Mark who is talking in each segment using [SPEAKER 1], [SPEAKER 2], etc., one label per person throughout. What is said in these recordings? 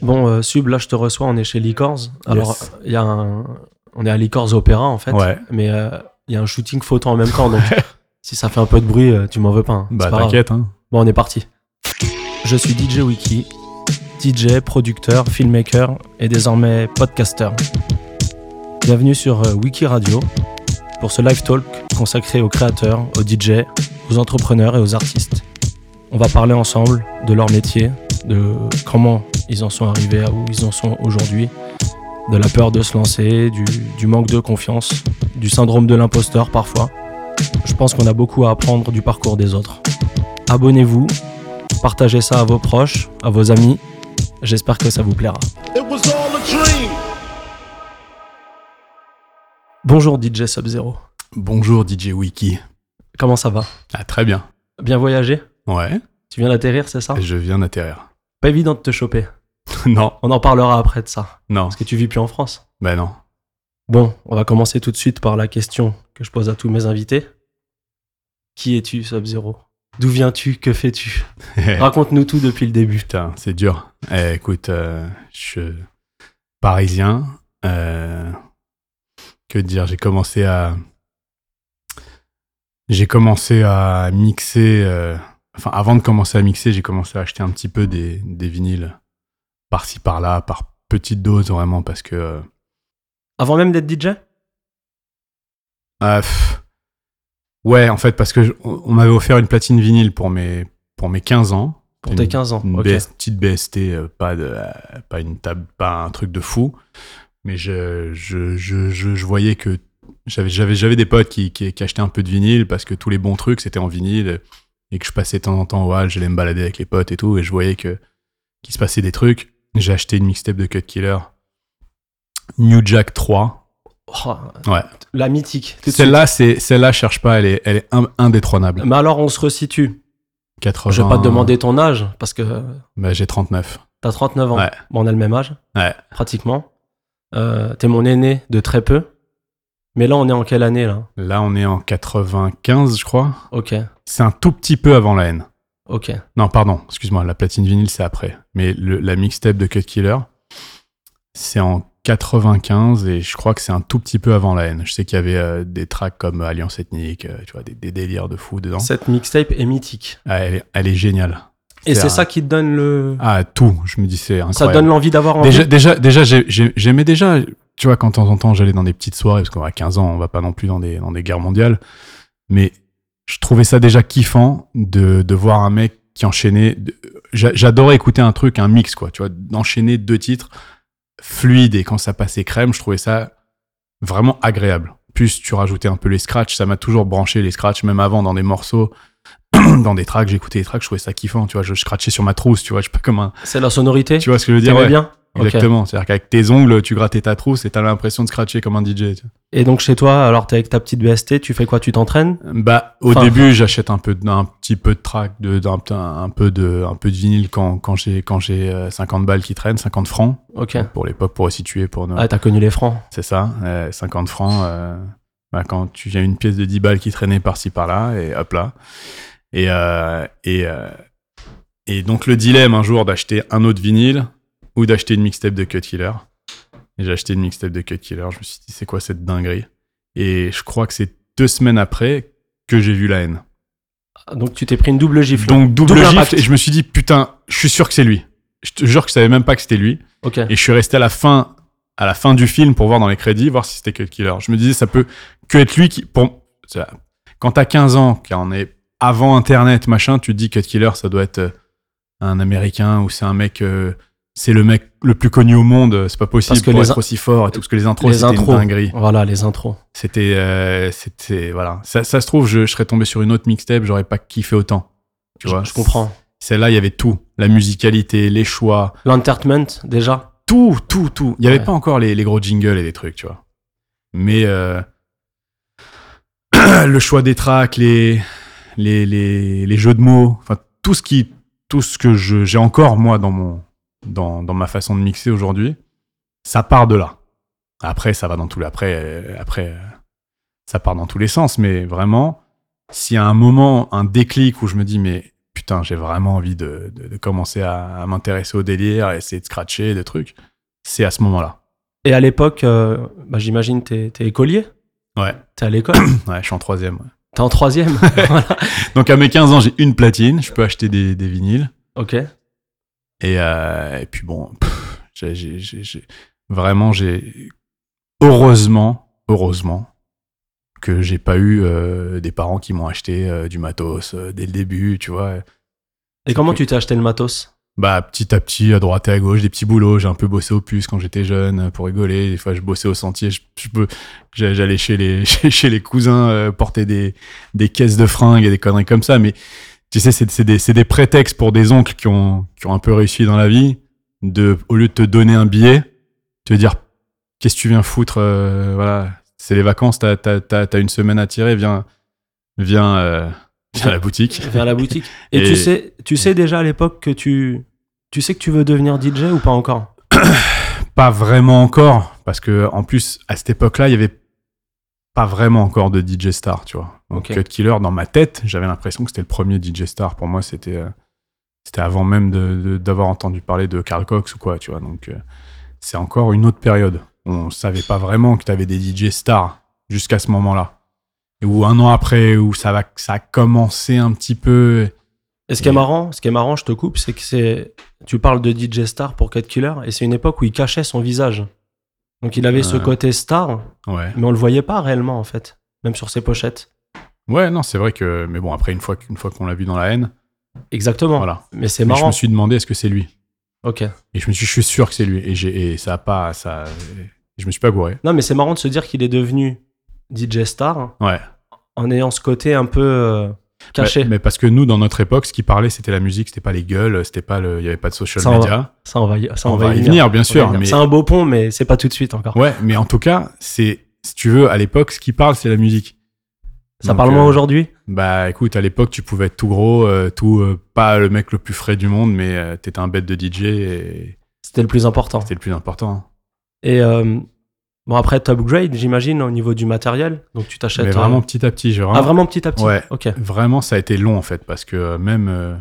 [SPEAKER 1] Bon, euh, Sub, là, je te reçois, on est chez Licors. Alors,
[SPEAKER 2] Yes.
[SPEAKER 1] il y a un... on est à Licors Opéra, en fait.
[SPEAKER 2] Ouais.
[SPEAKER 1] Mais euh, il y a un shooting photo en même temps, donc si ça fait un peu de bruit, euh, tu m'en veux pas. hein.
[SPEAKER 2] Bah
[SPEAKER 1] C'est pas grave.
[SPEAKER 2] t'inquiète, hein.
[SPEAKER 1] Bon, on est parti. Je suis DJ Wiki, DJ, producteur, filmmaker et désormais podcaster. Bienvenue sur euh, Wiki Radio pour ce live talk consacré aux créateurs, aux DJ, aux entrepreneurs et aux artistes. On va parler ensemble de leur métier, de comment ils en sont arrivés à où ils en sont aujourd'hui, de la peur de se lancer, du, du manque de confiance, du syndrome de l'imposteur parfois. Je pense qu'on a beaucoup à apprendre du parcours des autres abonnez-vous, partagez ça à vos proches, à vos amis. J'espère que ça vous plaira.
[SPEAKER 3] It was all a dream.
[SPEAKER 1] Bonjour DJ Sub-Zero.
[SPEAKER 2] Bonjour DJ Wiki.
[SPEAKER 1] Comment ça va
[SPEAKER 2] Ah, très bien.
[SPEAKER 1] Bien voyagé
[SPEAKER 2] Ouais,
[SPEAKER 1] Tu viens d'atterrir, c'est ça
[SPEAKER 2] je viens d'atterrir.
[SPEAKER 1] Pas évident de te choper.
[SPEAKER 2] non,
[SPEAKER 1] On en parlera après de ça.
[SPEAKER 2] non,
[SPEAKER 1] Parce que tu vis plus en France.
[SPEAKER 2] bah non.
[SPEAKER 1] Bon, on va commencer tout de suite par la question que je pose à tous mes invités. Qui es-tu, Sub-Zero D'où viens-tu Que fais-tu
[SPEAKER 2] Ah.
[SPEAKER 1] Raconte-nous tout depuis le début.
[SPEAKER 2] Putain, c'est dur. Eh, écoute, euh, je suis parisien. euh, que dire J'ai commencé à. J'ai commencé à mixer. euh, Enfin, avant de commencer à mixer, j'ai commencé à acheter un petit peu des, des vinyles par-ci, par-là, par petites doses vraiment, parce que. euh,
[SPEAKER 1] Avant même d'être DJ
[SPEAKER 2] Ah, pff. ouais, en fait, parce que je- on on m'avait offert une platine vinyle pour mes, pour mes 15 ans.
[SPEAKER 1] Pour
[SPEAKER 2] Une-
[SPEAKER 1] tes 15 ans.
[SPEAKER 2] Une
[SPEAKER 1] Ok.
[SPEAKER 2] BS petite BST, euh, pas, de, euh, pas une table, pas un truc de fou. Mais je, je, je, je, je voyais que j'avais, j'avais, j'avais des potes qui, qui, qui achetaient un peu de vinyle parce que tous les bons trucs c'était en vinyle et que je passais de temps en temps au hall, j'allais me balader avec les potes et tout. Et je voyais que, qu'il se passait des trucs. J'ai acheté une mixtape de Cut Killer, New Jack 3.
[SPEAKER 1] Oh,
[SPEAKER 2] Ouais.
[SPEAKER 1] La mythique. tout de
[SPEAKER 2] Celle-là, c'est celle-là, cherche pas, elle est, elle est in- indétrônable.
[SPEAKER 1] suite. Mais alors, on se resitue.
[SPEAKER 2] 80...
[SPEAKER 1] Euh, Je vais pas te demander ton âge, parce que euh,
[SPEAKER 2] Bah, j'ai 39.
[SPEAKER 1] T'as 39 ans.
[SPEAKER 2] Ouais.
[SPEAKER 1] Bon, on a le même âge,
[SPEAKER 2] Ouais.
[SPEAKER 1] pratiquement. Euh, T'es mon aîné de très peu. Mais là, on est en quelle année, là
[SPEAKER 2] Là, on est en 95, je crois.
[SPEAKER 1] Ok,
[SPEAKER 2] C'est un tout petit peu avant la haine.
[SPEAKER 1] ok.
[SPEAKER 2] Non, pardon, excuse-moi, la platine vinyle, c'est après. Mais le- la mixtape de Cut Killer, c'est en 95 et je crois que c'est un tout petit peu avant la haine. Je sais qu'il y avait euh, des tracks comme Alliance Ethnique, euh, tu vois, des, des délires de fou dedans.
[SPEAKER 1] Cette mixtape est mythique.
[SPEAKER 2] Ah, elle, est, elle est géniale.
[SPEAKER 1] Et c'est
[SPEAKER 2] un-
[SPEAKER 1] ça qui te donne le...
[SPEAKER 2] Ah, tout, je me dis, c'est incroyable.
[SPEAKER 1] ça te donne l'envie d'avoir envie.
[SPEAKER 2] Déjà, déjà, déjà j'ai- j'ai- j'aimais déjà, tu vois, quand de temps en temps j'allais dans des petites soirées, parce qu'à 15 ans, on va pas non plus dans des, dans des guerres mondiales, mais je trouvais ça déjà kiffant de, de voir un mec qui enchaînait. de- j'a- J'adorais écouter un truc, un mix, quoi, tu vois, d'enchaîner deux titres fluides, et quand ça passait crème, je trouvais ça vraiment agréable. Plus tu rajoutais un peu les scratchs, ça m'a toujours branché les scratchs, même avant dans des morceaux, dans des tracks, j'écoutais les tracks, je trouvais ça kiffant, tu vois, je scratchais sur ma trousse, tu vois, je sais pas comme un-
[SPEAKER 1] C'est la sonorité.
[SPEAKER 2] Tu vois ce que je veux dire
[SPEAKER 1] T'aimais
[SPEAKER 2] ouais.
[SPEAKER 1] bien Ok.
[SPEAKER 2] Exactement. C'est-à-dire qu'avec tes ongles, tu grattais ta trousse et t'as l'impression de scratcher comme un DJ. tu vois.
[SPEAKER 1] Et donc, chez toi, alors t'es avec ta petite BST, tu fais quoi Tu t'entraînes
[SPEAKER 2] Bah, au
[SPEAKER 1] Enfin,
[SPEAKER 2] début, j'achète un peu, de- un petit peu de track, de, d'un, un peu de, un peu de vinyle quand, quand j'ai, quand j'ai euh, 50 balles qui traînent, 50 francs.
[SPEAKER 1] Ok.
[SPEAKER 2] Pour l'époque, pour situer, pour nos,
[SPEAKER 1] Ah, t'as connu les francs.
[SPEAKER 2] c'est ça, euh, 50 francs. euh, bah, quand tu as une pièce de 10 balles qui traînait par-ci par-là, et hop là. Et, euh, et, euh, et donc le dilemme un jour d'acheter un autre vinyle ou d'acheter une mixtape de Cut Killer. Et J'ai acheté une mixtape de Cut Killer, je me suis dit c'est quoi cette dinguerie Et je crois que c'est deux semaines après que j'ai vu la haine.
[SPEAKER 1] Donc, tu t'es pris une double gifle.
[SPEAKER 2] Donc double,
[SPEAKER 1] Double impact.
[SPEAKER 2] gifle, et je me suis dit putain, je suis sûr que c'est lui. Je te jure que je savais même pas que c'était lui.
[SPEAKER 1] ok.
[SPEAKER 2] Et je suis resté à la fin, à la fin du film pour voir dans les crédits, voir si c'était Cut Killer. Je me disais, ça peut que être lui qui, pour, ça- quand t'as 15 ans, qu'on est avant Internet, machin, tu te dis Cut Killer, ça doit être euh, un Américain ou c'est un mec, euh, c'est le mec le plus connu au monde, euh, c'est pas possible
[SPEAKER 1] Parce que
[SPEAKER 2] pour
[SPEAKER 1] les
[SPEAKER 2] être
[SPEAKER 1] in-
[SPEAKER 2] aussi fort et tout, parce que les intros,
[SPEAKER 1] Les
[SPEAKER 2] c'était une
[SPEAKER 1] intros.
[SPEAKER 2] dinguerie.
[SPEAKER 1] Voilà, les intros.
[SPEAKER 2] C'était, euh, c'était, voilà. Ça, ça se trouve, je, je serais tombé sur une autre mixtape, j'aurais pas kiffé autant. Tu
[SPEAKER 1] Je-
[SPEAKER 2] vois,
[SPEAKER 1] je comprends.
[SPEAKER 2] Celle-là, il y avait tout. La musicalité, les choix,
[SPEAKER 1] L'entertainment, déjà.
[SPEAKER 2] tout, tout, tout. Il n'y avait
[SPEAKER 1] Ouais.
[SPEAKER 2] pas encore les, les gros jingles et les trucs, tu vois. Mais euh, le choix des tracks, les, les, les, les jeux de mots, enfin tout ce qui, tout ce que je- j'ai encore moi dans mon, dans, dans ma façon de mixer aujourd'hui, ça part de là. Après, ça va dans tout. Après, euh, après, euh, ça part dans tous les sens. Mais vraiment, s'il y a un moment, un déclic où je me dis mais putain, j'ai vraiment envie de, de- de commencer à, à m'intéresser au délire, à essayer de scratcher, de trucs, c'est à ce moment-là.
[SPEAKER 1] Et à l'époque, euh, bah, j'imagine t'es t'es écolier.
[SPEAKER 2] Ouais.
[SPEAKER 1] T'es à l'école.
[SPEAKER 2] Ouais, je suis en troisième. ouais.
[SPEAKER 1] t'es en troisième. voilà.
[SPEAKER 2] Donc à mes 15 ans, j'ai une platine, je peux acheter des, des vinyles.
[SPEAKER 1] Ok.
[SPEAKER 2] Et, euh, et puis bon, pff, j'ai- j'ai- j'ai- j'ai- vraiment, j'ai. Heureusement, heureusement, que j'ai pas eu euh, des parents qui m'ont acheté euh, du matos euh, dès le début, tu vois.
[SPEAKER 1] Et comment
[SPEAKER 2] que-
[SPEAKER 1] tu t'es acheté le matos
[SPEAKER 2] Bah, petit à petit, à droite et à gauche, des petits boulots. J'ai un peu bossé aux puces quand j'étais jeune euh, pour rigoler. Des fois, je bossais au sentier. Je, je peux, j'a- j'allais chez les, chez, chez les cousins euh, porter des, des caisses de fringues et des conneries comme ça. Mais tu sais, c'est c'est des, c'est des prétextes pour des oncles qui ont, qui ont un peu réussi dans la vie. De, au lieu de te donner un billet, te dire qu'est-ce que tu viens foutre euh, Voilà, c'est les vacances, t'as t'as- t'as- t'as une semaine à tirer, viens, viens, euh, viens à la boutique.
[SPEAKER 1] vers la boutique. Et,
[SPEAKER 2] Et-
[SPEAKER 1] tu sais, tu sais déjà à l'époque que tu, tu sais que tu veux devenir DJ ou pas encore
[SPEAKER 2] Pas vraiment encore, parce que en plus à cette époque-là, il y avait pas vraiment encore de DJ star, tu vois. Donc
[SPEAKER 1] Ok.
[SPEAKER 2] Cut Killer, dans ma tête, j'avais l'impression que c'était le premier DJ star. Pour moi, c'était euh, c'était avant même de- de- d'avoir entendu parler de Carl Cox ou quoi, tu vois. Donc euh, c'est encore une autre période. On savait pas vraiment que tu avais des DJ stars jusqu'à ce moment-là. Ou un an après, où ça va, ça a commencé un petit peu.
[SPEAKER 1] Et ce qui est
[SPEAKER 2] Et-
[SPEAKER 1] marrant, ce qui est marrant, je te coupe, c'est que c'est, tu parles de DJ Star pour Cat Killer, et c'est une époque où il cachait son visage. Donc il avait ce
[SPEAKER 2] Ouais.
[SPEAKER 1] côté star,
[SPEAKER 2] Ouais.
[SPEAKER 1] mais on le voyait pas réellement en fait, même sur ses pochettes.
[SPEAKER 2] Ouais, non, c'est vrai que. Mais bon, après, une fois, qu'une fois qu'on l'a vu dans la haine,
[SPEAKER 1] Exactement.
[SPEAKER 2] voilà.
[SPEAKER 1] Mais c'est
[SPEAKER 2] Mais je
[SPEAKER 1] marrant.
[SPEAKER 2] me suis demandé, est-ce que c'est lui
[SPEAKER 1] Ok.
[SPEAKER 2] Et je me suis, je suis sûr que c'est lui. Et, j'ai, et ça a pas, ça, je me suis pas gouré.
[SPEAKER 1] Non, mais c'est marrant de se dire qu'il est devenu DJ Star
[SPEAKER 2] Ouais.
[SPEAKER 1] en ayant ce côté un peu euh, caché.
[SPEAKER 2] Mais, mais parce que nous, dans notre époque, ce qui parlait, c'était la musique, c'était pas les gueules, c'était pas le, il y avait pas de social
[SPEAKER 1] Ça, on va-
[SPEAKER 2] media.
[SPEAKER 1] Ça, on va y, ça,
[SPEAKER 2] on, va, y venir,
[SPEAKER 1] On va
[SPEAKER 2] bien
[SPEAKER 1] y
[SPEAKER 2] sûr.
[SPEAKER 1] venir.
[SPEAKER 2] Mais,
[SPEAKER 1] C'est un beau pont, mais c'est pas tout de suite encore.
[SPEAKER 2] ouais, mais en tout cas, c'est, si tu veux, à l'époque, ce qui parle, c'est la musique.
[SPEAKER 1] ça
[SPEAKER 2] Donc,
[SPEAKER 1] parle moins
[SPEAKER 2] euh,
[SPEAKER 1] aujourd'hui
[SPEAKER 2] Bah, écoute, à l'époque, tu pouvais être tout gros, euh, tout, euh, pas le mec le plus frais du monde, mais euh, t'étais un bête de DJ et
[SPEAKER 1] C'était le plus important.
[SPEAKER 2] c'était le plus important. hein.
[SPEAKER 1] Et euh, bon, après, t'upgrades, j'imagine, au niveau du matériel. Donc, tu t'achètes.
[SPEAKER 2] Mais
[SPEAKER 1] euh,
[SPEAKER 2] vraiment petit à petit, j'ai vraiment
[SPEAKER 1] Ah, vraiment petit à petit
[SPEAKER 2] Ouais.
[SPEAKER 1] Ok.
[SPEAKER 2] Vraiment, ça a été long en fait, parce que euh, même, euh,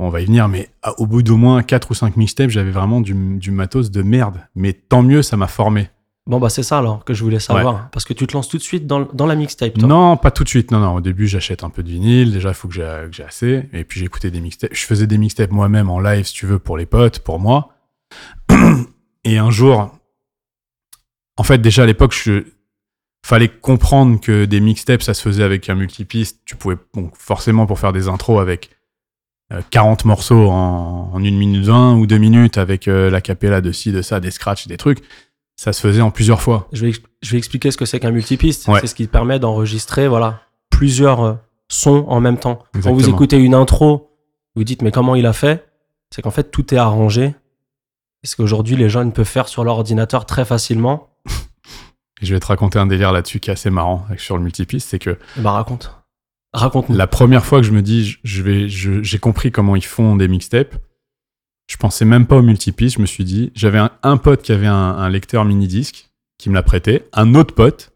[SPEAKER 2] bon, on va y venir, mais à- au bout d'au moins 4 ou 5 mixtapes, j'avais vraiment du, du matos de merde. Mais tant mieux, ça m'a formé.
[SPEAKER 1] Bon, bah, c'est ça alors que je voulais savoir. Parce que tu te lances tout de suite dans, dans la mixtape, toi.
[SPEAKER 2] Non, pas tout de suite. Non, non, au début, j'achète un peu de vinyle. Déjà, il faut que j'ai que j'ai assez. Et puis, j'écoutais des mixtapes. Je faisais des mixtapes moi-même en live, si tu veux, pour les potes, pour moi. Et un jour, en fait, déjà à l'époque, je fallait comprendre que des mixtapes, ça se faisait avec un multipiste. Tu pouvais, donc, forcément, pour faire des intros avec euh, 40 morceaux en, en 1 minute 20 ou 2 minutes, avec euh, la capella de ci, de ça, des scratchs, des trucs, ça se faisait en plusieurs fois.
[SPEAKER 1] Je, vais, ex- je vais expliquer ce que c'est qu'un multipiste.
[SPEAKER 2] Ouais.
[SPEAKER 1] C'est ce qui te permet d'enregistrer voilà, plusieurs euh, sons en même temps. Quand vous
[SPEAKER 2] Exactement.
[SPEAKER 1] écoutez une intro, vous dites, mais comment il a fait C'est qu'en fait, tout est arrangé. Et ce qu'aujourd'hui, les jeunes peuvent faire sur leur ordinateur très facilement.
[SPEAKER 2] Et Je vais te raconter un délire là-dessus qui est assez marrant avec- sur le multipiste, c'est que
[SPEAKER 1] Bah, raconte. Raconte-nous.
[SPEAKER 2] la première fois que je me dis, je- je vais, je- j'ai compris comment ils font des mixtapes. Je pensais même pas au multipiste. Je me suis dit, j'avais un, un pote qui avait un, un lecteur mini disque qui me l'a prêté, un autre pote.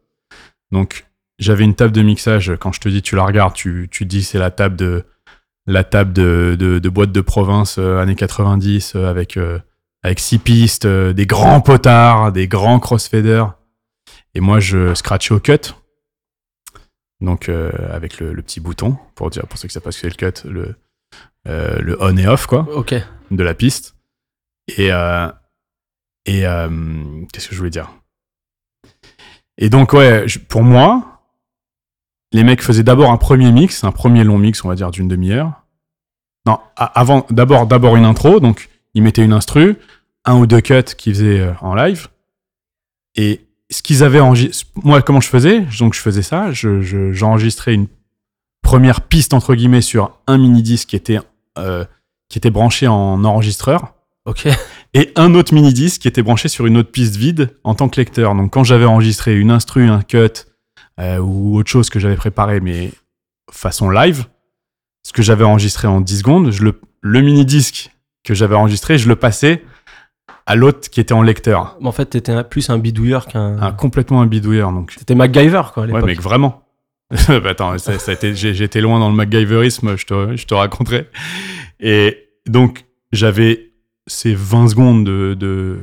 [SPEAKER 2] Donc j'avais une table de mixage. Quand je te dis, tu la regardes, tu, tu dis c'est la table de la table de, de, de boîte de province euh, années 90 euh, avec euh, avec six pistes, euh, des grands potards, des grands crossfaders. Et moi, je scratchais au cut. Donc, euh, avec le, le petit bouton, pour dire, pour ceux qui savent pas ce que c'est le cut, le, euh, le on et off, quoi,
[SPEAKER 1] Ok.
[SPEAKER 2] de la piste. Et, euh, et euh, qu'est-ce que je voulais dire Et donc, ouais, je- pour moi, les mecs faisaient d'abord un premier mix, un premier long mix, on va dire, d'une demi-heure. Non, a- avant, d'abord, d'abord une intro, donc ils mettaient une instru, un ou deux cuts qu'ils faisaient euh, en live. Et ce qu'ils avaient enregistré, moi, comment je faisais Donc, je faisais ça, je- je- j'enregistrais une première piste, entre guillemets, sur un mini-disque qui était, euh, qui était branché en enregistreur
[SPEAKER 1] Ok.
[SPEAKER 2] et un autre mini disque qui était branché sur une autre piste vide en tant que lecteur. Donc quand j'avais enregistré une instru, un cut euh, ou autre chose que j'avais préparé, mais façon live, ce que j'avais enregistré en 10 secondes, je le, le mini disque que j'avais enregistré, je le passais à l'autre qui était en lecteur.
[SPEAKER 1] Mais en fait, t'étais un- plus un bidouilleur qu'un.
[SPEAKER 2] Un, complètement un bidouilleur. Donc,
[SPEAKER 1] T'étais MacGyver, quoi, à
[SPEAKER 2] Ah. ouais,
[SPEAKER 1] l'époque.
[SPEAKER 2] mec, vraiment. Bah, attends, ça, ça a été- j'ai- j'étais loin dans le MacGyverisme, je te, je te raconterai. Et donc, j'avais ces 20 secondes de, de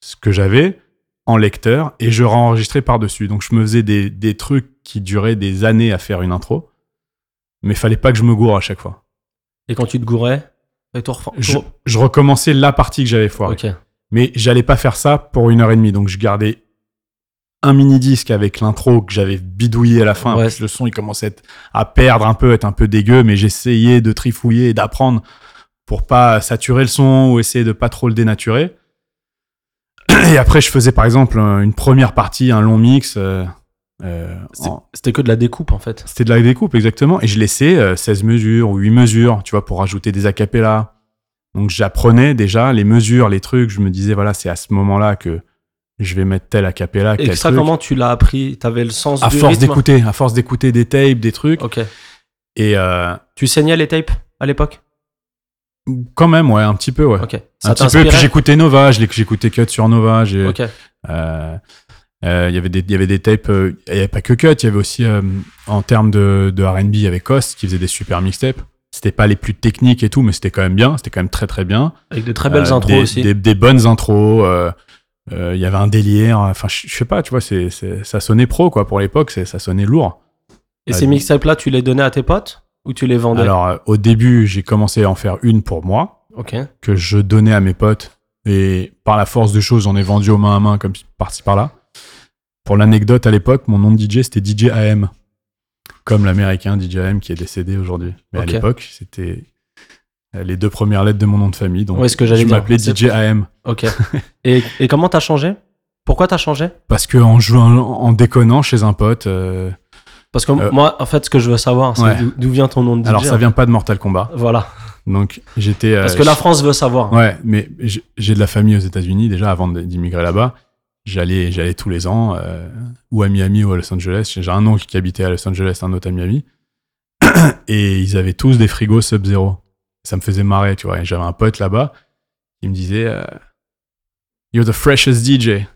[SPEAKER 2] ce que j'avais en lecteur et je réenregistrais par-dessus. Donc, je me faisais des, des trucs qui duraient des années à faire une intro, mais fallait pas que je me gourre à chaque fois.
[SPEAKER 1] Et quand tu te gourais, et tout refait-
[SPEAKER 2] Je,
[SPEAKER 1] tout-
[SPEAKER 2] je recommençais la partie que j'avais foirée.
[SPEAKER 1] Ok.
[SPEAKER 2] Mais j'allais pas faire ça pour une heure et demie. Donc je gardais un mini disque avec l'intro que j'avais bidouillé à la fin.
[SPEAKER 1] Ouais.
[SPEAKER 2] Parce que le son, il commençait à être- à perdre un peu, être un peu dégueu. Mais j'essayais de trifouiller et d'apprendre pour pas saturer le son ou essayer de pas trop le dénaturer. Et après, je faisais par exemple un- une première partie, un long mix. euh, euh,
[SPEAKER 1] C'est-
[SPEAKER 2] en-
[SPEAKER 1] C'était que de la découpe en fait.
[SPEAKER 2] C'était de la découpe, exactement. Et je laissais euh, 16 mesures ou 8 mesures, tu vois, pour rajouter des acapellas. Donc j'apprenais déjà les mesures, les trucs. Je me disais, voilà, c'est à ce moment-là que je vais mettre tel acapella, quel
[SPEAKER 1] Et ça,
[SPEAKER 2] truc.
[SPEAKER 1] comment tu l'as appris T'avais le sens
[SPEAKER 2] À
[SPEAKER 1] du
[SPEAKER 2] force
[SPEAKER 1] rythme hein.
[SPEAKER 2] d'écouter, à force d'écouter des tapes, des trucs.
[SPEAKER 1] Ok.
[SPEAKER 2] Et euh,
[SPEAKER 1] Tu saignais les tapes à l'époque
[SPEAKER 2] quand même, ouais, un petit peu, ouais.
[SPEAKER 1] Ok.
[SPEAKER 2] un
[SPEAKER 1] Ça
[SPEAKER 2] petit peu. Et Puis
[SPEAKER 1] t'inspirait
[SPEAKER 2] j'écoutais Nova, je l'ai- j'écoutais Cut sur Nova. j'ai-
[SPEAKER 1] Ok.
[SPEAKER 2] Euh, euh, il y avait des il y avait des tapes euh, il y avait pas que cut il y avait aussi euh, en termes de, de R&B il y avait Cost qui faisait des super mixtapes c'était pas les plus techniques et tout mais c'était quand même bien c'était quand même très très bien
[SPEAKER 1] Avec de très belles
[SPEAKER 2] Euh,
[SPEAKER 1] intros
[SPEAKER 2] des,
[SPEAKER 1] aussi.
[SPEAKER 2] des, des bonnes intros euh, euh, il y avait un délire enfin je je sais pas tu vois c'est c'est- ça sonnait pro quoi pour l'époque c'est- ça sonnait lourd
[SPEAKER 1] Et ces mixtapes-là, tu les donnais à tes potes ou tu les vendais
[SPEAKER 2] alors euh, au début j'ai commencé à en faire une pour moi
[SPEAKER 1] Ok.
[SPEAKER 2] que je donnais à mes potes. Et par la force des choses, on est vendu aux mains à main, comme par-ci par-là. Pour l'anecdote, à l'époque, mon nom de DJ, c'était DJ AM. Comme l'américain DJ AM qui est décédé aujourd'hui. Mais
[SPEAKER 1] Ok.
[SPEAKER 2] à l'époque, c'était euh, les deux premières lettres de mon nom de famille. Donc,
[SPEAKER 1] Ouais, ce que j'allais
[SPEAKER 2] je
[SPEAKER 1] dire.
[SPEAKER 2] m'appelais
[SPEAKER 1] C'est-
[SPEAKER 2] DJ AM.
[SPEAKER 1] Ok. et, et comment t'as changé Pourquoi t'as changé
[SPEAKER 2] Parce que en jouant, en déconnant chez un pote, euh,
[SPEAKER 1] Parce que
[SPEAKER 2] Euh,
[SPEAKER 1] moi, en fait, ce que je veux savoir, c'est
[SPEAKER 2] ouais.
[SPEAKER 1] d'où- d'où vient ton nom de DJ.
[SPEAKER 2] alors ça vient pas de Mortal Kombat.
[SPEAKER 1] Voilà.
[SPEAKER 2] Donc, j'étais. euh,
[SPEAKER 1] Parce que la France veut savoir.
[SPEAKER 2] Ouais, mais j'ai j'ai de la famille aux États-Unis déjà avant d- d'immigrer là-bas. J'allais, j'allais tous les ans, euh, ou à Miami ou à Los Angeles. J'ai j'ai un oncle qui habitait à Los Angeles, un autre à Miami. Et ils avaient tous des frigos Sub-Zero. Ça me faisait marrer, tu vois. Et J'avais un pote là-bas qui me disait euh, You're the freshest DJ.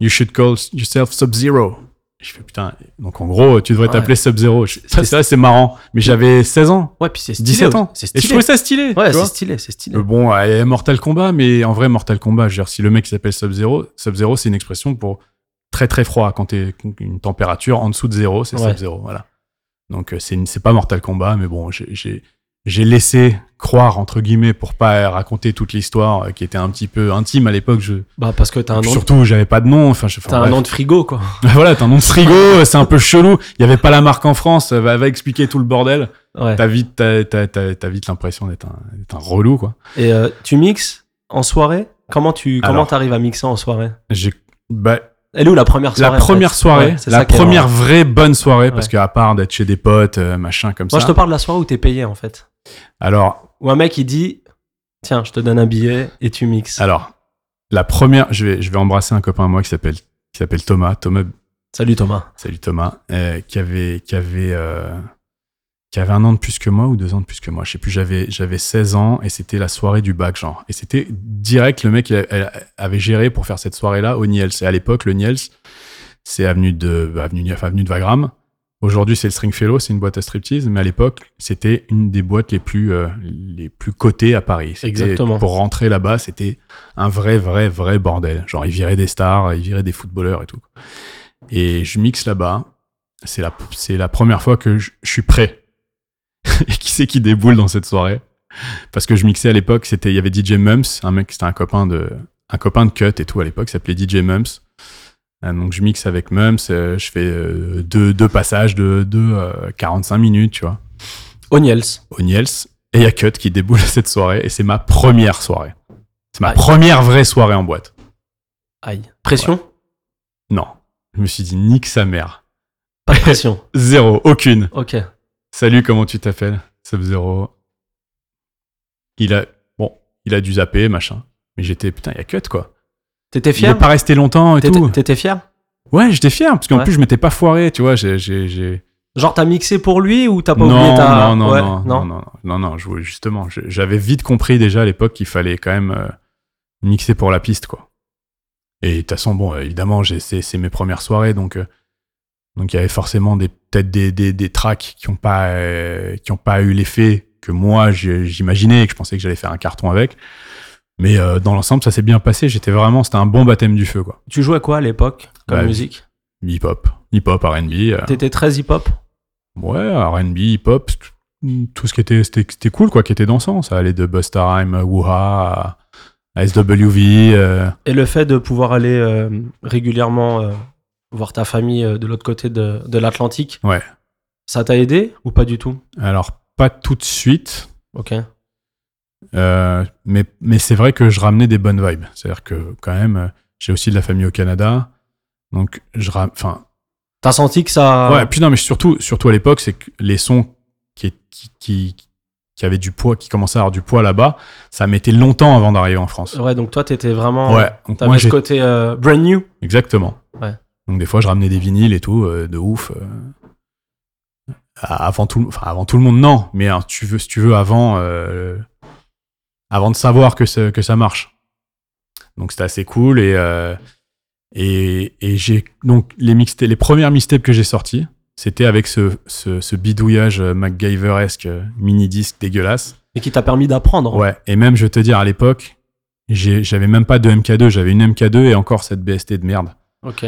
[SPEAKER 2] You should call yourself Sub-Zero. Je fais putain. Donc en gros, tu devrais
[SPEAKER 1] Ouais.
[SPEAKER 2] t'appeler Sub-Zero. Je-
[SPEAKER 1] C'est-
[SPEAKER 2] Ça, ça, c'est marrant. Mais j'avais 16 ans,
[SPEAKER 1] Ouais, puis c'est stylé.
[SPEAKER 2] 17 ans.
[SPEAKER 1] C'est
[SPEAKER 2] Et je
[SPEAKER 1] stylé.
[SPEAKER 2] trouvais ça stylé. tu
[SPEAKER 1] Ouais,
[SPEAKER 2] vois.
[SPEAKER 1] c'est stylé, c'est stylé.
[SPEAKER 2] Euh, bon, euh, Mortal Kombat, mais en vrai, Mortal Kombat, je veux dire, si le mec s'appelle Sub-Zero, Sub-Zero, c'est une expression pour très très froid. Quand t'es une température en dessous de zéro, c'est
[SPEAKER 1] Ouais.
[SPEAKER 2] Sub-Zero, voilà. Donc, euh, c'est une- c'est pas Mortal Kombat, mais bon, j'ai- j'ai j'ai laissé croire, entre guillemets, pour pas raconter toute l'histoire euh, qui était un petit peu intime à l'époque. Je...
[SPEAKER 1] Bah, parce que t'as un nom,
[SPEAKER 2] Surtout, j'avais pas de nom. Enfin, je... enfin,
[SPEAKER 1] t'as un
[SPEAKER 2] bref. Bah
[SPEAKER 1] nom de frigo, quoi.
[SPEAKER 2] voilà, t'as un nom de frigo, c'est un peu chelou. Il y avait pas la marque en France, euh, va, va expliquer tout le bordel.
[SPEAKER 1] Ouais.
[SPEAKER 2] T'as vite, t'as- t'as- t'as- t'as vite l'impression d'être un, d'être un relou, quoi.
[SPEAKER 1] Et euh, tu mixes en soirée Comment tu comment
[SPEAKER 2] Alors.
[SPEAKER 1] t'arrives à mixer en soirée
[SPEAKER 2] J'ai. Bah,
[SPEAKER 1] Elle est où la première soirée
[SPEAKER 2] la
[SPEAKER 1] en fait
[SPEAKER 2] première soirée,
[SPEAKER 1] Ouais, c'est
[SPEAKER 2] la
[SPEAKER 1] ça qui est
[SPEAKER 2] première
[SPEAKER 1] marrant.
[SPEAKER 2] vraie bonne soirée, parce
[SPEAKER 1] Ouais.
[SPEAKER 2] que à part d'être chez des potes, euh, machin comme
[SPEAKER 1] Moi,
[SPEAKER 2] ça.
[SPEAKER 1] je te parle de la soirée où t'es payé, en fait.
[SPEAKER 2] Alors,
[SPEAKER 1] Où un mec, il dit Tiens, je te donne un billet et tu mixes.
[SPEAKER 2] alors, la première, je vais, je vais embrasser un copain à moi qui s'appelle, qui s'appelle Thomas. Thomas,
[SPEAKER 1] Salut Thomas.
[SPEAKER 2] salut Thomas, euh, qui avait, qui avait, euh, qui avait un an de plus que moi ou deux ans de plus que moi. Je sais plus. J'avais, j'avais 16 ans et c'était la soirée du bac, genre. Et c'était direct le mec il a- elle avait géré pour faire cette soirée-là au Niels. Et à l'époque, le Niels, c'est avenue de, avenue, Niels, avenue de Wagram. Aujourd'hui, c'est le Stringfellow, c'est une boîte à striptease, mais à l'époque, c'était une des boîtes les plus, euh, les plus cotées à Paris. C'était-
[SPEAKER 1] Exactement.
[SPEAKER 2] Pour rentrer là-bas, c'était un vrai, vrai, vrai bordel. Genre, ils viraient des stars, ils viraient des footballeurs et tout. Et je mixe là-bas. C'est la, c'est la première fois que je, je suis prêt. et qui c'est qui déboule dans cette soirée Parce que je mixais à l'époque, c'était, il y avait DJ Mums, un mec, c'était un copain de, un copain de cut et tout à l'époque, il s'appelait DJ Mums. Euh, Donc je mixe avec Mums, euh, je fais euh, deux, deux passages de, de euh, 45 minutes, tu vois,
[SPEAKER 1] O'Niels.
[SPEAKER 2] au Niels. Et il y a Cut qui déboule à cette soirée, et c'est ma première soirée. C'est ma
[SPEAKER 1] Aïe.
[SPEAKER 2] première vraie soirée en boîte.
[SPEAKER 1] Aïe. Pression
[SPEAKER 2] Non. Je me suis dit, nique sa mère.
[SPEAKER 1] Pas de pression.
[SPEAKER 2] Zéro, aucune.
[SPEAKER 1] ok.
[SPEAKER 2] Salut, comment tu t'appelles Sub-Zero. Il a, bon, il a dû zapper, machin. Mais j'étais, putain, il y a Cut, quoi.
[SPEAKER 1] T'étais
[SPEAKER 2] Il est
[SPEAKER 1] fier
[SPEAKER 2] pas resté longtemps et tout.
[SPEAKER 1] T'étais t'étais fier
[SPEAKER 2] Ouais, j'étais fier, parce qu'en
[SPEAKER 1] Ouais.
[SPEAKER 2] plus, je m'étais pas foiré, tu vois. J'ai, j'ai, j'ai-
[SPEAKER 1] Genre, t'as mixé pour lui ou t'as pas oublié
[SPEAKER 2] Non,
[SPEAKER 1] ta.
[SPEAKER 2] non, non,
[SPEAKER 1] Ouais,
[SPEAKER 2] non, non, non, non, non, je voulais- justement, je- j'avais vite compris déjà à l'époque qu'il fallait quand même euh, mixer pour la piste, quoi. Et de toute façon, bon, euh, évidemment, j'ai- c'est c'est mes premières soirées, donc euh, Donc il y avait forcément des peut-être des, des, des tracks qui ont pas euh, qui ont pas eu l'effet que moi j'ai- j'imaginais et que je pensais que j'allais faire un carton avec. Mais euh, dans l'ensemble, ça s'est bien passé. J'étais vraiment, c'était un bon baptême du feu quoi.
[SPEAKER 1] Tu jouais quoi à l'époque comme
[SPEAKER 2] Bah,
[SPEAKER 1] musique
[SPEAKER 2] Hip hop, hip hop, R&B. euh,
[SPEAKER 1] T'étais très hip-hop
[SPEAKER 2] Ouais, R&B, hip-hop, c'est tout- tout ce qui était, c'était, c'était cool, quoi, qui était dansant. Ça allait de Busta Rhymes, à Wuha, à SWV. euh,
[SPEAKER 1] Et le fait de pouvoir aller euh, régulièrement euh, voir ta famille euh, de l'autre côté de, de l'Atlantique,
[SPEAKER 2] Ouais.
[SPEAKER 1] ça t'a aidé ou pas du tout
[SPEAKER 2] alors, pas tout de suite,
[SPEAKER 1] Ok.
[SPEAKER 2] euh, mais, mais c'est vrai que je ramenais des bonnes vibes. C'est-à-dire que, quand même, euh, j'ai aussi de la famille au Canada. Donc, je ram- enfin,
[SPEAKER 1] T'as senti que ça.
[SPEAKER 2] Ouais, puis non, mais surtout, surtout à l'époque, c'est que les sons qui, qui, qui, qui avaient du poids, qui commençaient à avoir du poids là-bas, ça mettait longtemps avant d'arriver en France.
[SPEAKER 1] Ouais, donc toi, t'étais vraiment.
[SPEAKER 2] Ouais, donc
[SPEAKER 1] T'avais
[SPEAKER 2] moi,
[SPEAKER 1] ce
[SPEAKER 2] j'ai-
[SPEAKER 1] côté euh, brand new.
[SPEAKER 2] Exactement.
[SPEAKER 1] Ouais.
[SPEAKER 2] Donc des fois, je ramenais des vinyles et tout, euh, de ouf. euh, à- avant tout, le- enfin, avant tout le monde, non. Mais hein, tu veux, si tu veux, avant, euh, avant de savoir que, ce- que ça marche. Donc c'était assez cool et euh, et, et j'ai donc les mixta- les premières mixtapes que j'ai sorties, c'était avec ce, ce, ce bidouillage euh, MacGyver-esque mini disque dégueulasse.
[SPEAKER 1] Et qui t'a permis d'apprendre.
[SPEAKER 2] Ouais, et même, je vais te dire, à l'époque, j'ai- j'avais même pas de MK2, j'avais une MK2 et encore cette BST de merde.
[SPEAKER 1] Ok.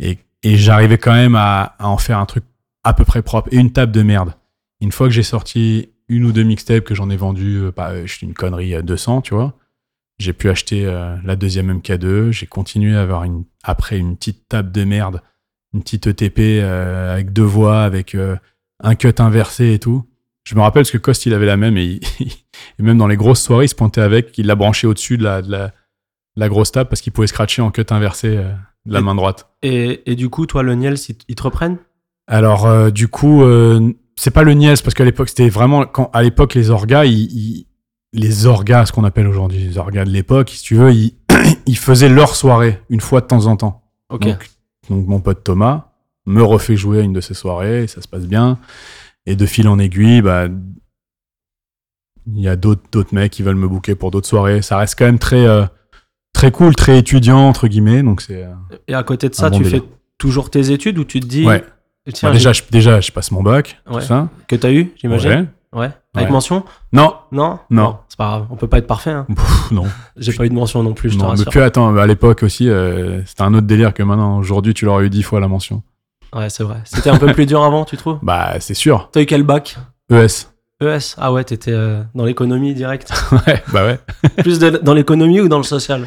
[SPEAKER 2] Et, et j'arrivais quand même à, à en faire un truc à peu près propre et une table de merde. Une fois que j'ai sorti une ou deux mixtapes que j'en ai vendu, euh, bah, euh, je suis une connerie à 200, tu vois. J'ai pu acheter euh, la deuxième MK2. J'ai continué à avoir une, après une petite table de merde, une petite ETP euh, avec deux voix, avec euh, un cut inversé et tout. Je me rappelle parce que Cost, il avait la même et, il- et même dans les grosses soirées, il se pointait avec, il la branchait au-dessus de la, de la, de la grosse table parce qu'il pouvait scratcher en cut inversé euh, de la
[SPEAKER 1] Et-
[SPEAKER 2] main droite.
[SPEAKER 1] Et, et du coup, toi, le Niels, ils ils te reprennent
[SPEAKER 2] Alors, euh, du coup, euh, c'est pas le Niels, parce qu'à l'époque, c'était vraiment. Quand, à l'époque, les orgas, ils, ils- les orgas, ce qu'on appelle aujourd'hui les orgas de l'époque, si tu veux, ils, ils faisaient leur soirée, une fois de temps en temps.
[SPEAKER 1] Ok.
[SPEAKER 2] Donc, donc mon pote Thomas me refait jouer à une de ses soirées, et ça se passe bien. Et de fil en aiguille, bah, il y a d'autres d'autres mecs qui veulent me booker pour d'autres soirées. Ça reste quand même très euh, très cool, très étudiant entre guillemets. Donc c'est euh,
[SPEAKER 1] Et à côté de ça,
[SPEAKER 2] bon
[SPEAKER 1] tu
[SPEAKER 2] délire.
[SPEAKER 1] fais toujours tes études ou tu te dis.
[SPEAKER 2] ouais.
[SPEAKER 1] Tiens,
[SPEAKER 2] Bah, déjà, je, déjà, je passe mon bac,
[SPEAKER 1] Ouais.
[SPEAKER 2] tout ça.
[SPEAKER 1] j'ai- Que t'as eu, j'imagine
[SPEAKER 2] Ouais.
[SPEAKER 1] Ouais. Avec
[SPEAKER 2] Ouais.
[SPEAKER 1] mention
[SPEAKER 2] Non,
[SPEAKER 1] Non
[SPEAKER 2] Non.
[SPEAKER 1] C'est pas grave. On peut pas être parfait. hein.
[SPEAKER 2] Pff, non.
[SPEAKER 1] J'ai pas eu de mention non plus, je te
[SPEAKER 2] Non, mais
[SPEAKER 1] rassure.
[SPEAKER 2] puis attends, à l'époque aussi, euh, c'était un autre délire que maintenant. Aujourd'hui, tu l'aurais eu dix fois la mention.
[SPEAKER 1] Ouais, c'est vrai. C'était un peu plus dur avant, tu trouves
[SPEAKER 2] Bah, c'est sûr. E
[SPEAKER 1] T'as eu quel bac
[SPEAKER 2] ES.
[SPEAKER 1] ES Ah ouais, t'étais euh, dans l'économie direct.
[SPEAKER 2] ouais, bah ouais.
[SPEAKER 1] Plus de- dans l'économie ou dans le social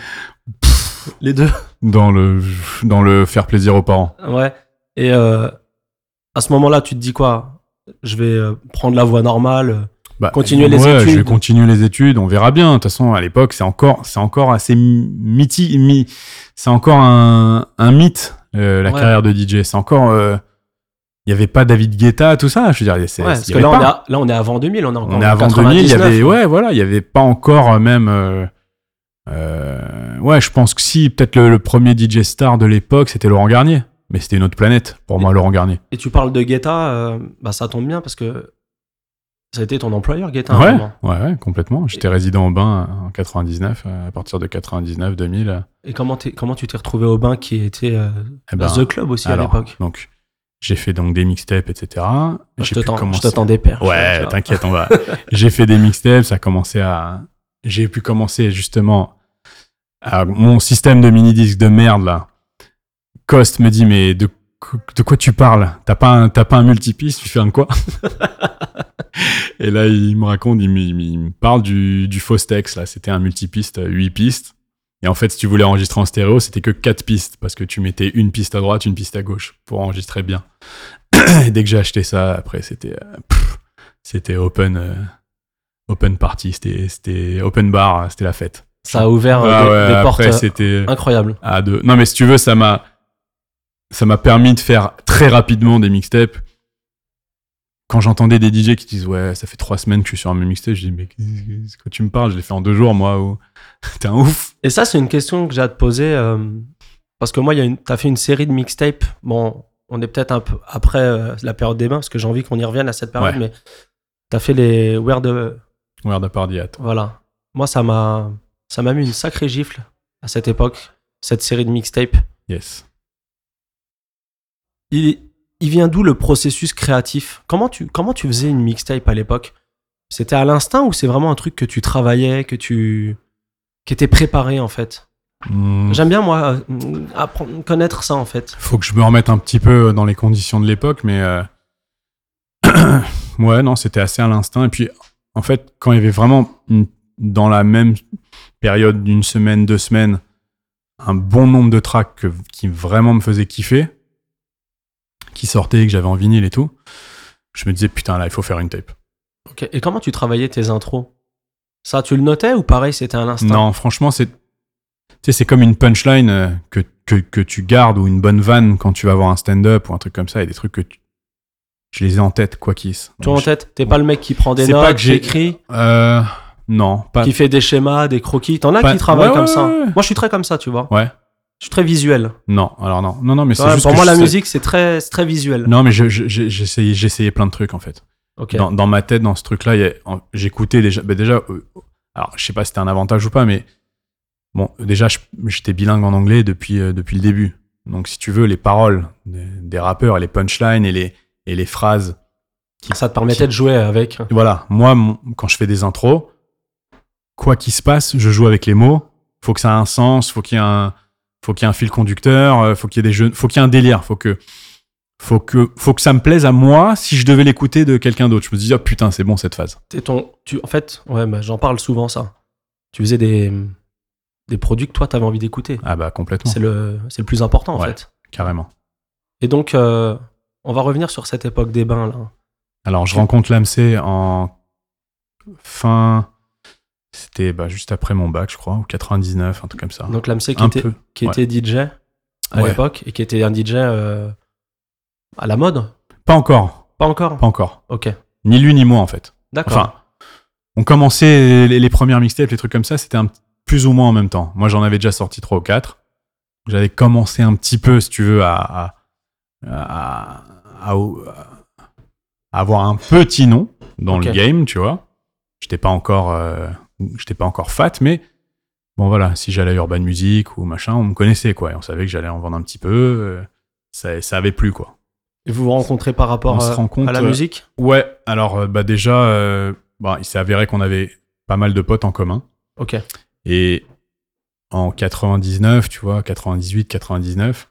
[SPEAKER 1] Les deux.
[SPEAKER 2] Dans le, dans le faire plaisir aux parents.
[SPEAKER 1] Ouais. Et euh, à ce moment-là, tu te dis quoi Je vais euh, prendre la voie normale.
[SPEAKER 2] Bah,
[SPEAKER 1] Continuer les
[SPEAKER 2] ouais,
[SPEAKER 1] études.
[SPEAKER 2] je vais continuer les études. On verra bien. De toute façon, à l'époque, c'est encore, c'est encore assez mythique. c'est encore un, un mythe, euh, la
[SPEAKER 1] Ouais.
[SPEAKER 2] carrière de DJ. C'est encore, euh, il y avait pas David Guetta, tout ça. Je veux dire, c'est,
[SPEAKER 1] Ouais,
[SPEAKER 2] il y
[SPEAKER 1] parce que
[SPEAKER 2] avait
[SPEAKER 1] là on,
[SPEAKER 2] pas.
[SPEAKER 1] est à- là, on est avant 2000. On est encore
[SPEAKER 2] On est
[SPEAKER 1] en
[SPEAKER 2] avant 2000, il y
[SPEAKER 1] 99.
[SPEAKER 2] avait, ouais, voilà, il y avait pas encore euh, même. euh, euh, ouais, je pense que si, peut-être le, le premier DJ star de l'époque, c'était Laurent Garnier. Mais c'était une autre planète, pour moi, Laurent Garnier.
[SPEAKER 1] Et tu parles de Guetta, euh, bah, ça tombe bien parce que ça a été ton employeur, Guetta. à un
[SPEAKER 2] ouais,
[SPEAKER 1] moment.
[SPEAKER 2] ouais, ouais, complètement. J'étais résident au bain euh, en 99, euh, à partir de 99, 2000. euh,
[SPEAKER 1] Et comment, t'es- comment tu t'es retrouvé au bain qui était euh,
[SPEAKER 2] eh ben,
[SPEAKER 1] The Club aussi à
[SPEAKER 2] alors,
[SPEAKER 1] l'époque Bah,
[SPEAKER 2] Donc, j'ai fait donc des mixtapes, etc.
[SPEAKER 1] Je
[SPEAKER 2] J'ai
[SPEAKER 1] te
[SPEAKER 2] pu
[SPEAKER 1] tends- je
[SPEAKER 2] commencer-
[SPEAKER 1] te tends des perches, tu
[SPEAKER 2] Ouais,
[SPEAKER 1] vois.
[SPEAKER 2] t'inquiète, on va. j'ai fait des mixtapes, ça a commencé à. J'ai pu commencer justement à mon système de mini disque de merde là. Cost me dit mais de, co- de quoi tu parles T'as pas un, t'as pas un multipiste Tu fais un quoi Et là il me raconte, il me, il me- il me parle du, du Fostex là. C'était un multipiste 8 pistes. Et en fait, si tu voulais enregistrer en stéréo, c'était que 4 pistes parce que tu mettais une piste à droite, une piste à gauche pour enregistrer bien. Et dès que j'ai acheté ça, après c'était euh, pff, c'était open euh, open party, c'était c'était open bar, c'était la fête.
[SPEAKER 1] Ça a ouvert euh,
[SPEAKER 2] Ah
[SPEAKER 1] des,
[SPEAKER 2] ouais,
[SPEAKER 1] des portes
[SPEAKER 2] après
[SPEAKER 1] euh,
[SPEAKER 2] c'était
[SPEAKER 1] incroyables.
[SPEAKER 2] à deux. Non mais si tu veux, ça m'a ça m'a permis de faire très rapidement des mixtapes. Quand j'entendais des DJ qui disent ouais, ça fait trois semaines que je suis sur un même mixtape, je dis mais qu'est-ce que tu me parles Je l'ai fait en deux jours moi. ou- T'es un ouf.
[SPEAKER 1] Et ça, c'est une question que j'ai à te poser. euh, parce que moi, il y a une- t'as fait une série de mixtapes. Bon, on est peut-être un peu après euh, la période des bains, parce que j'ai envie qu'on y revienne à cette période,
[SPEAKER 2] Ouais.
[SPEAKER 1] mais t'as fait les Where the.
[SPEAKER 2] Where the party at.
[SPEAKER 1] Voilà. Moi, ça m'a. Ça m'a mis une sacrée gifle à cette époque, cette série de mixtapes.
[SPEAKER 2] Yes.
[SPEAKER 1] Il, il vient d'où le processus créatif comment tu, comment tu faisais une mixtape à l'époque C'était à l'instinct ou c'est vraiment un truc que tu travaillais, que tu. qui était préparé en fait
[SPEAKER 2] Hmm,
[SPEAKER 1] J'aime bien, moi, euh, apprendre, connaître ça en fait.
[SPEAKER 2] faut que je me remette un petit peu euh, dans les conditions de l'époque, mais euh, ouais, non, c'était assez à l'instinct. Et puis, en fait, quand il y avait vraiment une- dans la même période d'une semaine, deux semaines, un bon nombre de tracks que- qui vraiment me faisaient kiffer, qui sortaient, que j'avais en vinyle et tout, je me disais putain là, il faut faire une tape.
[SPEAKER 1] Ok. Et comment tu travaillais tes intros Ça, tu le notais ou pareil, c'était à l'instinct
[SPEAKER 2] Non, franchement, c'est. Tu sais, c'est comme une punchline euh, que, que, que tu gardes ou une bonne vanne quand tu vas voir un stand-up ou un truc comme ça et des trucs que tu. Je les ai en tête, quoi qu'il se.
[SPEAKER 1] Tu vois en tête, t'es pas le mec qui prend des
[SPEAKER 2] C'est pas
[SPEAKER 1] notes,
[SPEAKER 2] que
[SPEAKER 1] qui
[SPEAKER 2] j'ai-
[SPEAKER 1] écrit,
[SPEAKER 2] Euh. Non, pas.
[SPEAKER 1] qui fait des schémas, des croquis. T'en as
[SPEAKER 2] Pas-
[SPEAKER 1] qui travaillent
[SPEAKER 2] ouais,
[SPEAKER 1] comme
[SPEAKER 2] ouais,
[SPEAKER 1] ça.
[SPEAKER 2] ouais, ouais.
[SPEAKER 1] Moi, je suis très comme ça, tu vois.
[SPEAKER 2] Ouais.
[SPEAKER 1] Je suis très visuel.
[SPEAKER 2] Non, alors non. Non, non, mais
[SPEAKER 1] Tu
[SPEAKER 2] c'est
[SPEAKER 1] vois,
[SPEAKER 2] juste.
[SPEAKER 1] pour
[SPEAKER 2] que
[SPEAKER 1] moi,
[SPEAKER 2] je
[SPEAKER 1] la
[SPEAKER 2] sais-
[SPEAKER 1] musique, c'est très, c'est très visuel.
[SPEAKER 2] Non, mais je- je- j'ai- j'essayais j'essayais plein de trucs en fait.
[SPEAKER 1] Ok.
[SPEAKER 2] Dans, dans ma tête, dans ce truc-là, il y a- en- j'écoutais déjà. bah, déjà euh, alors, je sais pas si c'était un avantage ou pas, mais. Bon, déjà, je- j'étais bilingue en anglais depuis, euh, depuis le début. Donc, si tu veux, les paroles des, des rappeurs et les punchlines et les, et les phrases
[SPEAKER 1] Ça te permettait de jouer avec.
[SPEAKER 2] Et voilà, moi, mon- quand je fais des intros, quoi qu'il se passe, je joue avec les mots. Faut que ça ait un sens, faut qu'il y ait un, faut qu'il y ait un fil conducteur, euh, faut qu'il y ait des jeux, faut qu'il y ait un délire, faut que, faut que, faut que ça me plaise à moi si je devais l'écouter de quelqu'un d'autre. Je me dis, oh putain, c'est bon cette phase.
[SPEAKER 1] T'es ton, tu, en fait, ouais, bah, j'en parle souvent ça. Tu faisais des, des produits que toi, t'avais envie d'écouter.
[SPEAKER 2] Ah bah complètement,
[SPEAKER 1] C'est le, c'est le plus important en
[SPEAKER 2] Ouais.
[SPEAKER 1] fait.
[SPEAKER 2] carrément.
[SPEAKER 1] Et donc, euh, on va revenir sur cette époque des bains là.
[SPEAKER 2] Alors, je rencontre l'AMC en fin, c'était bah, juste après mon bac, je crois, ou 99, un truc comme ça.
[SPEAKER 1] Donc l'AMC qui,
[SPEAKER 2] Ah, un
[SPEAKER 1] était,
[SPEAKER 2] peu.
[SPEAKER 1] qui
[SPEAKER 2] ouais.
[SPEAKER 1] était DJ à
[SPEAKER 2] Ouais.
[SPEAKER 1] l'époque et qui était un DJ euh, à la mode.
[SPEAKER 2] Pas encore,
[SPEAKER 1] Pas encore.
[SPEAKER 2] pas encore.
[SPEAKER 1] Ok.
[SPEAKER 2] Ni lui ni moi en fait.
[SPEAKER 1] D'accord.
[SPEAKER 2] Enfin, on commençait les, les premières mixtapes, les trucs comme ça, c'était un, plus ou moins en même temps. Moi, j'en avais déjà sorti trois ou quatre. J'avais commencé un petit peu, si tu veux, à, à, à- à- à avoir un petit nom dans
[SPEAKER 1] Ok.
[SPEAKER 2] le game, tu vois. J'étais pas encore, euh, j'étais pas encore fat, mais bon voilà, si j'allais à Urban Music ou machin, on me connaissait quoi, et on savait que j'allais en vendre un petit peu. euh, Ça, ça avait plu quoi.
[SPEAKER 1] Et vous vous rencontrez par rapport
[SPEAKER 2] On se
[SPEAKER 1] euh,
[SPEAKER 2] rend compte,
[SPEAKER 1] à la
[SPEAKER 2] euh,
[SPEAKER 1] musique
[SPEAKER 2] Ouais, alors euh, bah déjà, euh, bah, il s'est avéré qu'on avait pas mal de potes en commun.
[SPEAKER 1] Ok.
[SPEAKER 2] Et en 99, tu vois, 98, 99,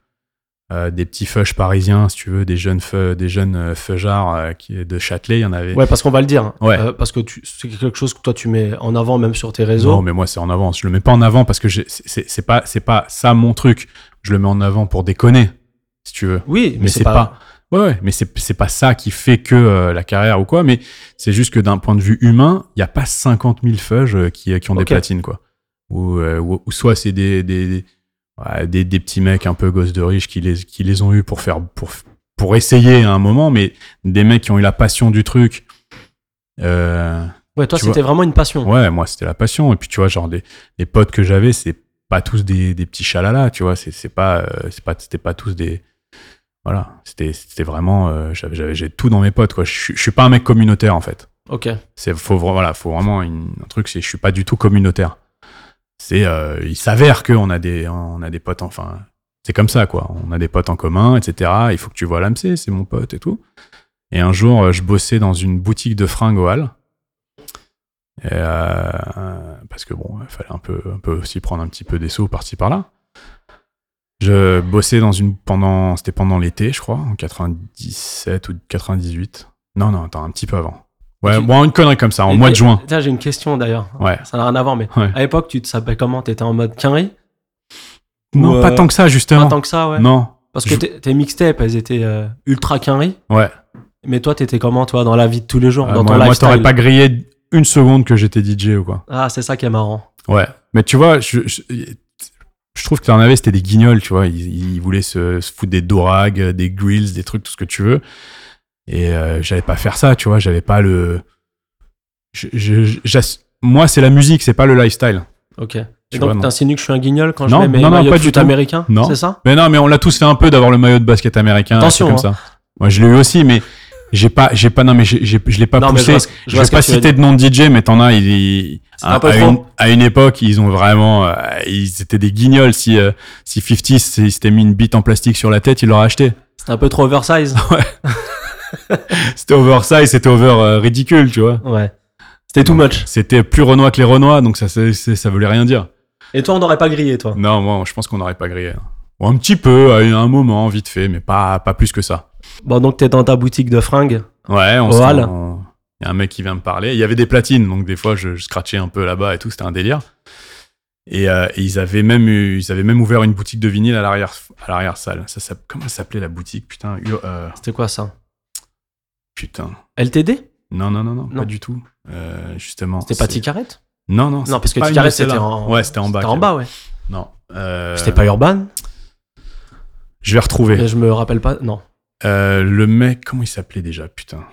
[SPEAKER 2] euh, des petits feuches parisiens, si tu veux, des jeunes feux, des jeunes euh, feujards euh, qui, de Châtelet, il y en avait.
[SPEAKER 1] Ouais, parce qu'on va le dire.
[SPEAKER 2] Ouais.
[SPEAKER 1] Euh, parce que tu- c'est quelque chose que toi tu mets en avant même sur tes réseaux.
[SPEAKER 2] non, mais moi c'est en avance. Je le mets pas en avant parce que j'ai- c'est- c'est c'est pas c'est pas ça mon truc. Je le mets en avant pour déconner, si tu veux.
[SPEAKER 1] Oui, mais,
[SPEAKER 2] Mais
[SPEAKER 1] c'est
[SPEAKER 2] c'est
[SPEAKER 1] pas...
[SPEAKER 2] pas- Ouais, ouais, mais c'est c'est pas ça qui fait que euh, la carrière ou quoi. Mais c'est juste que d'un point de vue humain, il y a pas 50 000 feuges euh, qui qui ont
[SPEAKER 1] Ok.
[SPEAKER 2] des platines quoi. Ou, euh, ou, ou soit c'est des des, des, ouais, des des petits mecs un peu gosses de riches qui les qui les ont eu pour faire pour pour essayer à un moment, mais des mecs qui ont eu la passion du truc. Euh,
[SPEAKER 1] Ouais, toi
[SPEAKER 2] tu
[SPEAKER 1] c'était vraiment une passion.
[SPEAKER 2] Ouais, moi, c'était la passion. Et puis, tu vois, genre, les, les potes que j'avais, c'est pas tous des, des petits chalalas, tu vois. C'est c'est pas, euh, c'est pas, c'était pas tous des. Voilà. C'était c'était vraiment. euh, j'avais- j'avais- J'ai tout dans mes potes, quoi. Je suis- je suis pas un mec communautaire, en fait.
[SPEAKER 1] Ok.
[SPEAKER 2] C'est faut vra- voilà, faut vraiment une- un truc. C'est je suis pas du tout communautaire. C'est euh, il s'avère que on a des on a des potes enfin c'est comme ça quoi. On a des potes en commun etc. Il faut que tu vois l'AMC, c'est mon pote et tout. Et un jour euh, je bossais dans une boutique de fringues au Hall. Et, euh, parce que bon, il fallait un peu un peu aussi prendre un petit peu des sous par-ci par-là. Je bossais dans une pendant c'était pendant l'été je crois en 97 ou 98. Non non attends un petit peu avant. Ouais
[SPEAKER 1] Tu-
[SPEAKER 2] bon une connerie comme ça en
[SPEAKER 1] Et-
[SPEAKER 2] mois
[SPEAKER 1] et-
[SPEAKER 2] de juin.
[SPEAKER 1] Tiens, j'ai une question d'ailleurs.
[SPEAKER 2] Ouais.
[SPEAKER 1] Ça n'a rien à voir, mais
[SPEAKER 2] Ouais.
[SPEAKER 1] à l'époque, tu te savais comment T'étais en mode quinri
[SPEAKER 2] Non,
[SPEAKER 1] Ou,
[SPEAKER 2] pas
[SPEAKER 1] euh,
[SPEAKER 2] tant que ça,
[SPEAKER 1] Pas
[SPEAKER 2] justement.
[SPEAKER 1] tant que ça, ouais.
[SPEAKER 2] Non,
[SPEAKER 1] Parce que
[SPEAKER 2] Je-
[SPEAKER 1] tes tes mixtapes, elles étaient euh, ultra quinri.
[SPEAKER 2] ouais. Mais
[SPEAKER 1] Mais toi, t'étais comment, toi, dans la vie de tous les jours, dans ton
[SPEAKER 2] Euh, moi, moi,
[SPEAKER 1] lifestyle
[SPEAKER 2] t'aurais pas grillé une seconde que j'étais DJ ou quoi.
[SPEAKER 1] Ah, c'est ça qui est marrant.
[SPEAKER 2] Ouais. Mais tu vois, je, je, je trouve que t'en avais, c'était des guignols, tu vois. Ils, ils voulaient se, se foutre des dorags, euh, des grills, des trucs, tout ce que tu veux. Et euh, j'allais pas faire ça, tu vois. J'avais pas le. je- je- je- j'ass- moi, c'est la musique, c'est pas le lifestyle.
[SPEAKER 1] Ok. Et
[SPEAKER 2] Tu
[SPEAKER 1] donc,
[SPEAKER 2] vois, non.
[SPEAKER 1] t'insinues que je suis un guignol quand
[SPEAKER 2] Non,
[SPEAKER 1] je mets mes
[SPEAKER 2] non, non,
[SPEAKER 1] maillots
[SPEAKER 2] pas
[SPEAKER 1] de
[SPEAKER 2] du
[SPEAKER 1] foot
[SPEAKER 2] tout.
[SPEAKER 1] américain
[SPEAKER 2] Non.
[SPEAKER 1] C'est ça
[SPEAKER 2] Mais non, mais on l'a tous fait un peu d'avoir le maillot de basket américain, un truc
[SPEAKER 1] Attention, hein.
[SPEAKER 2] comme ça. Moi, je l'ai eu aussi, mais j'ai pas, j'ai pas, non, mais j'ai, j'ai- je l'ai pas
[SPEAKER 1] Non, mais je
[SPEAKER 2] poussé.
[SPEAKER 1] vois ce- je
[SPEAKER 2] Je
[SPEAKER 1] vois
[SPEAKER 2] vais
[SPEAKER 1] ce que
[SPEAKER 2] pas
[SPEAKER 1] tu veux
[SPEAKER 2] citer de nom de DJ, mais t'en as, il, il-
[SPEAKER 1] C'est
[SPEAKER 2] à,
[SPEAKER 1] un peu
[SPEAKER 2] à
[SPEAKER 1] trop.
[SPEAKER 2] une, à une époque, ils ont vraiment, euh, ils étaient des guignols. Si, euh, si 50 s'était mis une bite en plastique sur la tête, il l'aurait acheté.
[SPEAKER 1] C'était un peu trop oversize.
[SPEAKER 2] C'était oversize, c'était over euh, ridicule, tu vois.
[SPEAKER 1] Ouais. C'était too much.
[SPEAKER 2] C'était plus Renoir que les Renois, donc ça, ça, ça ça voulait rien dire.
[SPEAKER 1] Et toi, on n'aurait pas grillé, toi.
[SPEAKER 2] Non, moi, je pense qu'on n'aurait pas grillé. Ou un petit peu, à un moment, vite fait, mais pas, pas plus que ça.
[SPEAKER 1] Bon, donc t'es dans ta boutique de fringues.
[SPEAKER 2] Ouais, on
[SPEAKER 1] Voilà.
[SPEAKER 2] Il y a un mec qui vient me parler. Il y avait des platines, donc des fois, je, je scratchais un peu là-bas et tout, c'était un délire. Et, euh, et ils, avaient même eu- ils avaient même ouvert une boutique de vinyle à l'arrière- à l'arrière-salle. Ça, s'app- comment ça s'appelait la boutique Putain, Ur- euh,
[SPEAKER 1] C'était quoi ça
[SPEAKER 2] putain.
[SPEAKER 1] LTD
[SPEAKER 2] Non, non, non,
[SPEAKER 1] Non.
[SPEAKER 2] non, pas du tout. Euh, justement.
[SPEAKER 1] C'était pas
[SPEAKER 2] c'est-
[SPEAKER 1] Ticarette
[SPEAKER 2] Non, non.
[SPEAKER 1] Non, parce que
[SPEAKER 2] pas une
[SPEAKER 1] Ticarette,
[SPEAKER 2] de celles-là.
[SPEAKER 1] c'était en...
[SPEAKER 2] Ouais, c'était en bas.
[SPEAKER 1] C'était en bas, ouais.
[SPEAKER 2] Non. euh,
[SPEAKER 1] C'était pas Euh. Urban
[SPEAKER 2] Je vais retrouver.
[SPEAKER 1] mais Je me rappelle pas. Non.
[SPEAKER 2] Euh, le mec, comment il s'appelait déjà, putain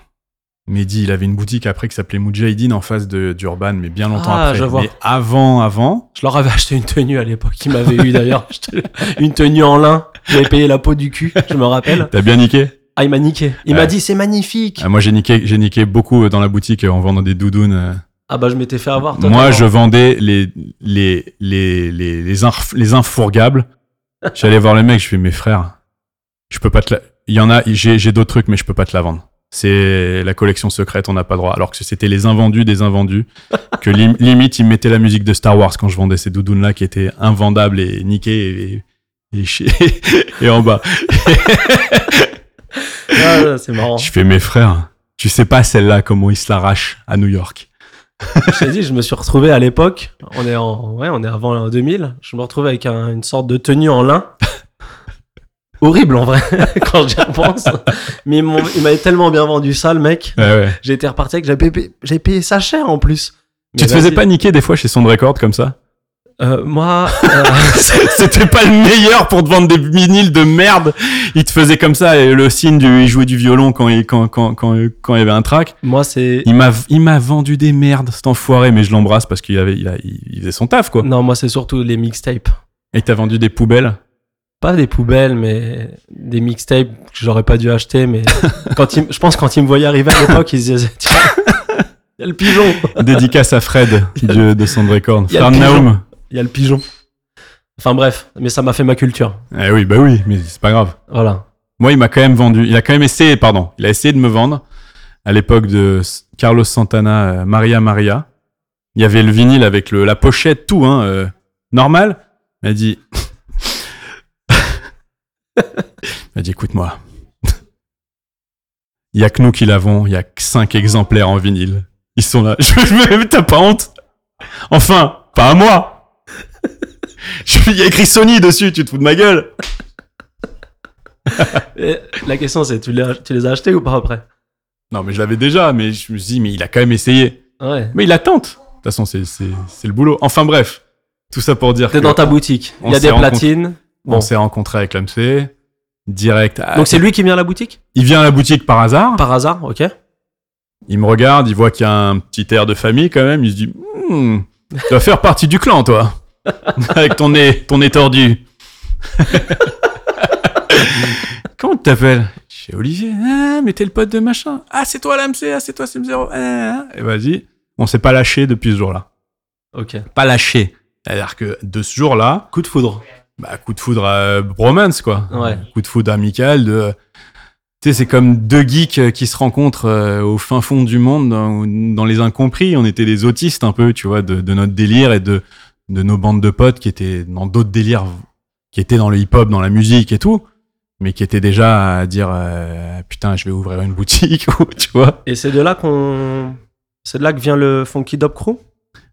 [SPEAKER 2] Mehdi, il avait une boutique après qui s'appelait Mujahideen en face de- d'Urban, mais bien longtemps
[SPEAKER 1] Ah,
[SPEAKER 2] après.
[SPEAKER 1] je vois.
[SPEAKER 2] Mais avant, avant.
[SPEAKER 1] Je leur avais acheté une tenue à l'époque. Ils m'avaient eu d'ailleurs. Je te- Une tenue en lin. J'avais payé la peau du cul, je me rappelle.
[SPEAKER 2] T'as bien niqué
[SPEAKER 1] Ah, il m'a niqué. Il
[SPEAKER 2] Ouais.
[SPEAKER 1] m'a dit, c'est magnifique.
[SPEAKER 2] Ah, Moi, j'ai niqué, j'ai niqué beaucoup euh, dans la boutique en vendant des doudounes. euh.
[SPEAKER 1] Ah, bah, je m'étais fait avoir. totalement.
[SPEAKER 2] Moi, je vendais les, les, les, les, les, inf- les infourgables. J'allais voir le mec, je fais, mes frères, je peux pas te la. Il y en a, j'ai j'ai d'autres trucs, mais je peux pas te la vendre. C'est la collection secrète, on n'a pas droit. Alors que c'était les invendus des invendus, que lim- limite, ils me mettaient la musique de Star Wars quand je vendais ces doudounes-là qui étaient invendables et niquées et, et, chi- et en bas.
[SPEAKER 1] Ah, ouais, c'est marrant.
[SPEAKER 2] Je fais, mes frères, tu sais pas celle-là, comment ils se l'arrachent à New York.
[SPEAKER 1] Je t'ai dit, je me suis retrouvé à l'époque, on est en, ouais, on est avant l'an 2000, je me retrouve avec un- une sorte de tenue en lin. Horrible en vrai, quand j'y repense. Mais ils m'ont- il m'avait tellement bien vendu ça, le mec.
[SPEAKER 2] Ouais, ouais.
[SPEAKER 1] J'ai été reparti avec, j'avais payé- j'ai payé ça cher en plus.
[SPEAKER 2] Tu
[SPEAKER 1] Mais
[SPEAKER 2] te faisais
[SPEAKER 1] vas-y.
[SPEAKER 2] pas niquer des fois chez Sound Record comme ça
[SPEAKER 1] Euh, Moi, euh,
[SPEAKER 2] C'était pas le meilleur pour te vendre des vinyles de merde. Il te faisait comme ça et le signe du, il jouait du violon quand il, quand, quand, quand, quand il y avait un track.
[SPEAKER 1] moi c'est.
[SPEAKER 2] Il m'a, il m'a vendu des merdes, cet enfoiré, mais je l'embrasse parce qu'il avait, il, a- il- il faisait son taf, quoi.
[SPEAKER 1] Non, moi c'est surtout les mixtapes.
[SPEAKER 2] Et t'as vendu des poubelles.
[SPEAKER 1] Pas des poubelles, mais des mixtapes que j'aurais pas dû acheter. Mais quand il- je pense quand ils me voyaient arriver à l'époque, ils se disaient Tiens, il y a le pigeon
[SPEAKER 2] Dédicace à Fred, de, de Sound Record.
[SPEAKER 1] Il y a
[SPEAKER 2] Frère
[SPEAKER 1] le pigeon.
[SPEAKER 2] Naoum.
[SPEAKER 1] Il y a le pigeon. Enfin bref, mais ça m'a fait ma culture.
[SPEAKER 2] Eh oui, bah oui, mais c'est pas grave.
[SPEAKER 1] Voilà.
[SPEAKER 2] Moi, il m'a quand même vendu. Il a quand même essayé, pardon. Il a essayé de me vendre à l'époque de S- Carlos Santana, euh, Maria Maria. Il y avait le vinyle avec le, la pochette, tout, hein, euh, normal. Il m'a dit. il m'a dit, écoute-moi. Il y a que nous qui l'avons. Il y a que cinq exemplaires en vinyle. Ils sont là. Je me- T'as pas honte Enfin, pas à moi. Je- Il y a écrit Sony dessus. Tu te fous de ma gueule
[SPEAKER 1] Et la question c'est, tu, l'as- tu les as achetés ou pas après
[SPEAKER 2] Non, mais je l'avais déjà. Mais je me suis dit, mais il a quand même essayé.
[SPEAKER 1] Ouais.
[SPEAKER 2] Mais il attente. De toute façon, c'est, c'est, c'est le boulot. Enfin bref, tout ça pour dire
[SPEAKER 1] T'es
[SPEAKER 2] que
[SPEAKER 1] dans ta boutique.
[SPEAKER 2] on
[SPEAKER 1] Il y a
[SPEAKER 2] s'est
[SPEAKER 1] des
[SPEAKER 2] rencontrés.
[SPEAKER 1] platines. Bon.
[SPEAKER 2] on s'est rencontré avec l'AMC direct. Ah,
[SPEAKER 1] Donc c'est lui qui vient à la boutique
[SPEAKER 2] il vient à la boutique par hasard.
[SPEAKER 1] Par hasard, ok.
[SPEAKER 2] Il me regarde, il voit qu'il y a un petit air de famille quand même. Il se dit, Hmm, tu vas faire partie du clan, toi, avec ton nez, ton nez tordu. Comment tu t'appelles Chez Olivier. Ah, mais t'es le pote de machin. Ah, c'est toi l'AMC. Ah, c'est toi CM0. Ah, ah. et vas-y. On s'est pas lâché depuis ce jour-là.
[SPEAKER 1] Ok.
[SPEAKER 2] pas lâché. C'est-à-dire que de ce jour-là,
[SPEAKER 1] Coup de foudre.
[SPEAKER 2] bah, coup de foudre euh, bromance, quoi.
[SPEAKER 1] Ouais.
[SPEAKER 2] Coup de foudre amical. De... Tu sais, c'est comme deux geeks euh, qui se rencontrent euh, au fin fond du monde, dans, dans les incompris. On était des autistes un peu, tu vois, de, de notre délire et de, de nos bandes de potes qui étaient dans d'autres délires, qui étaient dans le hip-hop, dans la musique et tout, mais qui étaient déjà à dire euh, putain, je vais ouvrir une boutique, ou, tu vois.
[SPEAKER 1] Et c'est de là qu'on. C'est de là que vient le Funky Dop Crew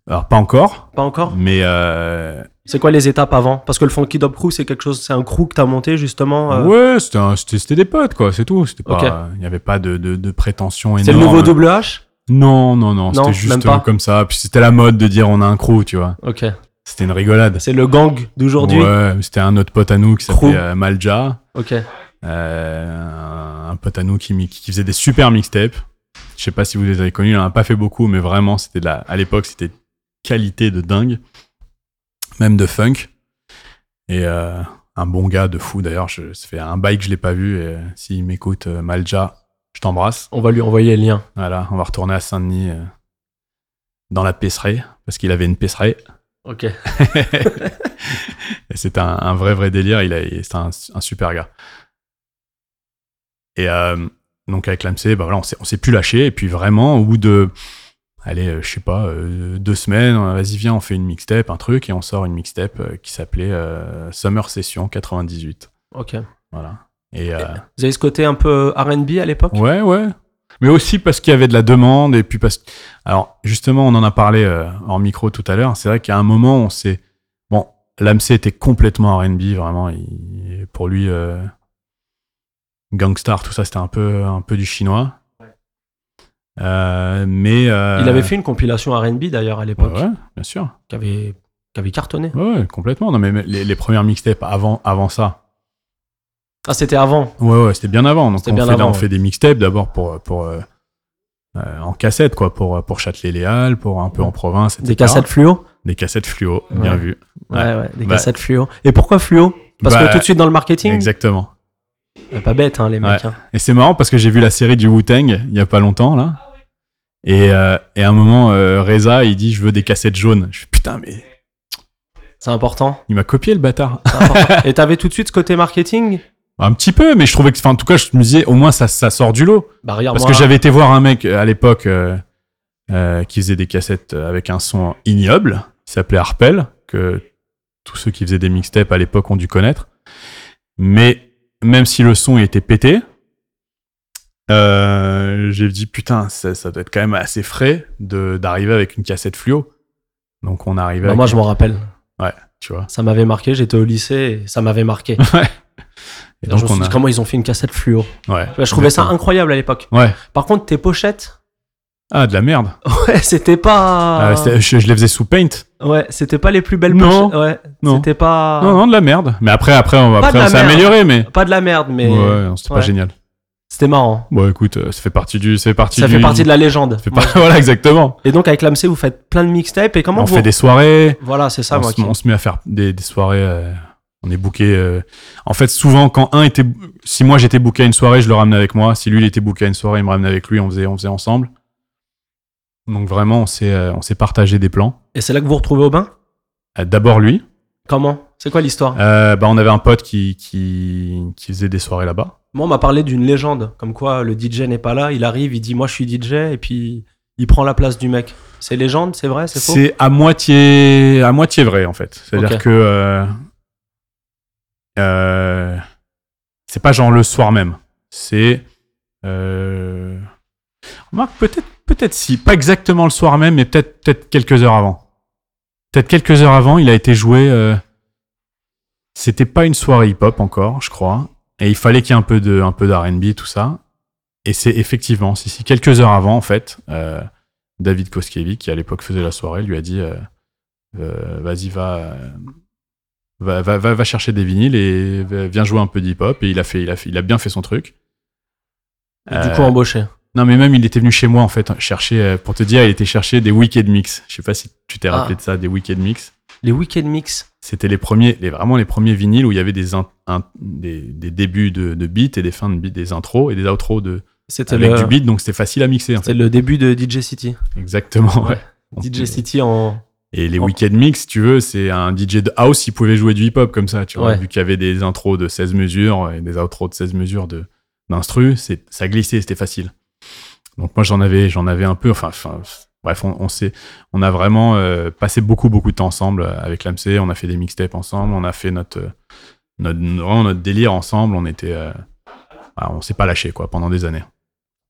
[SPEAKER 2] Alors, pas encore,
[SPEAKER 1] Pas encore
[SPEAKER 2] mais euh,
[SPEAKER 1] C'est quoi les étapes avant Parce que le Funky Dop Crew, c'est quelque chose, c'est un crew que t'as monté justement. euh,
[SPEAKER 2] Ouais, c'était un- c'était c'était des potes, quoi, c'est tout. C'était pas- Il
[SPEAKER 1] Ok.
[SPEAKER 2] n'y avait pas de, de, de prétention énorme.
[SPEAKER 1] C'est le nouveau double H
[SPEAKER 2] Non, non,
[SPEAKER 1] Non,
[SPEAKER 2] non, c'était
[SPEAKER 1] même
[SPEAKER 2] juste
[SPEAKER 1] pas.
[SPEAKER 2] euh, comme ça. Puis c'était la mode de dire on a un crew, tu vois.
[SPEAKER 1] Ok.
[SPEAKER 2] C'était une rigolade.
[SPEAKER 1] C'est le gang d'aujourd'hui
[SPEAKER 2] Ouais, mais c'était un autre pote à nous qui
[SPEAKER 1] Crew.
[SPEAKER 2] s'appelait euh, Malja.
[SPEAKER 1] Ok.
[SPEAKER 2] Euh, un pote à nous qui, mi- qui faisait des super mixtapes. Je sais pas si vous les avez connus, il en a pas fait beaucoup, mais vraiment, c'était de la, à l'époque, c'était qualité de dingue. Même de funk. Et euh, un bon gars de fou, d'ailleurs, je- ça fait un bail que je l'ai pas vu. et, euh, S'il m'écoute, euh, Malja, je t'embrasse.
[SPEAKER 1] On va lui envoyer le lien.
[SPEAKER 2] Voilà, on va retourner à Saint-Denis euh, dans la péceraie, parce qu'il avait une péceraie.
[SPEAKER 1] Ok.
[SPEAKER 2] Et c'était un, un vrai, vrai délire. Il a- il- C'était un, un super gars. Et euh, donc avec l'AMC, bah voilà, on s'est- on s'est plus lâché. Et puis vraiment, au bout de, allez, euh, je sais pas, euh, deux semaines, euh, vas-y, viens, on fait une mixtape, un truc, et on sort une mixtape euh, qui s'appelait euh, Summer Session 98.
[SPEAKER 1] Ok.
[SPEAKER 2] Voilà. Et, euh,
[SPEAKER 1] Vous avez ce côté un peu RB à l'époque
[SPEAKER 2] Ouais, ouais. Mais aussi parce qu'il y avait de la demande et puis parce que... Alors, justement, on en a parlé euh, en micro tout à l'heure. C'est vrai qu'à un moment, on s'est... Bon, l'AMC était complètement R&B, vraiment. Il- Pour lui, euh, Gangstar, tout ça, c'était un peu, un peu du chinois. Euh, mais... euh,
[SPEAKER 1] Il avait fait une compilation RB d'ailleurs à
[SPEAKER 2] Ouais,
[SPEAKER 1] l'époque,
[SPEAKER 2] ouais, bien sûr.
[SPEAKER 1] qui, avait, qui avait cartonné.
[SPEAKER 2] Ouais, ouais, complètement. Non, mais les, les premières mixtapes avant, avant ça,
[SPEAKER 1] Ah, c'était avant
[SPEAKER 2] Ouais, ouais, c'était bien avant. Donc
[SPEAKER 1] C'était
[SPEAKER 2] on,
[SPEAKER 1] bien
[SPEAKER 2] fait, là,
[SPEAKER 1] avant,
[SPEAKER 2] on
[SPEAKER 1] ouais.
[SPEAKER 2] fait des mixtapes d'abord pour, pour euh, euh, en cassette quoi, pour pour Châtelet-Léal, pour un peu en province, etc.
[SPEAKER 1] Des cassettes fluo
[SPEAKER 2] des cassettes fluo, bien
[SPEAKER 1] Ouais.
[SPEAKER 2] vu.
[SPEAKER 1] Ouais, ouais, des
[SPEAKER 2] Bah.
[SPEAKER 1] cassettes fluo. Et pourquoi fluo Parce
[SPEAKER 2] Bah,
[SPEAKER 1] que tout de suite dans le marketing,
[SPEAKER 2] Exactement.
[SPEAKER 1] euh, pas bête hein, les mecs. hein.
[SPEAKER 2] Et c'est marrant parce que j'ai vu la série du Wu Tang il y a pas longtemps là. Et, euh, et à un moment, euh, Reza, il dit je veux des cassettes jaunes. Je fais, putain mais
[SPEAKER 1] C'est important.
[SPEAKER 2] il m'a copié le bâtard.
[SPEAKER 1] c'est important. Et t'avais tout de suite ce côté marketing
[SPEAKER 2] un petit peu, mais je trouvais que, enfin en tout cas, je me disais au moins ça ça sort du lot.
[SPEAKER 1] Bah regarde
[SPEAKER 2] Parce
[SPEAKER 1] moi,
[SPEAKER 2] que j'avais été voir un mec euh, à l'époque euh, euh, qui faisait des cassettes euh, avec un son ignoble, qui s'appelait Harpel, que tous ceux qui faisaient des mixtapes à l'époque ont dû connaître. Mais même si le son il était pété, euh, j'ai dit putain, ça, ça doit être quand même assez frais de- d'arriver avec une cassette fluo. Donc on arrivait.
[SPEAKER 1] bah,
[SPEAKER 2] avec-
[SPEAKER 1] moi je m'en rappelle.
[SPEAKER 2] tu vois.
[SPEAKER 1] Ça m'avait marqué, j'étais au lycée et ça m'avait marqué.
[SPEAKER 2] Et
[SPEAKER 1] je me
[SPEAKER 2] donc
[SPEAKER 1] suis
[SPEAKER 2] on
[SPEAKER 1] dit,
[SPEAKER 2] a.
[SPEAKER 1] comment ils ont fait une cassette fluo
[SPEAKER 2] Ouais.
[SPEAKER 1] Je trouvais ça incroyable à l'époque.
[SPEAKER 2] Ouais.
[SPEAKER 1] Par contre, tes pochettes,
[SPEAKER 2] Ah de la merde.
[SPEAKER 1] ouais, c'était pas.
[SPEAKER 2] Ah, c'était- je, je les faisais sous Paint.
[SPEAKER 1] Ouais, c'était pas les plus belles
[SPEAKER 2] Non.
[SPEAKER 1] pochettes. Ouais,
[SPEAKER 2] Non.
[SPEAKER 1] c'était pas.
[SPEAKER 2] Non non de la merde. Mais après après on,
[SPEAKER 1] Ah. Pas de
[SPEAKER 2] après,
[SPEAKER 1] la
[SPEAKER 2] on s'est
[SPEAKER 1] merde.
[SPEAKER 2] amélioré mais.
[SPEAKER 1] Pas de la merde, mais euh,
[SPEAKER 2] Ouais, non, c'était
[SPEAKER 1] ouais.
[SPEAKER 2] pas génial.
[SPEAKER 1] c'était marrant.
[SPEAKER 2] Bon, écoute, euh, ça fait partie du, ça fait partie
[SPEAKER 1] Ça
[SPEAKER 2] du.
[SPEAKER 1] fait partie de la légende.
[SPEAKER 2] ça fait par- Voilà, exactement.
[SPEAKER 1] Et donc, avec l'AMC, vous faites plein de mixtapes et comment
[SPEAKER 2] on
[SPEAKER 1] vous.
[SPEAKER 2] fait des Ah, soirées.
[SPEAKER 1] Voilà, c'est ça,
[SPEAKER 2] on,
[SPEAKER 1] moi.
[SPEAKER 2] se,
[SPEAKER 1] qui-
[SPEAKER 2] on se met à faire des, des soirées. euh, on est booké. euh, En fait, souvent, quand un était, si moi j'étais booké à une soirée, je le ramenais avec moi. Si lui il était booké à une soirée, il me ramenait avec lui. On faisait, on faisait ensemble. Donc vraiment, on s'est, euh, on s'est partagé des plans.
[SPEAKER 1] Et c'est là que vous vous retrouvez au bain
[SPEAKER 2] Euh, D'abord lui.
[SPEAKER 1] Comment C'est quoi l'histoire
[SPEAKER 2] Euh, bah, on avait un pote qui, qui, qui faisait des soirées là-bas.
[SPEAKER 1] Moi, on m'a parlé d'une légende, comme quoi le DJ n'est pas là, il arrive, il dit moi je suis DJ, et puis il prend la place du mec. C'est légende, c'est vrai, c'est faux
[SPEAKER 2] C'est à moitié, à moitié vrai en fait. C'est-à-dire
[SPEAKER 1] Ok.
[SPEAKER 2] que euh, euh, c'est pas genre le soir même. C'est euh, remarque peut-être, peut-être si, pas exactement le soir même, mais peut-être, peut-être quelques heures avant. Peut-être quelques heures avant, il a été joué. euh, c'était pas une soirée hip-hop encore, je crois, et il fallait qu'il y ait un peu de, un peu d'R&B tout ça. Et c'est effectivement, si, si quelques heures avant en fait. euh, David Koskevi, qui à l'époque faisait la soirée, lui a dit euh, euh, Vas-y, va, euh, va, va, va, va chercher des vinyles et va- viens jouer un peu d'hip-hop. Et il a, fait, il, a fait- il a bien fait son truc.
[SPEAKER 1] Et Du
[SPEAKER 2] Euh,
[SPEAKER 1] coup, embauché.
[SPEAKER 2] Non, mais même il était venu chez moi, en fait, hein, chercher, euh, pour te dire, il était chercher des Wicked Mix. Je sais pas si tu t'es
[SPEAKER 1] Ah.
[SPEAKER 2] rappelé de ça, des Wicked Mix.
[SPEAKER 1] Les week-end mix.
[SPEAKER 2] C'était les premiers, les, vraiment les premiers vinyles où il y avait des, in- in- des, des débuts de, de beats et des fins de beats, des intros et des outros de,
[SPEAKER 1] C'était
[SPEAKER 2] avec
[SPEAKER 1] le...
[SPEAKER 2] du beat, donc c'était facile à mixer, en
[SPEAKER 1] c'était
[SPEAKER 2] fait.
[SPEAKER 1] le début de DJ City.
[SPEAKER 2] Exactement, ouais.
[SPEAKER 1] DJ City en.
[SPEAKER 2] Et les
[SPEAKER 1] Oh.
[SPEAKER 2] Weekend Mix, si tu veux, c'est un DJ de house, il pouvait jouer du hip-hop comme ça, tu vois,
[SPEAKER 1] Ouais.
[SPEAKER 2] vu qu'il y avait des intros de 16 mesures et des outros de 16 mesures de d'instru, c'est ça glissait, c'était facile. Donc moi j'en avais j'en avais un peu enfin enfin bref, on, on s'est on a vraiment euh, passé beaucoup beaucoup de temps ensemble avec l'AMC, on a fait des mixtapes ensemble, on a fait notre euh, notre vraiment notre délire ensemble, on était euh, voilà, on s'est pas lâché quoi pendant des années.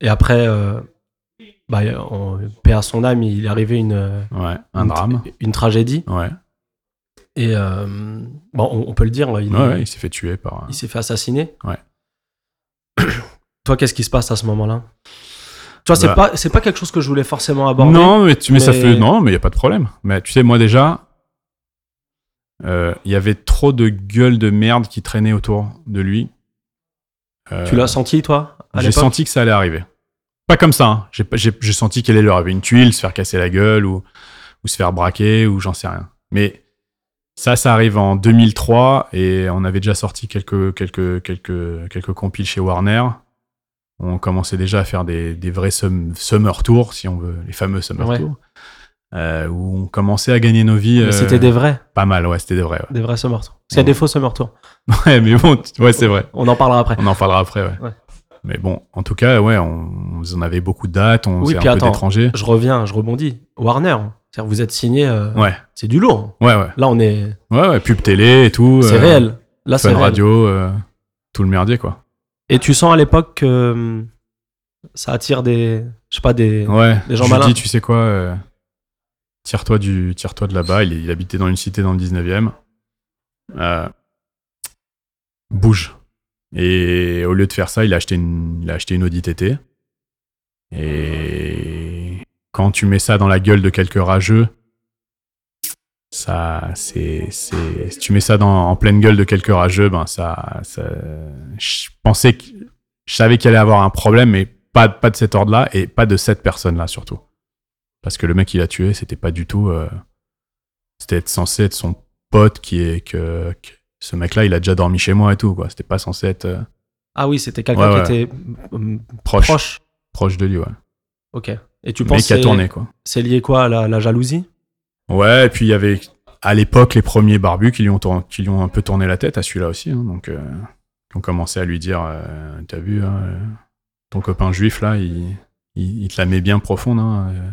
[SPEAKER 1] Et après, euh, bah, on- paix à son âme, il est arrivé une,
[SPEAKER 2] Ouais, un
[SPEAKER 1] une-
[SPEAKER 2] drame.
[SPEAKER 1] une tragédie.
[SPEAKER 2] Ouais.
[SPEAKER 1] Et euh, bon, on, on peut le dire, il,
[SPEAKER 2] Ouais, ouais, il s'est fait tuer par euh, un-
[SPEAKER 1] il s'est fait assassiner.
[SPEAKER 2] Ouais.
[SPEAKER 1] Toi, qu'est-ce qui se passe à ce moment-là Toi, c'est
[SPEAKER 2] Bah.
[SPEAKER 1] pas, c'est pas quelque chose que je voulais forcément aborder.
[SPEAKER 2] Non, mais, tu, mais, ça
[SPEAKER 1] mais-
[SPEAKER 2] fait. Non, mais il n'y a pas de problème. Mais tu sais, moi déjà, euh, il y avait trop de gueules de merde qui traînaient autour de lui. Euh,
[SPEAKER 1] Tu l'as senti, toi à
[SPEAKER 2] J'ai
[SPEAKER 1] l'époque
[SPEAKER 2] senti que ça allait arriver. Pas comme ça. hein. J'ai pas- J'ai j'ai senti qu'elle allait leur avait une tuile, se faire casser la gueule ou, ou se faire braquer ou j'en sais rien. Mais ça, ça arrive en 2003 et on avait déjà sorti quelques, quelques, quelques, quelques compiles chez Warner. On commençait déjà à faire des, des vrais sum- summer tours, si on veut, les fameux summer
[SPEAKER 1] Ouais.
[SPEAKER 2] tours, euh, où on commençait à gagner nos vies.
[SPEAKER 1] Mais
[SPEAKER 2] euh,
[SPEAKER 1] C'était des vrais,
[SPEAKER 2] Pas mal, ouais, c'était des vrais.
[SPEAKER 1] des vrais summer tours. Parce qu'il y a
[SPEAKER 2] Ouais.
[SPEAKER 1] des faux summer tours.
[SPEAKER 2] Ouais, ouais mais bon, tu- ouais, c'est vrai.
[SPEAKER 1] On en parlera après.
[SPEAKER 2] On en parlera après, ouais.
[SPEAKER 1] Ouais.
[SPEAKER 2] Mais bon, en tout cas, ouais, on, on avait beaucoup de dates, on
[SPEAKER 1] Oui,
[SPEAKER 2] faisait
[SPEAKER 1] puis
[SPEAKER 2] un
[SPEAKER 1] attends.
[SPEAKER 2] peu d'étrangers.
[SPEAKER 1] Je reviens, je rebondis. Warner, c'est-à-dire vous êtes signé, euh,
[SPEAKER 2] Ouais,
[SPEAKER 1] c'est du lourd.
[SPEAKER 2] ouais, ouais.
[SPEAKER 1] Là, on est,
[SPEAKER 2] Ouais, ouais, pub télé et tout.
[SPEAKER 1] c'est
[SPEAKER 2] euh,
[SPEAKER 1] réel. Là,
[SPEAKER 2] Fun
[SPEAKER 1] c'est réel.
[SPEAKER 2] radio, euh, tout le merdier, quoi.
[SPEAKER 1] Et tu sens à l'époque que hum, ça attire des, je sais pas des.
[SPEAKER 2] Ouais.
[SPEAKER 1] Les
[SPEAKER 2] je
[SPEAKER 1] gens
[SPEAKER 2] lui
[SPEAKER 1] malins.
[SPEAKER 2] dis, tu sais quoi, euh, tire-toi du, tire-toi de là-bas. Il, il habitait dans une cité dans le 19e. Euh, bouge. Et au lieu de faire ça, il a acheté une, il a acheté une Audi TT. Et quand tu mets ça dans la gueule de quelques rageux, ça, c'est, c'est, si tu mets ça dans, en pleine gueule de quelques rageux, ben ça, ça- je pensais que, je savais qu'il allait avoir un problème, mais pas, pas de cet ordre-là et pas de cette personne-là surtout. Parce que le mec qu'il a tué, c'était pas du tout, euh, c'était être censé être son pote qui est que, que ce mec-là, il a déjà dormi chez moi et tout quoi. C'était pas censé être euh,
[SPEAKER 1] Ah oui, c'était quelqu'un
[SPEAKER 2] Ouais,
[SPEAKER 1] qui
[SPEAKER 2] ouais.
[SPEAKER 1] était hum,
[SPEAKER 2] proche, proche,
[SPEAKER 1] proche.
[SPEAKER 2] de lui, ouais.
[SPEAKER 1] Ok. Et tu
[SPEAKER 2] Mais
[SPEAKER 1] penses
[SPEAKER 2] qui a
[SPEAKER 1] que
[SPEAKER 2] tourné quoi.
[SPEAKER 1] c'est lié quoi à la, la jalousie
[SPEAKER 2] Ouais, et puis il y avait à l'époque les premiers barbus qui lui ont, tour- qui lui ont un peu tourné la tête à celui-là aussi. hein, donc, euh, qui ont commencé à lui dire euh, T'as vu, hein, euh, ton copain juif là, il, il, il te la met bien profonde. hein, euh,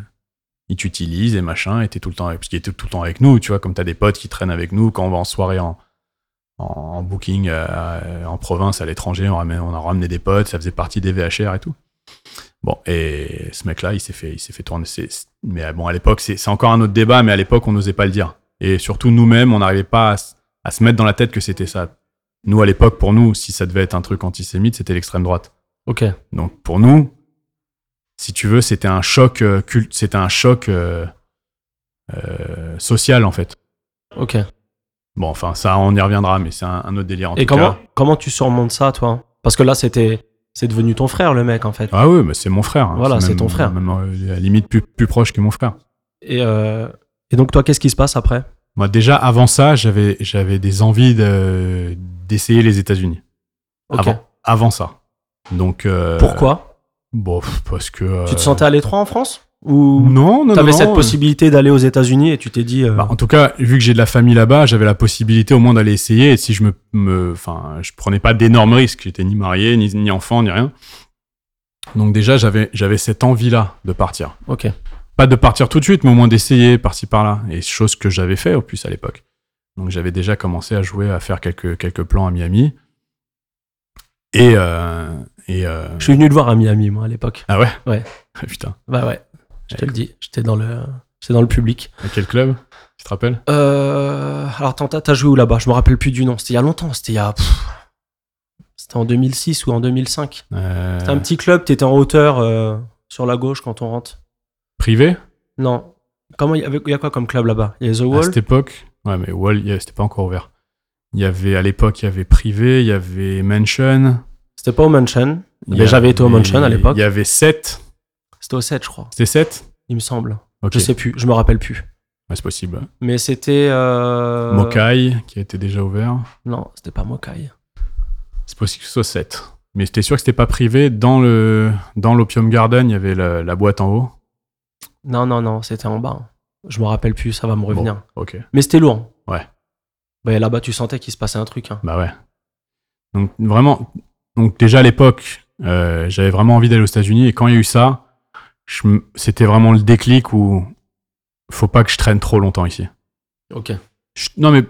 [SPEAKER 2] il t'utilise et machin, et t'es tout le temps avec, parce qu'il était tout le temps avec nous, tu vois, comme t'as des potes qui traînent avec nous, quand on va en soirée en, en, en booking euh, en province, à l'étranger, on, ramène- on a ramené des potes, ça faisait partie des VHR et tout. Bon, et ce mec-là, il s'est fait, il s'est fait tourner. C'est- c'est- mais euh, bon, à l'époque, c'est c'est encore un autre débat, mais à l'époque, on n'osait pas le dire. Et surtout, nous-mêmes, on n'arrivait pas à, s- à se mettre dans la tête que c'était ça. Nous, à l'époque, pour nous, si ça devait être un truc antisémite, c'était l'extrême droite.
[SPEAKER 1] Ok.
[SPEAKER 2] Donc, pour nous, si tu veux, c'était un choc euh, culte, c'était un choc euh, euh, social, en fait.
[SPEAKER 1] Ok.
[SPEAKER 2] Bon, enfin, ça, on y reviendra, mais c'est un, un autre délire, en
[SPEAKER 1] Et
[SPEAKER 2] tout
[SPEAKER 1] comment
[SPEAKER 2] cas.
[SPEAKER 1] comment tu surmontes ça, toi Parce que là, c'était c'est devenu ton frère, le mec, en fait.
[SPEAKER 2] Ah oui, mais c'est mon frère. hein.
[SPEAKER 1] Voilà, c'est
[SPEAKER 2] même-
[SPEAKER 1] ton frère.
[SPEAKER 2] Même, euh, à la limite, plus, plus proche que mon frère.
[SPEAKER 1] Et euh, et donc toi, qu'est-ce qui se passe après
[SPEAKER 2] Moi, déjà avant ça, j'avais j'avais des envies de- d'essayer les États-Unis.
[SPEAKER 1] Ok.
[SPEAKER 2] Avant, avant ça. Donc euh,
[SPEAKER 1] Pourquoi
[SPEAKER 2] Bon, pff, parce que euh,
[SPEAKER 1] Tu te sentais à l'étroit en France ou
[SPEAKER 2] non, non,
[SPEAKER 1] T'avais
[SPEAKER 2] non,
[SPEAKER 1] cette
[SPEAKER 2] non.
[SPEAKER 1] possibilité d'aller aux États-Unis et tu t'es dit. euh,
[SPEAKER 2] Bah, en tout cas, vu que j'ai de la famille là-bas, j'avais la possibilité au moins d'aller essayer. Et si je me, me- enfin, je prenais pas d'énormes risques. J'étais ni marié, ni, ni enfant, ni rien. Donc déjà, j'avais j'avais cette envie-là de partir.
[SPEAKER 1] ok.
[SPEAKER 2] pas de partir tout de suite, mais au moins d'essayer par-ci par-là. Et chose que j'avais fait au plus à l'époque. Donc j'avais déjà commencé à jouer, à faire quelques, quelques plans à Miami. Et. euh, et euh,
[SPEAKER 1] Je suis venu te voir à Miami, moi, à l'époque.
[SPEAKER 2] Ah ouais
[SPEAKER 1] Ouais.
[SPEAKER 2] Putain.
[SPEAKER 1] Bah ouais, je te
[SPEAKER 2] Eh,
[SPEAKER 1] le dis. J'étais dans le, j'étais dans le public.
[SPEAKER 2] À quel club Tu te rappelles
[SPEAKER 1] Euh, alors, attends, t'as t'as joué où là-bas Je me rappelle plus du nom. C'était il y a longtemps. C'était il y a. pff, C'était en 2006 ou en 2005.
[SPEAKER 2] Euh,
[SPEAKER 1] C'était un petit club, t'étais en hauteur euh, sur la gauche quand on rentre.
[SPEAKER 2] Privé
[SPEAKER 1] Non. Comment il y, avait- il y a quoi comme club là-bas Il y a The
[SPEAKER 2] À
[SPEAKER 1] Wall
[SPEAKER 2] cette époque Ouais, mais Wall, il y a- c'était pas encore ouvert. Il y avait, à l'époque, il y avait Privé, il y avait Mansion.
[SPEAKER 1] C'était pas au Mansion.
[SPEAKER 2] il y
[SPEAKER 1] Ben, j'avais été au
[SPEAKER 2] avait-
[SPEAKER 1] Mansion à l'époque.
[SPEAKER 2] Il y avait 7.
[SPEAKER 1] C'était au 7, je crois.
[SPEAKER 2] C'était 7
[SPEAKER 1] Il me semble.
[SPEAKER 2] Ok.
[SPEAKER 1] Je sais plus, je me rappelle plus.
[SPEAKER 2] Ouais, c'est possible.
[SPEAKER 1] Mais c'était. Euh...
[SPEAKER 2] Mokai, qui a été déjà ouvert.
[SPEAKER 1] Non, c'était pas Mokai.
[SPEAKER 2] C'est possible que ce soit 7. Mais j'étais sûr que c'était pas privé. Dans le dans l'Opium Garden, il y avait la, la boîte en haut.
[SPEAKER 1] Non, non, non, c'était en bas. Je me rappelle plus, ça va me revenir.
[SPEAKER 2] Ok.
[SPEAKER 1] Mais c'était lourd.
[SPEAKER 2] Ouais.
[SPEAKER 1] Bah, là-bas, tu sentais qu'il se passait un truc. hein.
[SPEAKER 2] Bah ouais. Donc vraiment, donc déjà à l'époque, euh, j'avais vraiment envie d'aller aux États-Unis. Et quand il y a eu ça, je m- c'était vraiment le déclic où faut pas que je traîne trop longtemps ici.
[SPEAKER 1] Ok.
[SPEAKER 2] Je- non mais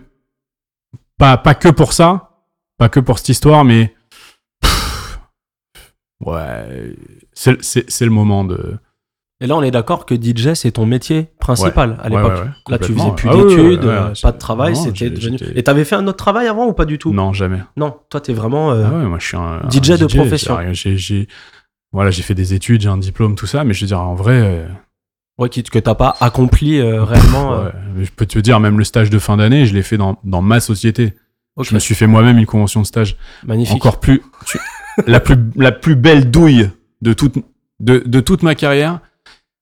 [SPEAKER 2] pas pas que pour ça, pas que pour cette histoire, mais pff, ouais, c'est- c'est c'est le moment de.
[SPEAKER 1] Et là, on est d'accord que DJ, c'est ton métier principal à
[SPEAKER 2] Ouais,
[SPEAKER 1] l'époque.
[SPEAKER 2] ouais, ouais,
[SPEAKER 1] Là, tu
[SPEAKER 2] complètement,
[SPEAKER 1] faisais plus
[SPEAKER 2] ouais. Ah ouais, ouais,
[SPEAKER 1] d'études,
[SPEAKER 2] ouais, ouais,
[SPEAKER 1] euh,
[SPEAKER 2] c'est-
[SPEAKER 1] pas de travail,
[SPEAKER 2] non,
[SPEAKER 1] c'était
[SPEAKER 2] j'ai-
[SPEAKER 1] devenu.
[SPEAKER 2] j'étais-
[SPEAKER 1] Et t'avais fait un autre travail avant ou pas du tout
[SPEAKER 2] Non, jamais.
[SPEAKER 1] Non, toi, t'es vraiment. euh,
[SPEAKER 2] Ah ouais, moi je suis un un
[SPEAKER 1] DJ de profession.
[SPEAKER 2] c'est-à-dire que J'ai, j'ai- voilà, j'ai fait des études, j'ai un diplôme, tout ça, mais je veux dire, en vrai, euh,
[SPEAKER 1] ouais, qui- que t'as pas accompli euh, réellement. euh,
[SPEAKER 2] ouais, je peux te dire, même le stage de fin d'année, je l'ai fait dans, dans ma société.
[SPEAKER 1] ok.
[SPEAKER 2] Je me suis fait moi-même une convention de stage.
[SPEAKER 1] Magnifique.
[SPEAKER 2] Encore plus, tu- la plus, la plus belle douille de toute, de, de toute ma carrière,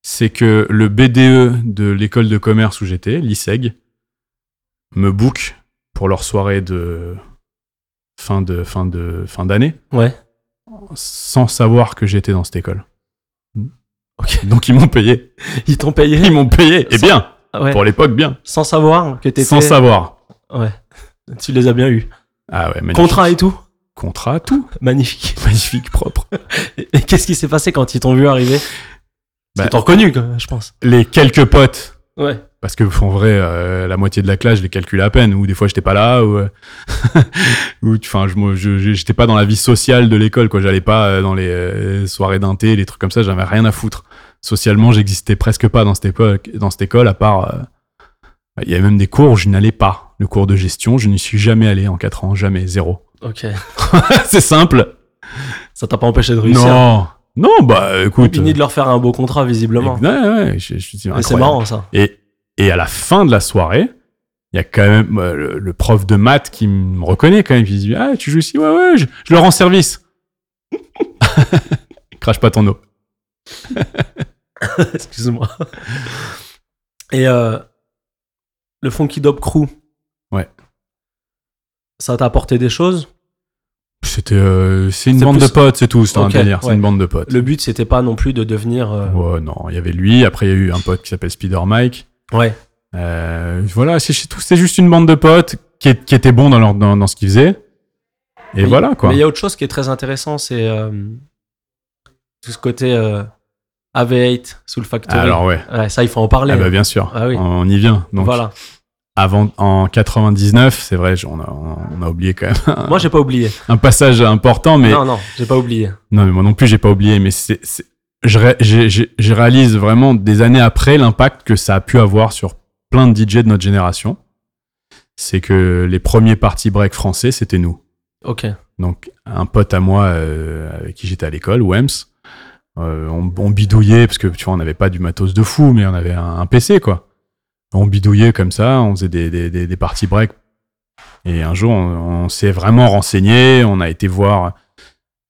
[SPEAKER 2] c'est que le BDE de l'école de commerce où j'étais, l'ISEG, me book pour leur soirée de fin de fin de fin d'année.
[SPEAKER 1] Ouais.
[SPEAKER 2] sans savoir que j'étais dans cette école.
[SPEAKER 1] Ok.
[SPEAKER 2] Donc ils m'ont payé.
[SPEAKER 1] Ils t'ont payé.
[SPEAKER 2] Ils m'ont payé. Et
[SPEAKER 1] Sans-
[SPEAKER 2] bien,
[SPEAKER 1] Ouais.
[SPEAKER 2] pour l'époque, bien.
[SPEAKER 1] Sans savoir que t'étais.
[SPEAKER 2] Sans savoir.
[SPEAKER 1] Tu les as bien eus.
[SPEAKER 2] Ah ouais, magnifique.
[SPEAKER 1] Contrat et tout.
[SPEAKER 2] contrat, tout.
[SPEAKER 1] Magnifique, magnifique, propre. Et qu'est-ce qui s'est passé quand ils t'ont vu arriver Ils
[SPEAKER 2] Bah,
[SPEAKER 1] t'ont reconnu, quand même, je pense.
[SPEAKER 2] Les quelques potes,
[SPEAKER 1] Ouais.
[SPEAKER 2] parce que en vrai, euh, la moitié de la classe, je les calcule à peine, ou des fois, j'étais pas là, ou, euh, ou enfin, je, moi, je- je- j'étais pas dans la vie sociale de l'école, quoi. J'allais pas euh, dans les euh, soirées d'un thé, les trucs comme ça, j'avais rien à foutre. Socialement, j'existais presque pas dans cette époque, dans cette école, à part. euh, il y avait même des cours où je n'allais pas. Le cours de gestion, je n'y suis jamais allé en 4 ans, jamais, zéro.
[SPEAKER 1] Ok.
[SPEAKER 2] C'est simple.
[SPEAKER 1] Ça t'a pas empêché de réussir.
[SPEAKER 2] Non, non, bah
[SPEAKER 1] Et
[SPEAKER 2] écoute.
[SPEAKER 1] puis ni de leur faire un beau contrat, visiblement.
[SPEAKER 2] Ouais, ouais, je- je-
[SPEAKER 1] Et c'est
[SPEAKER 2] incroyable.
[SPEAKER 1] marrant, ça.
[SPEAKER 2] Et, et à la fin de la soirée, il y a quand même euh, le, le prof de maths qui me reconnaît quand même, qui dit Ah, tu joues ici Ouais, ouais, je, je le rends service. Crache pas ton eau.
[SPEAKER 1] Excuse-moi. Et euh, le Funky Dope Crew.
[SPEAKER 2] Ouais.
[SPEAKER 1] Ça t'a apporté des choses
[SPEAKER 2] C'était, euh, c'est une
[SPEAKER 1] C'est
[SPEAKER 2] bande
[SPEAKER 1] plus-
[SPEAKER 2] de potes, c'est tout, c'était
[SPEAKER 1] Ok,
[SPEAKER 2] un délire, c'est
[SPEAKER 1] ouais.
[SPEAKER 2] une bande de potes.
[SPEAKER 1] Le but, c'était pas non plus de devenir. euh,
[SPEAKER 2] Ouais, non, il y avait lui, après il y a eu un pote qui s'appelle Spider Mike.
[SPEAKER 1] Ouais.
[SPEAKER 2] Euh, voilà, c'est, c'est tout, c'était juste une bande de potes qui, est- qui étaient bons dans, leur, dans, dans ce qu'ils faisaient. Et
[SPEAKER 1] Mais-
[SPEAKER 2] voilà, quoi.
[SPEAKER 1] Mais il y a autre chose qui est très intéressant, c'est euh, tout ce côté euh, AV8 sous le factory.
[SPEAKER 2] Alors, ouais.
[SPEAKER 1] Ouais, ça, il faut en parler.
[SPEAKER 2] Ah bah, bien sûr,
[SPEAKER 1] Ah oui.
[SPEAKER 2] on, on y vient. Donc,
[SPEAKER 1] voilà.
[SPEAKER 2] avant en 99, c'est vrai, j- on a, on a oublié quand même un,
[SPEAKER 1] Moi, j'ai pas oublié.
[SPEAKER 2] un passage important, Ah. mais non,
[SPEAKER 1] Non, non, j'ai pas oublié.
[SPEAKER 2] mais moi non plus, j'ai pas oublié, mais c'est, c'est- je, ré- j'ai- j'ai- je réalise vraiment des années après l'impact que ça a pu avoir sur plein de DJ de notre génération. C'est que les premiers party break français, c'était nous.
[SPEAKER 1] Ok.
[SPEAKER 2] Donc, un pote à moi euh, avec qui j'étais à l'école, Wems, euh, on, on bidouillait, parce que tu vois, on n'avait pas du matos de fou, mais on avait un, un PC, quoi. On bidouillait comme ça, on faisait des, des, des, des parties break. Et un jour, on, on s'est vraiment renseigné, on a été voir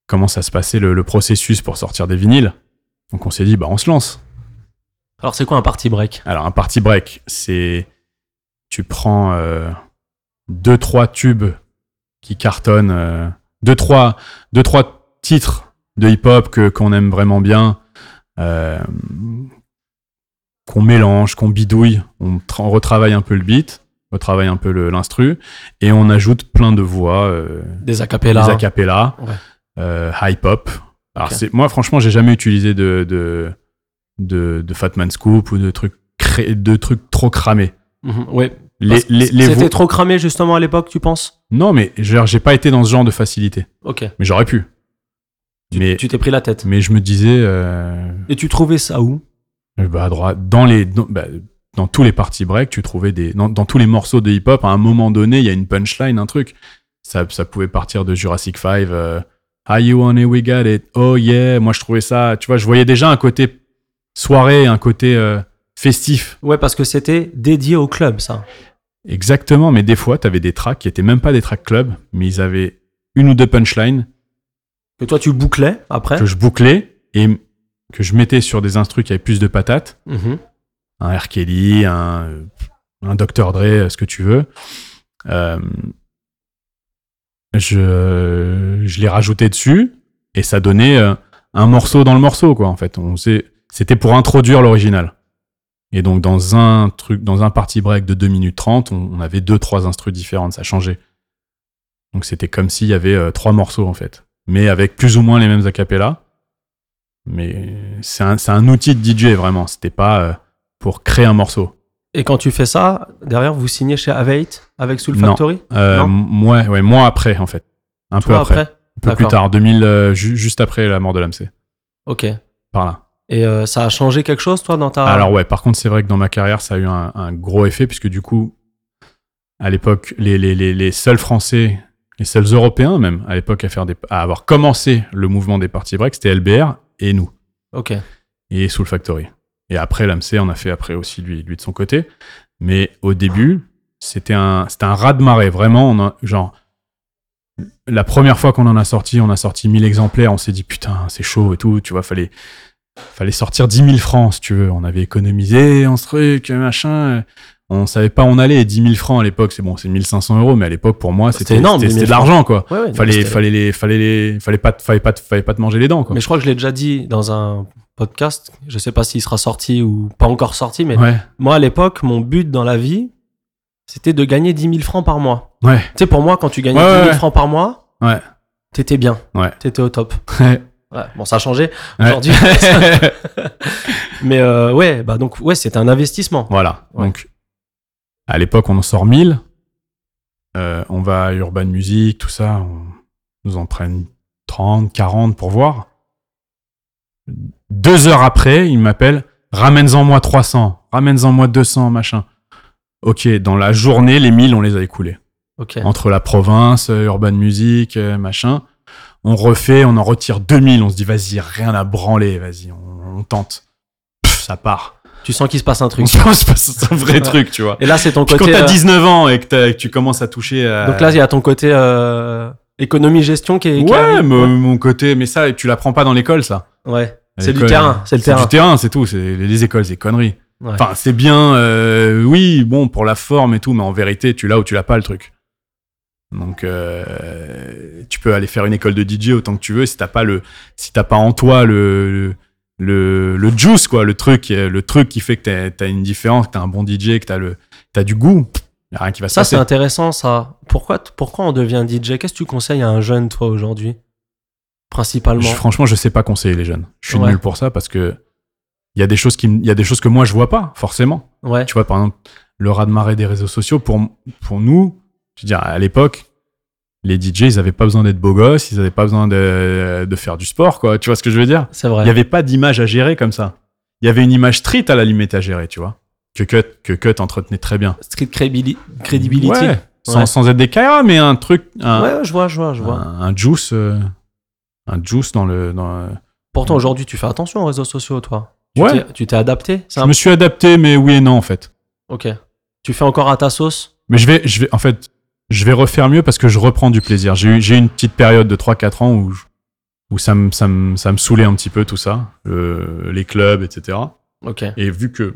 [SPEAKER 2] comment ça se passait le, le processus pour sortir des vinyles. Donc, on s'est dit, bah, on se lance.
[SPEAKER 1] Alors, c'est quoi un party break
[SPEAKER 2] Alors, un party break, c'est. Tu prends euh, deux, trois tubes qui cartonnent, euh, deux, trois, deux, trois titres de hip-hop que, qu'on aime vraiment bien, euh, qu'on mélange, qu'on bidouille, on, tra- on retravaille un peu le beat, on retravaille un peu le- l'instru, et on ajoute plein de voix, euh,
[SPEAKER 1] Des
[SPEAKER 2] les
[SPEAKER 1] acapellas.
[SPEAKER 2] a cappella,
[SPEAKER 1] Ouais.
[SPEAKER 2] euh, hip hop. Alors
[SPEAKER 1] Ok.
[SPEAKER 2] c'est, moi franchement, j'ai jamais utilisé de de, de de Fat Man Scoop ou de trucs cré- de trucs trop cramés.
[SPEAKER 1] Mhm, ouais.
[SPEAKER 2] Les,
[SPEAKER 1] Parce-
[SPEAKER 2] les, les
[SPEAKER 1] C'était
[SPEAKER 2] vo-
[SPEAKER 1] trop cramé, justement, à l'époque, tu penses
[SPEAKER 2] Non, mais genre, j'ai pas été dans ce genre de facilité.
[SPEAKER 1] Ok.
[SPEAKER 2] Mais j'aurais pu. mais
[SPEAKER 1] Tu t'es pris la tête.
[SPEAKER 2] mais je me disais euh,
[SPEAKER 1] Et tu trouvais ça où
[SPEAKER 2] Euh, bah, à droite, dans les dans, bah, dans tous les parties break, tu trouvais des dans, dans tous les morceaux de hip hop à un moment donné, il y a une punchline, un truc. Ça, ça pouvait partir de Jurassic 5 euh, How you on it, we got it. Oh yeah, moi je trouvais ça, tu vois, je voyais déjà un côté soirée, un côté euh, festif.
[SPEAKER 1] Ouais, parce que c'était dédié au club, ça.
[SPEAKER 2] Exactement, mais des fois, tu avais des tracks qui étaient même pas des tracks club, mais ils avaient une ou deux punchlines
[SPEAKER 1] Que toi, tu bouclais après.
[SPEAKER 2] que je bouclais et m- que je mettais sur des instrus qui avaient plus de patates.
[SPEAKER 1] Mhm.
[SPEAKER 2] un R. Kelly, un, un Dr. Dre, euh, ce que tu veux. Euh, je je l'ai rajouté dessus et ça donnait euh, un morceau dans le morceau, quoi, en fait. On sait- C'était pour introduire l'original. Et donc, dans un truc, dans un party break de 2 minutes 30, on, on avait deux, trois instrus différentes, ça changeait. Donc, c'était comme s'il y avait euh, trois morceaux, en fait. Mais avec plus ou moins les mêmes acapellas. Mais c'est un, c'est un outil de DJ, vraiment. C'était pas. euh, pour créer un morceau.
[SPEAKER 1] Et quand tu fais ça, derrière, vous signez chez AV8 avec Soul
[SPEAKER 2] Non.
[SPEAKER 1] Factory
[SPEAKER 2] Euh,
[SPEAKER 1] Non.
[SPEAKER 2] m- moi, ouais, moi après, en fait. Un peu
[SPEAKER 1] Toi,
[SPEAKER 2] après. Un peu plus
[SPEAKER 1] D'accord.
[SPEAKER 2] tard, 2000, euh, ju- juste après la mort de l'AMC.
[SPEAKER 1] Ok.
[SPEAKER 2] Par là.
[SPEAKER 1] Et euh, ça a changé quelque chose, toi, dans ta.
[SPEAKER 2] Alors, ouais, par contre, c'est vrai que dans ma carrière, ça a eu un, un gros effet, puisque du coup, à l'époque, les, les, les, les seuls Français, les seuls Européens même, à l'époque, à, faire des, à avoir commencé le mouvement des parties break, c'était LBR et nous.
[SPEAKER 1] Ok.
[SPEAKER 2] et Soul Factory. Et après, l'AMC en a fait après aussi lui, lui de son côté. Mais au début, c'était un, c'était un raz-de-marée. Vraiment, on a- genre, la première fois qu'on en a sorti, on a sorti 1000 exemplaires. On s'est dit, putain, c'est chaud et tout. Tu vois, fallait, fallait sortir 10 000 francs, si tu veux. On avait économisé en ce truc, machin. On savait pas où on allait. Et 10 000 francs à l'époque, c'est bon, c'est 1500 euros. Mais à l'époque, pour moi,
[SPEAKER 1] Bah, C'était
[SPEAKER 2] c'était,
[SPEAKER 1] énorme,
[SPEAKER 2] c'était,
[SPEAKER 1] 10 000
[SPEAKER 2] c'était de l'argent, quoi.
[SPEAKER 1] Ouais, ouais, non,
[SPEAKER 2] Fallait,
[SPEAKER 1] c'était-
[SPEAKER 2] fallait les, fallait les, fallait pas, te- fallait pas, te- fallait pas te manger les dents, quoi.
[SPEAKER 1] Mais je crois que je l'ai déjà dit dans un podcast. Je sais pas s'il sera sorti ou pas encore sorti, mais
[SPEAKER 2] ouais,
[SPEAKER 1] moi, à l'époque, mon but dans la vie, c'était de gagner 10 000 francs par mois.
[SPEAKER 2] ouais.
[SPEAKER 1] Tu sais, pour moi, quand tu gagnais
[SPEAKER 2] Ouais,
[SPEAKER 1] 10 000
[SPEAKER 2] ouais.
[SPEAKER 1] francs par mois,
[SPEAKER 2] Ouais.
[SPEAKER 1] T'étais bien.
[SPEAKER 2] Ouais.
[SPEAKER 1] T'étais au top.
[SPEAKER 2] Ouais.
[SPEAKER 1] Ouais, Bon, ça a changé
[SPEAKER 2] Ouais.
[SPEAKER 1] aujourd'hui. Mais euh, ouais, bah donc ouais, c'était un investissement.
[SPEAKER 2] Voilà.
[SPEAKER 1] Ouais.
[SPEAKER 2] Donc, à l'époque, on en sort 1000. Euh, on va à Urban Music, tout ça. On nous en prennent 30, 40 pour voir. Deux heures après, il m'appelle Ramène-en moi 300, ramène-en moi 200, machin. Ok, dans la journée, les 1000, on les a écoulés.
[SPEAKER 1] Ok.
[SPEAKER 2] Entre la province, euh, Urban Music, euh, machin. On refait, on en retire 2000. On se dit Vas-y, rien à branler, vas-y, on, on tente. Pff, ça part.
[SPEAKER 1] Tu sens qu'il se passe un truc.
[SPEAKER 2] On se pense pas, c'est un vrai truc, tu vois.
[SPEAKER 1] Et là, c'est ton
[SPEAKER 2] Puis
[SPEAKER 1] côté.
[SPEAKER 2] quand t'as
[SPEAKER 1] euh,
[SPEAKER 2] 19 ans et que, t'as- que tu commences à toucher à...
[SPEAKER 1] Donc là, il y a ton côté euh, économie-gestion qui est. qui
[SPEAKER 2] ouais,
[SPEAKER 1] arrive.
[SPEAKER 2] mais euh, mon côté, mais ça, tu l'apprends pas dans l'école, ça.
[SPEAKER 1] Ouais.
[SPEAKER 2] À
[SPEAKER 1] C'est du
[SPEAKER 2] l'école,
[SPEAKER 1] terrain, c'est le terrain.
[SPEAKER 2] du terrain, c'est tout. C'est les écoles, c'est des conneries.
[SPEAKER 1] Ouais.
[SPEAKER 2] Enfin, c'est bien, euh, oui, bon, pour la forme et tout, mais en vérité, tu l'as ou tu l'as pas le truc. Donc, euh, tu peux aller faire une école de DJ autant que tu veux si t'as pas le, si t'as pas en toi le, le, le juice quoi, le truc, euh, le truc qui fait que t'as- t'as une différence, que t'as un bon DJ, que t'as le, t'as du goût. Y a rien qui va se
[SPEAKER 1] ça,
[SPEAKER 2] passer.
[SPEAKER 1] c'est intéressant, ça. Pourquoi, t- pourquoi on devient DJ Qu'est-ce que tu conseilles à un jeune, toi, aujourd'hui Principalement.
[SPEAKER 2] Je- franchement, je sais pas conseiller les jeunes. Je suis
[SPEAKER 1] Ouais.
[SPEAKER 2] nul pour ça parce que il y a des choses qui, me- il y a des choses que moi je vois pas forcément.
[SPEAKER 1] Ouais.
[SPEAKER 2] Tu vois, par exemple, le raz de marée des réseaux sociaux pour pour nous, je veux dire, à l'époque, les DJ ils avaient pas besoin d'être beaux gosses, ils avaient pas besoin de, de faire du sport, quoi. Tu vois ce que je veux dire
[SPEAKER 1] C'est
[SPEAKER 2] Il
[SPEAKER 1] vrai.
[SPEAKER 2] y avait pas d'image à gérer comme ça. Il y avait une image street à la limite à gérer, tu vois, que Cut que Cut entretenait très bien.
[SPEAKER 1] Street crébili- credibility.
[SPEAKER 2] Ouais, Ah. Sans,
[SPEAKER 1] Ouais.
[SPEAKER 2] sans être des KRA, mais un truc, un,
[SPEAKER 1] Ouais, ouais, je vois, je vois, je vois.
[SPEAKER 2] un, un juice, euh, un juice dans le dans, le-
[SPEAKER 1] Pourtant, aujourd'hui, tu fais attention aux réseaux sociaux, toi. Tu
[SPEAKER 2] Ouais.
[SPEAKER 1] t'es- Tu t'es adapté. C'est
[SPEAKER 2] Je
[SPEAKER 1] un-
[SPEAKER 2] me suis adapté, mais oui et non en fait.
[SPEAKER 1] Ok. Tu fais encore à ta sauce
[SPEAKER 2] Mais je vais, je vais, en fait, je vais refaire mieux parce que je reprends du plaisir. J'ai eu, j'ai eu une petite période de 3-4 ans où, je- où ça me, ça me, ça me saoulait un petit peu tout ça, euh, les clubs, etc.
[SPEAKER 1] Ok.
[SPEAKER 2] Et vu que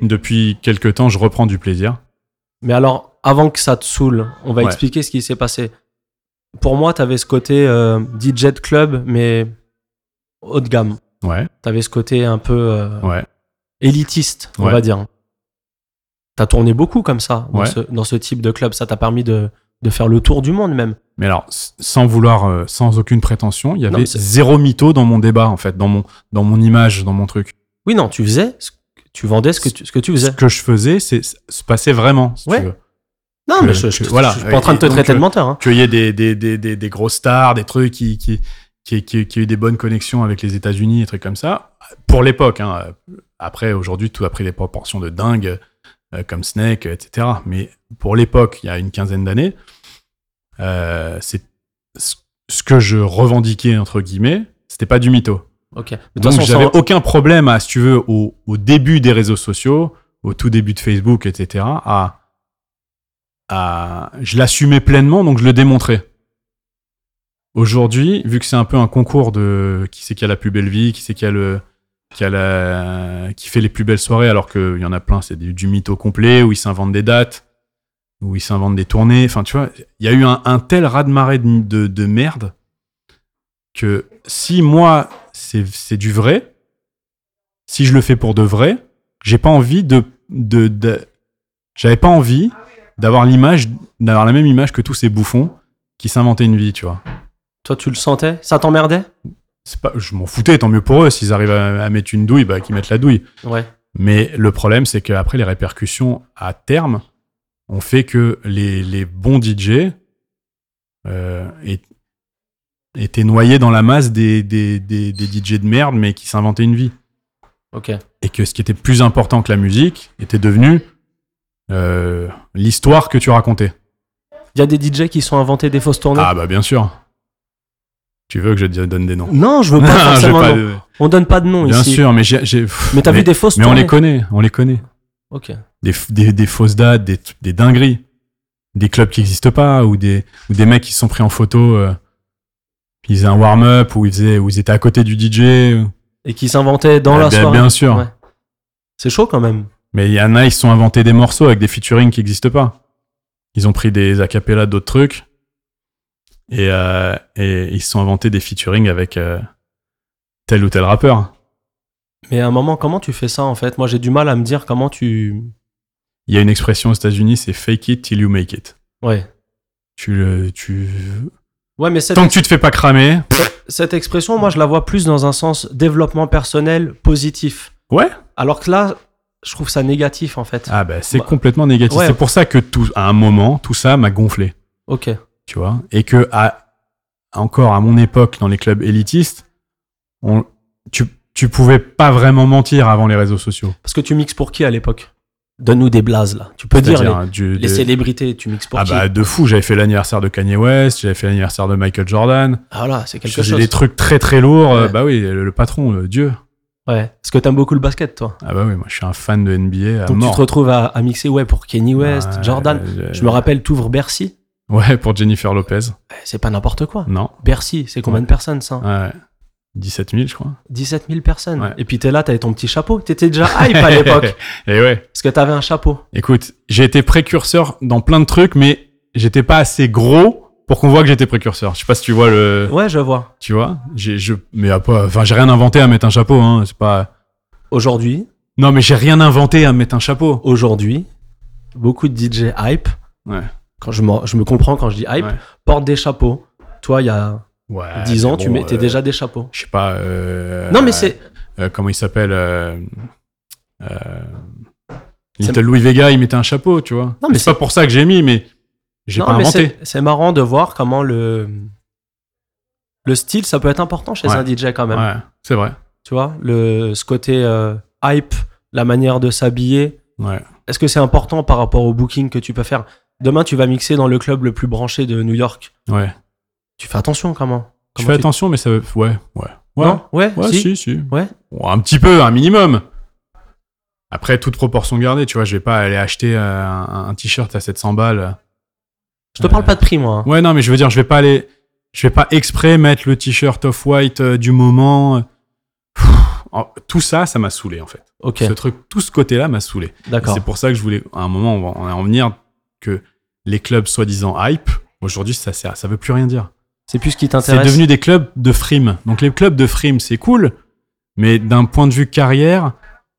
[SPEAKER 2] depuis quelques temps, je reprends du plaisir.
[SPEAKER 1] Mais alors, avant que ça te saoule, on va
[SPEAKER 2] Ouais.
[SPEAKER 1] expliquer ce qui s'est passé. Pour moi, t'avais ce côté euh, DJ de club, mais haut de gamme.
[SPEAKER 2] Ouais,
[SPEAKER 1] T'avais ce côté un peu euh,
[SPEAKER 2] ouais.
[SPEAKER 1] élitiste, on
[SPEAKER 2] Ouais.
[SPEAKER 1] va dire. T'as tourné beaucoup comme ça, dans,
[SPEAKER 2] Ouais.
[SPEAKER 1] ce, dans ce type de club. Ça t'a permis de, de faire le tour du monde, même.
[SPEAKER 2] Mais alors, s- sans vouloir, euh, sans aucune prétention, il y
[SPEAKER 1] Non,
[SPEAKER 2] avait
[SPEAKER 1] mais c'est-
[SPEAKER 2] zéro mytho dans mon débat en fait, dans mon, dans mon image, dans mon truc.
[SPEAKER 1] Oui, non, tu faisais, ce que- tu vendais ce que tu, ce que tu
[SPEAKER 2] Ce
[SPEAKER 1] faisais.
[SPEAKER 2] que je faisais, c'est c'est- se passer vraiment. si tu
[SPEAKER 1] Ouais.
[SPEAKER 2] veux.
[SPEAKER 1] Non,
[SPEAKER 2] que-
[SPEAKER 1] mais je, je-
[SPEAKER 2] que-
[SPEAKER 1] je
[SPEAKER 2] voilà.
[SPEAKER 1] suis pas en train de te
[SPEAKER 2] Et donc,
[SPEAKER 1] traiter de
[SPEAKER 2] euh,
[SPEAKER 1] menteur. hein.
[SPEAKER 2] qu'il y ait des, des, des, des, des grosses stars, des trucs qui, qui, qui, qui, qui ont eu des bonnes connexions avec les États-Unis, des trucs comme ça, pour l'époque. hein. Après, aujourd'hui, tout a pris des proportions de dingue, euh, comme Snake, euh, etc. Mais pour l'époque, il y a une quinzaine d'années, euh, c'est ce ce que je revendiquais, entre guillemets, c'était pas du mytho.
[SPEAKER 1] Ok. Mais de toute
[SPEAKER 2] Donc
[SPEAKER 1] façon,
[SPEAKER 2] j'avais
[SPEAKER 1] ça-
[SPEAKER 2] aucun problème à, si tu veux, au, au début des réseaux sociaux, au tout début de Facebook, etc. À, à, je l'assumais pleinement, donc je le démontrais. Aujourd'hui, vu que c'est un peu un concours de qui c'est qui a la plus belle vie, qui c'est qui a le qui a la qui fait les plus belles soirées, alors qu'il y en a plein, c'est du, du mytho complet où ils s'inventent des dates, où ils s'inventent des tournées. Enfin, tu vois, il y a eu un, un tel raz-de-marée de, de- de merde que si moi c'est c'est du vrai, si je le fais pour de vrai, j'ai pas envie de de, de- j'avais pas envie d'avoir l'image d'avoir la même image que tous ces bouffons qui s'inventaient une vie, tu vois.
[SPEAKER 1] toi, tu le sentais Ça t'emmerdait
[SPEAKER 2] C'est pas je m'en foutais tant mieux pour eux s'ils arrivent à, à mettre une douille, bah qu'ils mettent la douille.
[SPEAKER 1] Ouais.
[SPEAKER 2] Mais le problème, c'est qu'après, les répercussions à terme ont fait que les, les bons DJ euh, é- étaient noyés dans la masse des, des, des, des DJ de merde, mais qui s'inventaient une vie.
[SPEAKER 1] Ok.
[SPEAKER 2] Et que ce qui était plus important que la musique était devenu euh, l'histoire que tu racontais.
[SPEAKER 1] Il y a des DJ qui sont inventés des fausses tournées.
[SPEAKER 2] Ah bah bien sûr. Tu veux que je te donne des noms
[SPEAKER 1] Non, je veux pas
[SPEAKER 2] Non, je veux
[SPEAKER 1] forcément.
[SPEAKER 2] pas
[SPEAKER 1] non.
[SPEAKER 2] de-
[SPEAKER 1] On donne pas de nom
[SPEAKER 2] Bien
[SPEAKER 1] ici.
[SPEAKER 2] sûr, mais j'ai... j'ai-
[SPEAKER 1] Mais t'as vu des hein fausses
[SPEAKER 2] mais on
[SPEAKER 1] tournées.
[SPEAKER 2] les connaît, on les connaît.
[SPEAKER 1] Ok.
[SPEAKER 2] des, f- des, des fausses dates, des, t- des dingueries, des clubs qui n'existent pas, ou des, ou des mecs qui se sont pris en photo, euh, ils faisaient un warm-up, ou ils, faisaient, ou ils étaient à côté du DJ. ou-
[SPEAKER 1] Et qui s'inventaient dans
[SPEAKER 2] Ah,
[SPEAKER 1] la
[SPEAKER 2] bien,
[SPEAKER 1] soirée.
[SPEAKER 2] bien sûr.
[SPEAKER 1] Ouais. C'est chaud quand même.
[SPEAKER 2] Mais il y en a, ils se sont inventés des morceaux avec des featuring qui n'existent pas. Ils ont pris des acapellas d'autres trucs, et, euh, et ils se sont inventés des featuring avec euh, tel ou tel rappeur.
[SPEAKER 1] Mais à un moment, comment tu fais ça en fait Moi, j'ai du mal à me dire comment tu.
[SPEAKER 2] Il y a une expression aux États-Unis, c'est fake it till you make it.
[SPEAKER 1] Ouais.
[SPEAKER 2] euh, Tu, le- tu
[SPEAKER 1] Ouais, mais cette,
[SPEAKER 2] Tant que tu te fais pas cramer.
[SPEAKER 1] cette expression, moi, je la vois plus dans un sens développement personnel positif.
[SPEAKER 2] Ouais.
[SPEAKER 1] Alors que là, je trouve ça négatif, en fait.
[SPEAKER 2] Ah bah, c'est
[SPEAKER 1] Bah,
[SPEAKER 2] complètement négatif.
[SPEAKER 1] ouais.
[SPEAKER 2] C'est pour ça que tout, à un moment, tout ça m'a gonflé.
[SPEAKER 1] Ok.
[SPEAKER 2] tu vois, et que à encore à mon époque dans les clubs élitistes, on, tu tu pouvais pas vraiment mentir avant les réseaux sociaux.
[SPEAKER 1] Parce que tu mixes pour qui à l'époque Donne-nous des blazes, là. Tu peux dire,
[SPEAKER 2] C'est-à-dire,
[SPEAKER 1] les,
[SPEAKER 2] hein, du-
[SPEAKER 1] les
[SPEAKER 2] des-
[SPEAKER 1] célébrités, tu mixes pour
[SPEAKER 2] ah
[SPEAKER 1] qui
[SPEAKER 2] bah de fou, j'avais fait l'anniversaire de Kanye West, j'avais fait l'anniversaire de Michael Jordan,
[SPEAKER 1] Ah là, c'est
[SPEAKER 2] je
[SPEAKER 1] quelque
[SPEAKER 2] faisais
[SPEAKER 1] chose.
[SPEAKER 2] des trucs très très lourds. euh,
[SPEAKER 1] Ouais.
[SPEAKER 2] bah oui, le, le patron, euh, Dieu.
[SPEAKER 1] Ouais. Parce que t'aimes beaucoup le basket, toi.
[SPEAKER 2] Ah bah oui, moi je suis un fan de NBA à
[SPEAKER 1] Donc
[SPEAKER 2] mort.
[SPEAKER 1] tu te retrouves à, à mixer, ouais, pour Kenny West,
[SPEAKER 2] Ouais,
[SPEAKER 1] Jordan.
[SPEAKER 2] euh,
[SPEAKER 1] Je me rappelle, t'ouvres Bercy.
[SPEAKER 2] Ouais, pour Jennifer Lopez.
[SPEAKER 1] Eh, C'est pas n'importe quoi.
[SPEAKER 2] Non.
[SPEAKER 1] Bercy, c'est combien de
[SPEAKER 2] Ouais.
[SPEAKER 1] personnes, ça
[SPEAKER 2] Ouais. 17 000 je crois.
[SPEAKER 1] 17 000 personnes.
[SPEAKER 2] Ouais.
[SPEAKER 1] Et puis t'es là, t'avais ton petit chapeau. T'étais déjà hype à l'époque.
[SPEAKER 2] Et ouais.
[SPEAKER 1] Parce que t'avais un chapeau.
[SPEAKER 2] Écoute, j'ai été précurseur dans plein de trucs, mais j'étais pas assez gros pour qu'on voit que j'étais précurseur. Je sais pas si tu vois le,
[SPEAKER 1] Ouais, je vois.
[SPEAKER 2] tu vois, j'ai, je, mais à pas, enfin, j'ai rien inventé à mettre un chapeau, hein. C'est pas.
[SPEAKER 1] Aujourd'hui,
[SPEAKER 2] Non, mais j'ai rien inventé à mettre un chapeau.
[SPEAKER 1] aujourd'hui, beaucoup de DJ hype.
[SPEAKER 2] Ouais.
[SPEAKER 1] Quand je, m'en- je me comprends quand je dis hype,
[SPEAKER 2] Ouais.
[SPEAKER 1] portent des chapeaux. Toi, il y a
[SPEAKER 2] Ouais.
[SPEAKER 1] 10 ans,
[SPEAKER 2] mais
[SPEAKER 1] tu
[SPEAKER 2] bon,
[SPEAKER 1] mettais
[SPEAKER 2] euh,
[SPEAKER 1] déjà des chapeaux.
[SPEAKER 2] Je sais pas. euh,
[SPEAKER 1] non, mais c'est.
[SPEAKER 2] euh, comment il s'appelle euh, euh, Little Louis Vega, il mettait un chapeau, tu vois.
[SPEAKER 1] Non, mais
[SPEAKER 2] c'est, pas pour ça que j'ai mis, mais j'ai
[SPEAKER 1] non,
[SPEAKER 2] pas
[SPEAKER 1] mais
[SPEAKER 2] inventé.
[SPEAKER 1] c'est- C'est marrant de voir comment le. Le style, ça peut être important chez
[SPEAKER 2] Ouais.
[SPEAKER 1] un DJ quand même.
[SPEAKER 2] Ouais, c'est vrai.
[SPEAKER 1] Tu vois, le, ce côté euh, hype, la manière de s'habiller,
[SPEAKER 2] Ouais.
[SPEAKER 1] Est-ce que c'est important par rapport au booking que tu peux faire Demain, tu vas mixer dans le club le plus branché de New York.
[SPEAKER 2] Ouais.
[SPEAKER 1] Tu fais attention comment,
[SPEAKER 2] je
[SPEAKER 1] comment
[SPEAKER 2] fais attention, mais ça, ouais, ouais, ouais.
[SPEAKER 1] Non ouais,
[SPEAKER 2] Ouais,
[SPEAKER 1] si.
[SPEAKER 2] si, si.
[SPEAKER 1] Ouais.
[SPEAKER 2] Bon, un petit peu, un minimum. Après, toute proportion gardée, tu vois, je vais pas aller acheter euh, un, un t-shirt à 700 balles.
[SPEAKER 1] Je te parle pas de prix, moi. hein.
[SPEAKER 2] Ouais, non, mais je veux dire, je vais pas aller, je vais pas exprès mettre le t-shirt off-white euh, du moment. Pfff. En- tout ça, ça m'a saoulé, en fait.
[SPEAKER 1] Ok,
[SPEAKER 2] Ce truc, tout ce côté-là m'a saoulé.
[SPEAKER 1] d'accord.
[SPEAKER 2] C'est pour ça que je voulais, à un moment, on va on va en venir que les clubs soi-disant hype, aujourd'hui, ça sert, ça veut plus rien dire.
[SPEAKER 1] C'est plus ce qui
[SPEAKER 2] C'est
[SPEAKER 1] t'intéresse.
[SPEAKER 2] devenu des clubs de frime. Donc les clubs de frime, c'est cool, mais d'un point de vue carrière,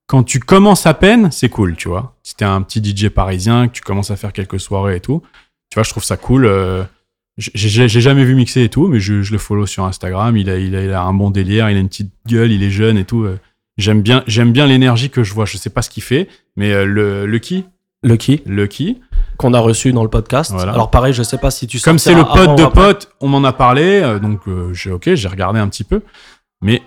[SPEAKER 2] quand tu commences à peine, c'est cool, tu vois. Si t'es un petit DJ parisien, que tu commences à faire quelques soirées et tout, tu vois, je trouve ça cool. euh, j'ai- J'ai j'ai jamais vu mixer et tout, mais je, je le follow sur Instagram. Il a, il, a, il a un bon délire, il a une petite gueule, il est jeune et tout. euh, J'aime bien, j'aime bien l'énergie que je vois. Je sais pas ce qu'il fait, mais euh, le Lucky,
[SPEAKER 1] Lucky,
[SPEAKER 2] Lucky,
[SPEAKER 1] qu'on a reçu dans le podcast.
[SPEAKER 2] Voilà.
[SPEAKER 1] Alors pareil, je sais pas si tu
[SPEAKER 2] comme c'est le
[SPEAKER 1] sortiras
[SPEAKER 2] pote
[SPEAKER 1] avant
[SPEAKER 2] de
[SPEAKER 1] ou après.
[SPEAKER 2] pote, on m'en a parlé, euh, donc euh, j'ai ok, j'ai regardé un petit peu, mais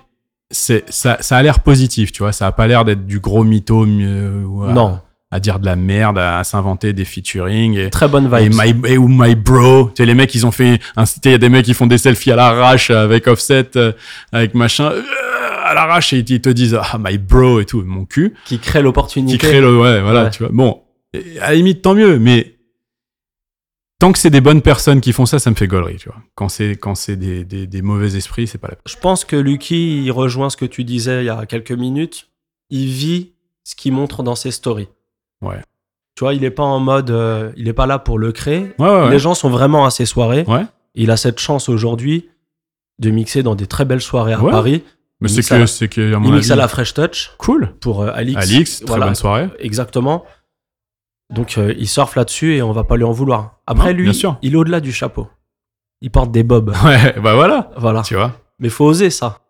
[SPEAKER 2] c'est ça, ça a l'air positif, tu vois, ça a pas l'air d'être du gros mytho mieux, ou à,
[SPEAKER 1] Non,
[SPEAKER 2] à dire de la merde, à, à s'inventer des featuring et,
[SPEAKER 1] très bonne
[SPEAKER 2] et
[SPEAKER 1] vibe.
[SPEAKER 2] my et ou my bro, tu sais les mecs ils ont fait, un- tu sais, il y a des mecs qui font des selfies à l'arrache avec Offset, euh, avec machin, euh, à l'arrache et ils ils te disent ah my bro et tout, mon cul
[SPEAKER 1] Qui crée l'opportunité.
[SPEAKER 2] qui crée le ouais voilà
[SPEAKER 1] Ouais.
[SPEAKER 2] tu vois bon et à la limite tant mieux mais tant que c'est des bonnes personnes qui font ça ça me fait gaulerie tu vois quand c'est quand c'est des, des, des mauvais esprits c'est pas la peine
[SPEAKER 1] Je pense que Lucky, il rejoint ce que tu disais il y a quelques minutes. Il vit ce qu'il montre dans ses stories.
[SPEAKER 2] Ouais.
[SPEAKER 1] Tu vois, il est pas en mode. euh, il est pas là pour le créer.
[SPEAKER 2] ouais ouais,
[SPEAKER 1] Les
[SPEAKER 2] ouais.
[SPEAKER 1] gens sont vraiment à ses soirées.
[SPEAKER 2] Ouais.
[SPEAKER 1] Il a cette chance aujourd'hui de mixer dans des très belles soirées à
[SPEAKER 2] Ouais.
[SPEAKER 1] Paris. ils
[SPEAKER 2] mais c'est
[SPEAKER 1] mixent
[SPEAKER 2] que
[SPEAKER 1] à-
[SPEAKER 2] c'est que à
[SPEAKER 1] Il
[SPEAKER 2] mon
[SPEAKER 1] mixe
[SPEAKER 2] avis
[SPEAKER 1] à la Fresh Touch
[SPEAKER 2] cool
[SPEAKER 1] pour euh, Alix.
[SPEAKER 2] Alix très
[SPEAKER 1] Voilà,
[SPEAKER 2] bonne soirée
[SPEAKER 1] Exactement. Donc euh, il surfe là-dessus et on va pas lui en vouloir. Après
[SPEAKER 2] Non,
[SPEAKER 1] lui,
[SPEAKER 2] bien sûr.
[SPEAKER 1] il est au-delà du chapeau. Il porte des bobs.
[SPEAKER 2] ouais bah voilà
[SPEAKER 1] voilà.
[SPEAKER 2] tu vois
[SPEAKER 1] Mais faut oser ça.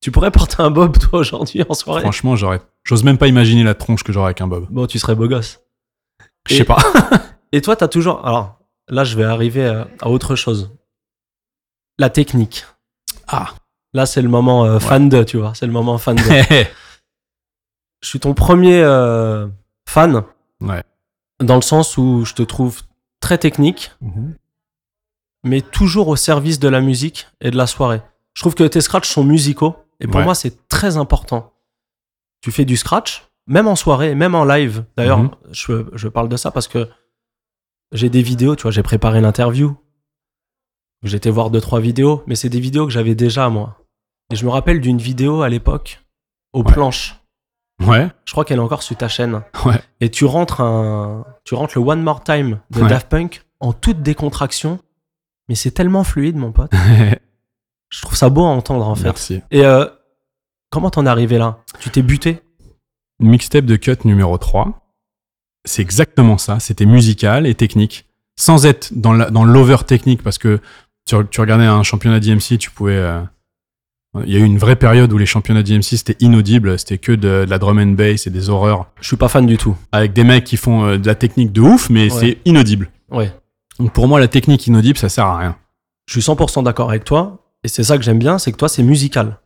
[SPEAKER 1] Tu pourrais porter un bob toi aujourd'hui en soirée.
[SPEAKER 2] franchement j'aurais j'ose même pas imaginer la tronche que j'aurais avec un bob
[SPEAKER 1] Bon, tu serais beau gosse.
[SPEAKER 2] je
[SPEAKER 1] Et-
[SPEAKER 2] sais pas
[SPEAKER 1] Et toi, t'as toujours. Alors là, je vais arriver à, à autre chose. La technique.
[SPEAKER 2] Ah.
[SPEAKER 1] Là, c'est le moment euh, fan de, tu vois. C'est le moment fan de.
[SPEAKER 2] ouais
[SPEAKER 1] je suis ton premier euh, fan.
[SPEAKER 2] Ouais.
[SPEAKER 1] Dans le sens où je te trouve très technique,
[SPEAKER 2] Mhm.
[SPEAKER 1] mais toujours au service de la musique et de la soirée. Je trouve que tes scratchs sont musicaux et pour
[SPEAKER 2] Ouais.
[SPEAKER 1] moi, c'est très important. Tu fais du scratch, même en soirée, même en live. D'ailleurs,
[SPEAKER 2] Mhm.
[SPEAKER 1] je, je parle de ça parce que j'ai des vidéos, tu vois, j'ai préparé l'interview. J'étais voir deux, trois vidéos, mais c'est des vidéos que j'avais déjà, moi. Et je me rappelle d'une vidéo à l'époque, aux
[SPEAKER 2] Ouais.
[SPEAKER 1] planches.
[SPEAKER 2] ouais
[SPEAKER 1] Je crois qu'elle est encore sur ta chaîne.
[SPEAKER 2] Ouais.
[SPEAKER 1] Et tu rentres un, tu rentres le One More Time de
[SPEAKER 2] Ouais.
[SPEAKER 1] Daft Punk en toute décontraction. Mais c'est tellement fluide, mon pote. Je trouve ça beau à entendre, en fait.
[SPEAKER 2] merci
[SPEAKER 1] Et euh, comment t'en es arrivé là Tu t'es buté
[SPEAKER 2] mixtape de cut numéro 3. C'est exactement ça. C'était musical et technique. Sans être dans la- dans l'over technique, parce que tu, tu regardais un championnat d'IMC, tu pouvais. euh, Il y a eu une vraie période où les championnats d'IMC c'était inaudible, c'était que de, de la drum and bass et des horreurs,
[SPEAKER 1] Je suis pas fan du tout.
[SPEAKER 2] avec des mecs qui font euh, de la technique de ouf, mais
[SPEAKER 1] Ouais.
[SPEAKER 2] c'est inaudible.
[SPEAKER 1] Ouais.
[SPEAKER 2] Donc pour moi, la technique inaudible, ça sert à rien.
[SPEAKER 1] Je suis 100% d'accord avec toi. Et c'est ça que j'aime bien, c'est que toi, c'est musical.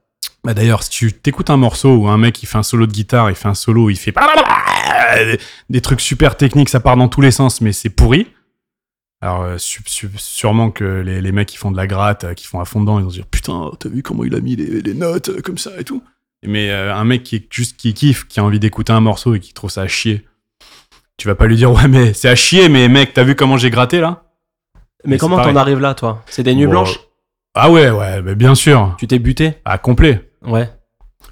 [SPEAKER 2] Bah d'ailleurs, si tu t'écoutes un morceau où un mec il fait un solo de guitare, il fait un solo, il fait des- des trucs super techniques, ça part dans tous les sens, mais c'est pourri. Alors euh, su- su- sûrement que les, les mecs qui font de la gratte, euh, qui font à fond dedans, ils vont se dire putain, t'as vu comment il a mis les, les notes euh, comme ça et tout. Mais euh, un mec qui est juste qui kiffe, qui a envie d'écouter un morceau et qui trouve ça à chier, tu vas pas lui dire ouais mais c'est à chier, mais mec t'as vu comment j'ai gratté là
[SPEAKER 1] Mais,
[SPEAKER 2] Mais
[SPEAKER 1] comment
[SPEAKER 2] c'est
[SPEAKER 1] t'en
[SPEAKER 2] pareil.
[SPEAKER 1] arrives là, toi C'est des nuits
[SPEAKER 2] Bon,
[SPEAKER 1] blanches
[SPEAKER 2] Ah ouais ouais, mais bien sûr,
[SPEAKER 1] Tu t'es buté
[SPEAKER 2] à complet.
[SPEAKER 1] Ouais.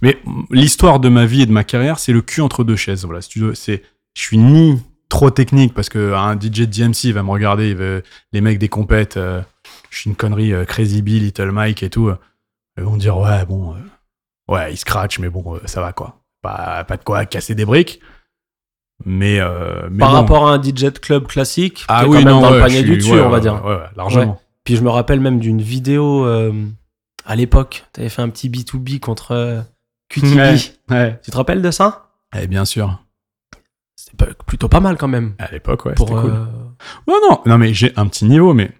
[SPEAKER 2] Mais mm, l'histoire de ma vie et de ma carrière, c'est le cul entre deux chaises. Voilà, si tu veux, c'est, je suis ni trop technique parce que un DJ de DMC va me regarder, il veut- les mecs des compètes, euh, je suis une connerie, euh, Crazy Bee, Little Mike et tout. euh, ils vont me dire ouais bon, euh, ouais il scratch mais bon euh, ça va quoi, pas pas de quoi casser des briques. Mais, euh, mais
[SPEAKER 1] Par
[SPEAKER 2] bon.
[SPEAKER 1] rapport à un DJ de club classique,
[SPEAKER 2] ah
[SPEAKER 1] qui est
[SPEAKER 2] oui
[SPEAKER 1] quand même
[SPEAKER 2] non
[SPEAKER 1] dans le
[SPEAKER 2] ouais,
[SPEAKER 1] panier
[SPEAKER 2] je
[SPEAKER 1] du
[SPEAKER 2] suis-
[SPEAKER 1] dessus,
[SPEAKER 2] ouais,
[SPEAKER 1] on va
[SPEAKER 2] ouais,
[SPEAKER 1] dire.
[SPEAKER 2] ouais, ouais, largement.
[SPEAKER 1] Puis je me rappelle même d'une vidéo euh, à l'époque. T'avais fait un petit B2B contre euh, QTB.
[SPEAKER 2] Ouais. Ouais.
[SPEAKER 1] Tu te rappelles de ça
[SPEAKER 2] Eh bien sûr.
[SPEAKER 1] C'était pas- plutôt pas mal quand même.
[SPEAKER 2] À l'époque ouais.
[SPEAKER 1] pour
[SPEAKER 2] c'était cool.
[SPEAKER 1] euh,
[SPEAKER 2] Ouais, non, non, mais j'ai un petit niveau, mais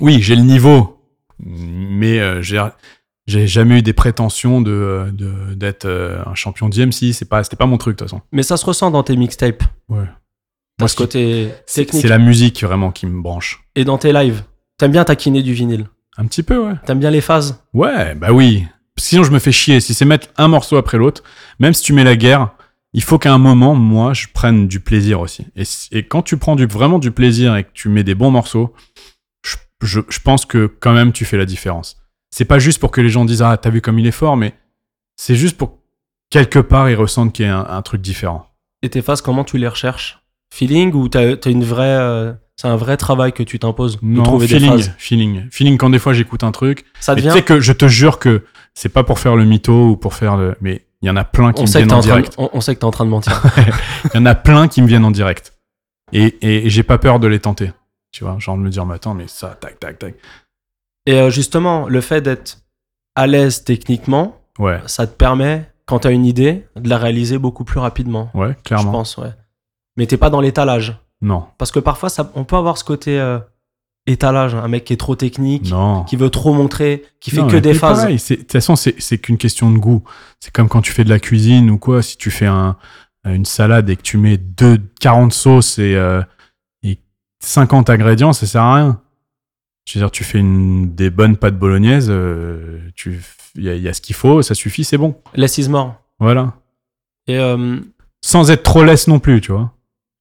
[SPEAKER 2] oui, j'ai le niveau, mais euh, j'ai j'ai jamais eu des prétentions de euh, de- d'être euh, un champion d'IMC. C'est pas c'était pas mon truc de toute façon.
[SPEAKER 1] Mais ça se ressent dans tes mixtapes.
[SPEAKER 2] Ouais.
[SPEAKER 1] Dans
[SPEAKER 2] Moi,
[SPEAKER 1] ce
[SPEAKER 2] ce qui-
[SPEAKER 1] côté technique.
[SPEAKER 2] C'est la musique vraiment qui me branche.
[SPEAKER 1] Et dans tes lives. T'aimes bien taquiner du vinyle.
[SPEAKER 2] Un petit peu, ouais.
[SPEAKER 1] T'aimes bien les phases.
[SPEAKER 2] Ouais, bah oui. Sinon, je me fais chier. Si c'est mettre un morceau après l'autre, même si tu mets la guerre, il faut qu'à un moment, moi, je prenne du plaisir aussi. Et, si- et quand tu prends du, vraiment du plaisir et que tu mets des bons morceaux, je, je- je pense que quand même, tu fais la différence. C'est pas juste pour que les gens disent Ah, t'as vu comme il est fort, mais c'est juste pour que, quelque part, ils ressentent qu'il y a un, un truc différent.
[SPEAKER 1] Et tes phases, comment tu les recherches Feeling ou t'as t'as une vraie. euh, c'est un vrai travail que tu t'imposes de trouver des
[SPEAKER 2] feeling,
[SPEAKER 1] phases.
[SPEAKER 2] feeling. Feeling quand des fois j'écoute un truc.
[SPEAKER 1] Ça
[SPEAKER 2] Mais tu
[SPEAKER 1] devient.
[SPEAKER 2] sais que je te jure que c'est pas pour faire le mytho ou pour faire le. Mais il y en a plein qui
[SPEAKER 1] On
[SPEAKER 2] me
[SPEAKER 1] sait, que
[SPEAKER 2] viennent
[SPEAKER 1] t'es
[SPEAKER 2] en
[SPEAKER 1] en train
[SPEAKER 2] direct.
[SPEAKER 1] de- on, on sait que t'es en train de mentir.
[SPEAKER 2] Il y en a plein qui me viennent en direct. Et, et, et j'ai pas peur de les tenter. Tu vois, genre de me dire, mais attends, mais ça, tac, tac, tac.
[SPEAKER 1] Et euh, justement, le fait d'être à l'aise techniquement,
[SPEAKER 2] Ouais,
[SPEAKER 1] ça te permet, quand t'as une idée, de la réaliser beaucoup plus rapidement.
[SPEAKER 2] ouais,
[SPEAKER 1] Je
[SPEAKER 2] clairement.
[SPEAKER 1] pense, ouais. Mais t'es pas dans l'étalage.
[SPEAKER 2] Non,
[SPEAKER 1] Parce que parfois, ça- on peut avoir ce côté euh, étalage, un mec qui est trop technique,
[SPEAKER 2] non.
[SPEAKER 1] qui veut trop montrer, qui fait
[SPEAKER 2] Non,
[SPEAKER 1] que
[SPEAKER 2] mais
[SPEAKER 1] des
[SPEAKER 2] c'est
[SPEAKER 1] phases.
[SPEAKER 2] pareil, c'est- De toute façon, c'est c'est qu'une question de goût. C'est comme quand tu fais de la cuisine ou quoi. Si tu fais un, une salade et que tu mets deux, 40 sauces et, euh, et 50 ingrédients, ça sert à rien. Je veux dire, tu fais une, des bonnes pâtes bolognaises, euh, tu f- il y, a- il y a ce qu'il faut, ça suffit, c'est bon.
[SPEAKER 1] Less is more.
[SPEAKER 2] Voilà.
[SPEAKER 1] Et euh,
[SPEAKER 2] Sans être trop laisse non plus, tu vois.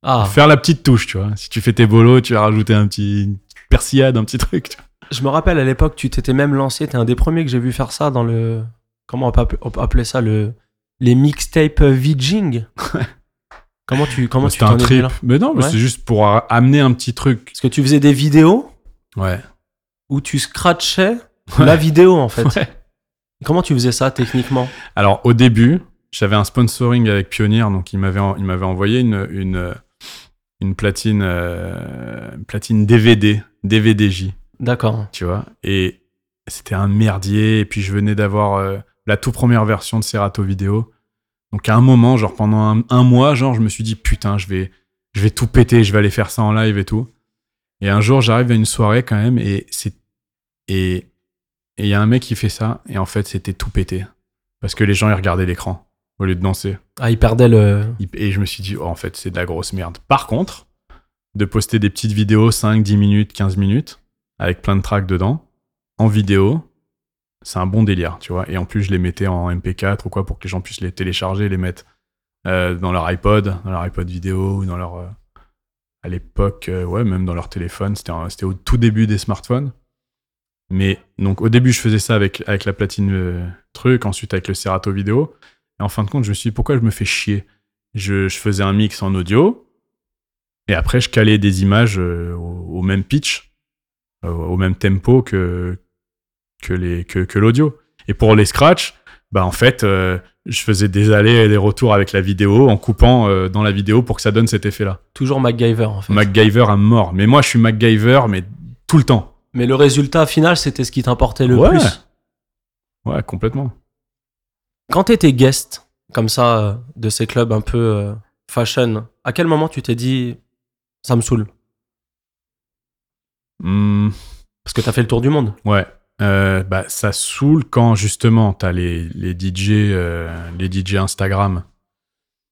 [SPEAKER 1] ah,
[SPEAKER 2] Faire la petite touche, tu vois. Si tu fais tes bolos, tu vas rajouter un petit une persillade, un petit truc. tu vois.
[SPEAKER 1] je me rappelle à l'époque, tu t'étais même lancé, t'es un des premiers que j'ai vu faire ça dans le. Comment on peut appeler, on peut appeler ça le, Les mixtapes VJing Comment tu comment tu
[SPEAKER 2] C'était
[SPEAKER 1] t'en es
[SPEAKER 2] un
[SPEAKER 1] venu
[SPEAKER 2] trip.
[SPEAKER 1] là
[SPEAKER 2] Mais non, mais
[SPEAKER 1] Ouais.
[SPEAKER 2] c'est juste pour a- amener un petit truc.
[SPEAKER 1] Parce que tu faisais des vidéos
[SPEAKER 2] Ouais.
[SPEAKER 1] où tu scratchais
[SPEAKER 2] Ouais.
[SPEAKER 1] la vidéo en fait.
[SPEAKER 2] Ouais.
[SPEAKER 1] Comment tu faisais ça techniquement
[SPEAKER 2] Alors au début, j'avais un sponsoring avec Pioneer, donc il m'avait en- il m'avait envoyé une une une platine euh, une platine DVD DVDJ,
[SPEAKER 1] D'accord.
[SPEAKER 2] tu vois. Et c'était un merdier. Et puis je venais d'avoir euh, la toute première version de Serato Vidéo. Donc à un moment, genre pendant un, un mois, genre je me suis dit putain, je vais je vais tout péter, je vais aller faire ça en live et tout. Et un jour, j'arrive à une soirée quand même et c'est et et il y a un mec qui fait ça et en fait, c'était tout pété parce que les gens ils regardaient l'écran au lieu de danser.
[SPEAKER 1] Ah, il perdait le.
[SPEAKER 2] Il- Et je me suis dit oh, en fait, c'est de la grosse merde. Par contre, de poster des petites vidéos 5 10 minutes, 15 minutes avec plein de tracks dedans en vidéo, c'est un bon délire, tu vois. Et en plus, je les mettais en MP4 ou quoi pour que les gens puissent les télécharger, les mettre euh, dans leur iPod, dans leur iPod vidéo ou dans leur. euh, à l'époque, euh, ouais, même dans leur téléphone. C'était un- c'était au tout début des smartphones. Mais donc, au début, je faisais ça avec, avec la platine euh, truc, ensuite avec le Serato vidéo. Et en fin de compte, je me suis dit pourquoi je me fais chier je, je faisais un mix en audio et après, je calais des images euh, au, au même pitch, euh, au même tempo que, que, les, que, que l'audio. Et pour les scratchs, bah en fait, euh, je faisais des allers et des retours avec la vidéo en coupant euh, dans la vidéo pour que ça donne cet effet-là.
[SPEAKER 1] Toujours MacGyver en fait.
[SPEAKER 2] MacGyver à mort. Mais moi, je suis MacGyver, mais tout le temps.
[SPEAKER 1] Mais le résultat final, c'était ce qui t'importait le
[SPEAKER 2] Ouais.
[SPEAKER 1] plus.
[SPEAKER 2] Ouais, complètement.
[SPEAKER 1] Quand t'étais guest, comme ça, euh, de ces clubs un peu euh, fashion, à quel moment tu t'es dit ça me saoule
[SPEAKER 2] Hmm.
[SPEAKER 1] Parce que t'as fait le tour du monde.
[SPEAKER 2] Ouais. Euh, bah, ça saoule quand justement t'as les, les DJ euh, les DJ Instagram.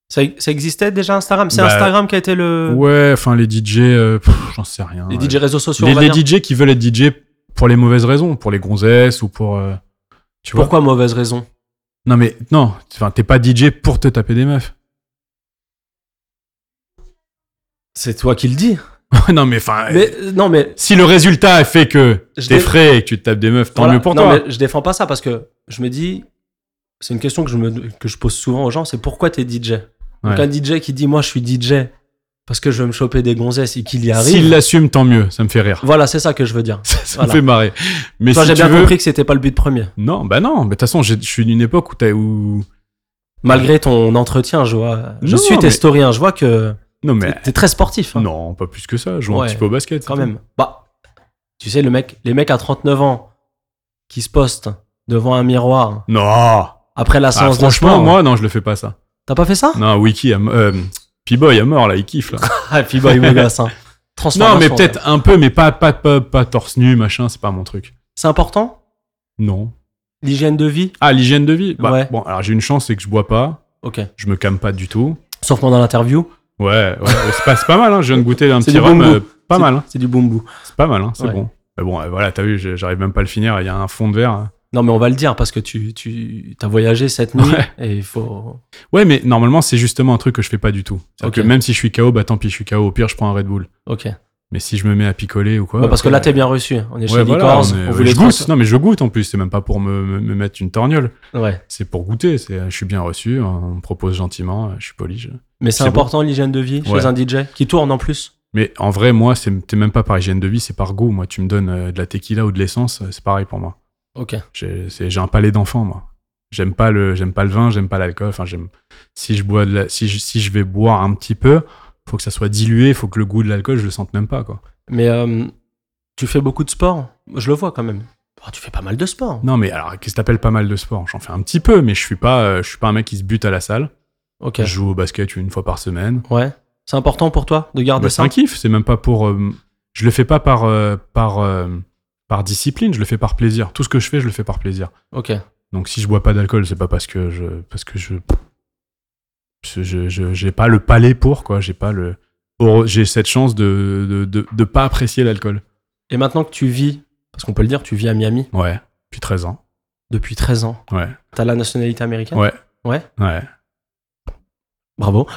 [SPEAKER 1] Ça, ça existait déjà Instagram C'est
[SPEAKER 2] Bah,
[SPEAKER 1] Instagram qui a été le.
[SPEAKER 2] Ouais, enfin les DJ, euh, pff, j'en sais rien.
[SPEAKER 1] les
[SPEAKER 2] ouais.
[SPEAKER 1] DJ réseaux sociaux.
[SPEAKER 2] les,
[SPEAKER 1] on va
[SPEAKER 2] les
[SPEAKER 1] dire.
[SPEAKER 2] DJ qui veulent être DJ pour les mauvaises raisons, pour les gonzesses ou pour. euh, tu vois
[SPEAKER 1] Pourquoi mauvaise raison
[SPEAKER 2] Non mais non, enfin t'es pas DJ pour te taper des meufs.
[SPEAKER 1] C'est toi qui le dis.
[SPEAKER 2] non mais enfin.
[SPEAKER 1] Mais euh, non, mais
[SPEAKER 2] Si le résultat fait que
[SPEAKER 1] Je
[SPEAKER 2] t'es
[SPEAKER 1] dé-
[SPEAKER 2] frais et que tu te tapes des meufs, tant
[SPEAKER 1] Voilà.
[SPEAKER 2] mieux pour
[SPEAKER 1] Non,
[SPEAKER 2] toi.
[SPEAKER 1] mais je défends pas ça parce que je me dis, c'est une question que je, me, que je pose souvent aux gens, c'est pourquoi t'es DJ Donc
[SPEAKER 2] Ouais.
[SPEAKER 1] un DJ qui dit moi je suis DJ parce que je veux me choper des gonzesses et qu'il y arrive.
[SPEAKER 2] S'il l'assume, tant mieux. Ça me fait rire.
[SPEAKER 1] Voilà, c'est ça que je veux dire.
[SPEAKER 2] Ça, ça
[SPEAKER 1] Voilà.
[SPEAKER 2] me fait marrer. Mais
[SPEAKER 1] Toi
[SPEAKER 2] si
[SPEAKER 1] j'ai
[SPEAKER 2] tu
[SPEAKER 1] bien
[SPEAKER 2] veux-
[SPEAKER 1] compris que c'était pas le but premier.
[SPEAKER 2] Non, bah non. Mais de toute façon, j'ai- je suis d'une époque où t'as où.
[SPEAKER 1] Malgré ton entretien, je vois. Je
[SPEAKER 2] Non,
[SPEAKER 1] suis tes
[SPEAKER 2] mais-
[SPEAKER 1] stories, hein, je vois que
[SPEAKER 2] Non
[SPEAKER 1] t'es-
[SPEAKER 2] mais
[SPEAKER 1] t'es très sportif. hein,
[SPEAKER 2] non, pas plus que ça. Joue
[SPEAKER 1] Ouais.
[SPEAKER 2] un petit peu au basket. c'est
[SPEAKER 1] quand
[SPEAKER 2] tout.
[SPEAKER 1] même. Bah, tu sais, le mec, les mecs à 39 ans qui se postent devant un miroir
[SPEAKER 2] Non. Ah,
[SPEAKER 1] après la séance de
[SPEAKER 2] franchement,
[SPEAKER 1] sport,
[SPEAKER 2] moi, non, je le fais pas ça.
[SPEAKER 1] T'as pas fait ça
[SPEAKER 2] Non, Wiki, à m- euh, P-Boy à mort là, il kiffe là.
[SPEAKER 1] Ah, puis boy, beau gosse, hein.
[SPEAKER 2] non, mais
[SPEAKER 1] Transformation,
[SPEAKER 2] peut-être un peu, mais pas pas pas, pas torse nu, machin. C'est pas mon truc.
[SPEAKER 1] C'est important
[SPEAKER 2] Non.
[SPEAKER 1] L'hygiène de vie
[SPEAKER 2] Ah, l'hygiène de vie. Bah,
[SPEAKER 1] Ouais.
[SPEAKER 2] Bon, alors j'ai une chance, c'est que je bois pas.
[SPEAKER 1] Ok.
[SPEAKER 2] Je me calme pas du tout.
[SPEAKER 1] Sauf pendant l'interview.
[SPEAKER 2] Ouais, ouais, ouais, c'est pas, c'est pas mal, hein. je viens de goûter un
[SPEAKER 1] C'est
[SPEAKER 2] petit
[SPEAKER 1] du
[SPEAKER 2] rhum,
[SPEAKER 1] bon goût.
[SPEAKER 2] euh, pas
[SPEAKER 1] C'est-
[SPEAKER 2] mal, hein.
[SPEAKER 1] C'est du boom bou.
[SPEAKER 2] c'est pas mal, hein, c'est
[SPEAKER 1] Ouais.
[SPEAKER 2] bon. Mais bon, euh, voilà, t'as vu, j'ai- j'arrive même pas à le finir, il y a un fond de verre. hein.
[SPEAKER 1] Non, mais on va le dire parce que tu, tu as voyagé cette nuit
[SPEAKER 2] Ouais.
[SPEAKER 1] et il faut.
[SPEAKER 2] Ouais, mais normalement, c'est justement un truc que je fais pas du tout. C'est-à-dire
[SPEAKER 1] Ok.
[SPEAKER 2] que même si je suis KO, bah tant pis, je suis KO, au pire, je prends un Red Bull.
[SPEAKER 1] Ok.
[SPEAKER 2] Mais si je me mets à picoler ou quoi.
[SPEAKER 1] Bah, parce que
[SPEAKER 2] après,
[SPEAKER 1] là,
[SPEAKER 2] euh,
[SPEAKER 1] t'es bien reçu. On est
[SPEAKER 2] ouais,
[SPEAKER 1] chez
[SPEAKER 2] voilà,
[SPEAKER 1] Licorne,
[SPEAKER 2] on est-
[SPEAKER 1] on
[SPEAKER 2] ouais,
[SPEAKER 1] voulait
[SPEAKER 2] je goûte, non mais je goûte en plus, c'est même pas pour me, me- me mettre une torgnole,
[SPEAKER 1] trans- Ouais.
[SPEAKER 2] c'est pour goûter, c'est, je suis bien reçu, on me propose gentiment, je suis poli. je-
[SPEAKER 1] Mais c'est
[SPEAKER 2] C'est
[SPEAKER 1] important l'hygiène de vie
[SPEAKER 2] Ouais.
[SPEAKER 1] chez un DJ qui tourne en plus.
[SPEAKER 2] Mais en vrai, moi, c'est t'es même pas par hygiène de vie, c'est par goût, moi, tu me donnes euh, de la tequila ou de l'essence, euh, c'est pareil pour moi.
[SPEAKER 1] Ok.
[SPEAKER 2] J'ai c'est- j'ai un palais d'enfant, moi. J'aime pas le, j'aime pas le vin, j'aime pas l'alcool. Enfin, j'aime. Si je bois, de la- si je, si je vais boire un petit peu, faut que ça soit dilué, faut que le goût de l'alcool, je le sente même pas, quoi.
[SPEAKER 1] Mais euh, tu fais beaucoup de sport Je le vois quand même. Oh, tu fais pas mal de sport.
[SPEAKER 2] Non, mais alors, qu'est-ce que t'appelles pas mal de sport J'en fais un petit peu, mais je suis pas, euh, je suis pas un mec qui se bute à la salle.
[SPEAKER 1] Ok.
[SPEAKER 2] Je joue au basket une fois par semaine.
[SPEAKER 1] Ouais. C'est important pour toi de garder
[SPEAKER 2] Bah, c'est
[SPEAKER 1] ça
[SPEAKER 2] un kiff. C'est même pas pour. euh, je le fais pas par, euh, par, euh, par discipline. Je le fais par plaisir. Tout ce que je fais, je le fais par plaisir.
[SPEAKER 1] Ok.
[SPEAKER 2] Donc si je bois pas d'alcool, c'est pas parce que je parce que je parce que je je- j'ai pas le palais pour quoi, j'ai pas le heureux- j'ai cette chance de de, de- de pas apprécier l'alcool.
[SPEAKER 1] Et maintenant que tu vis, parce qu'on peut le dire, tu vis à Miami
[SPEAKER 2] Ouais, depuis 13 ans.
[SPEAKER 1] depuis 13 ans.
[SPEAKER 2] Ouais.
[SPEAKER 1] T'as la nationalité américaine
[SPEAKER 2] Ouais.
[SPEAKER 1] Ouais.
[SPEAKER 2] Ouais.
[SPEAKER 1] Bravo.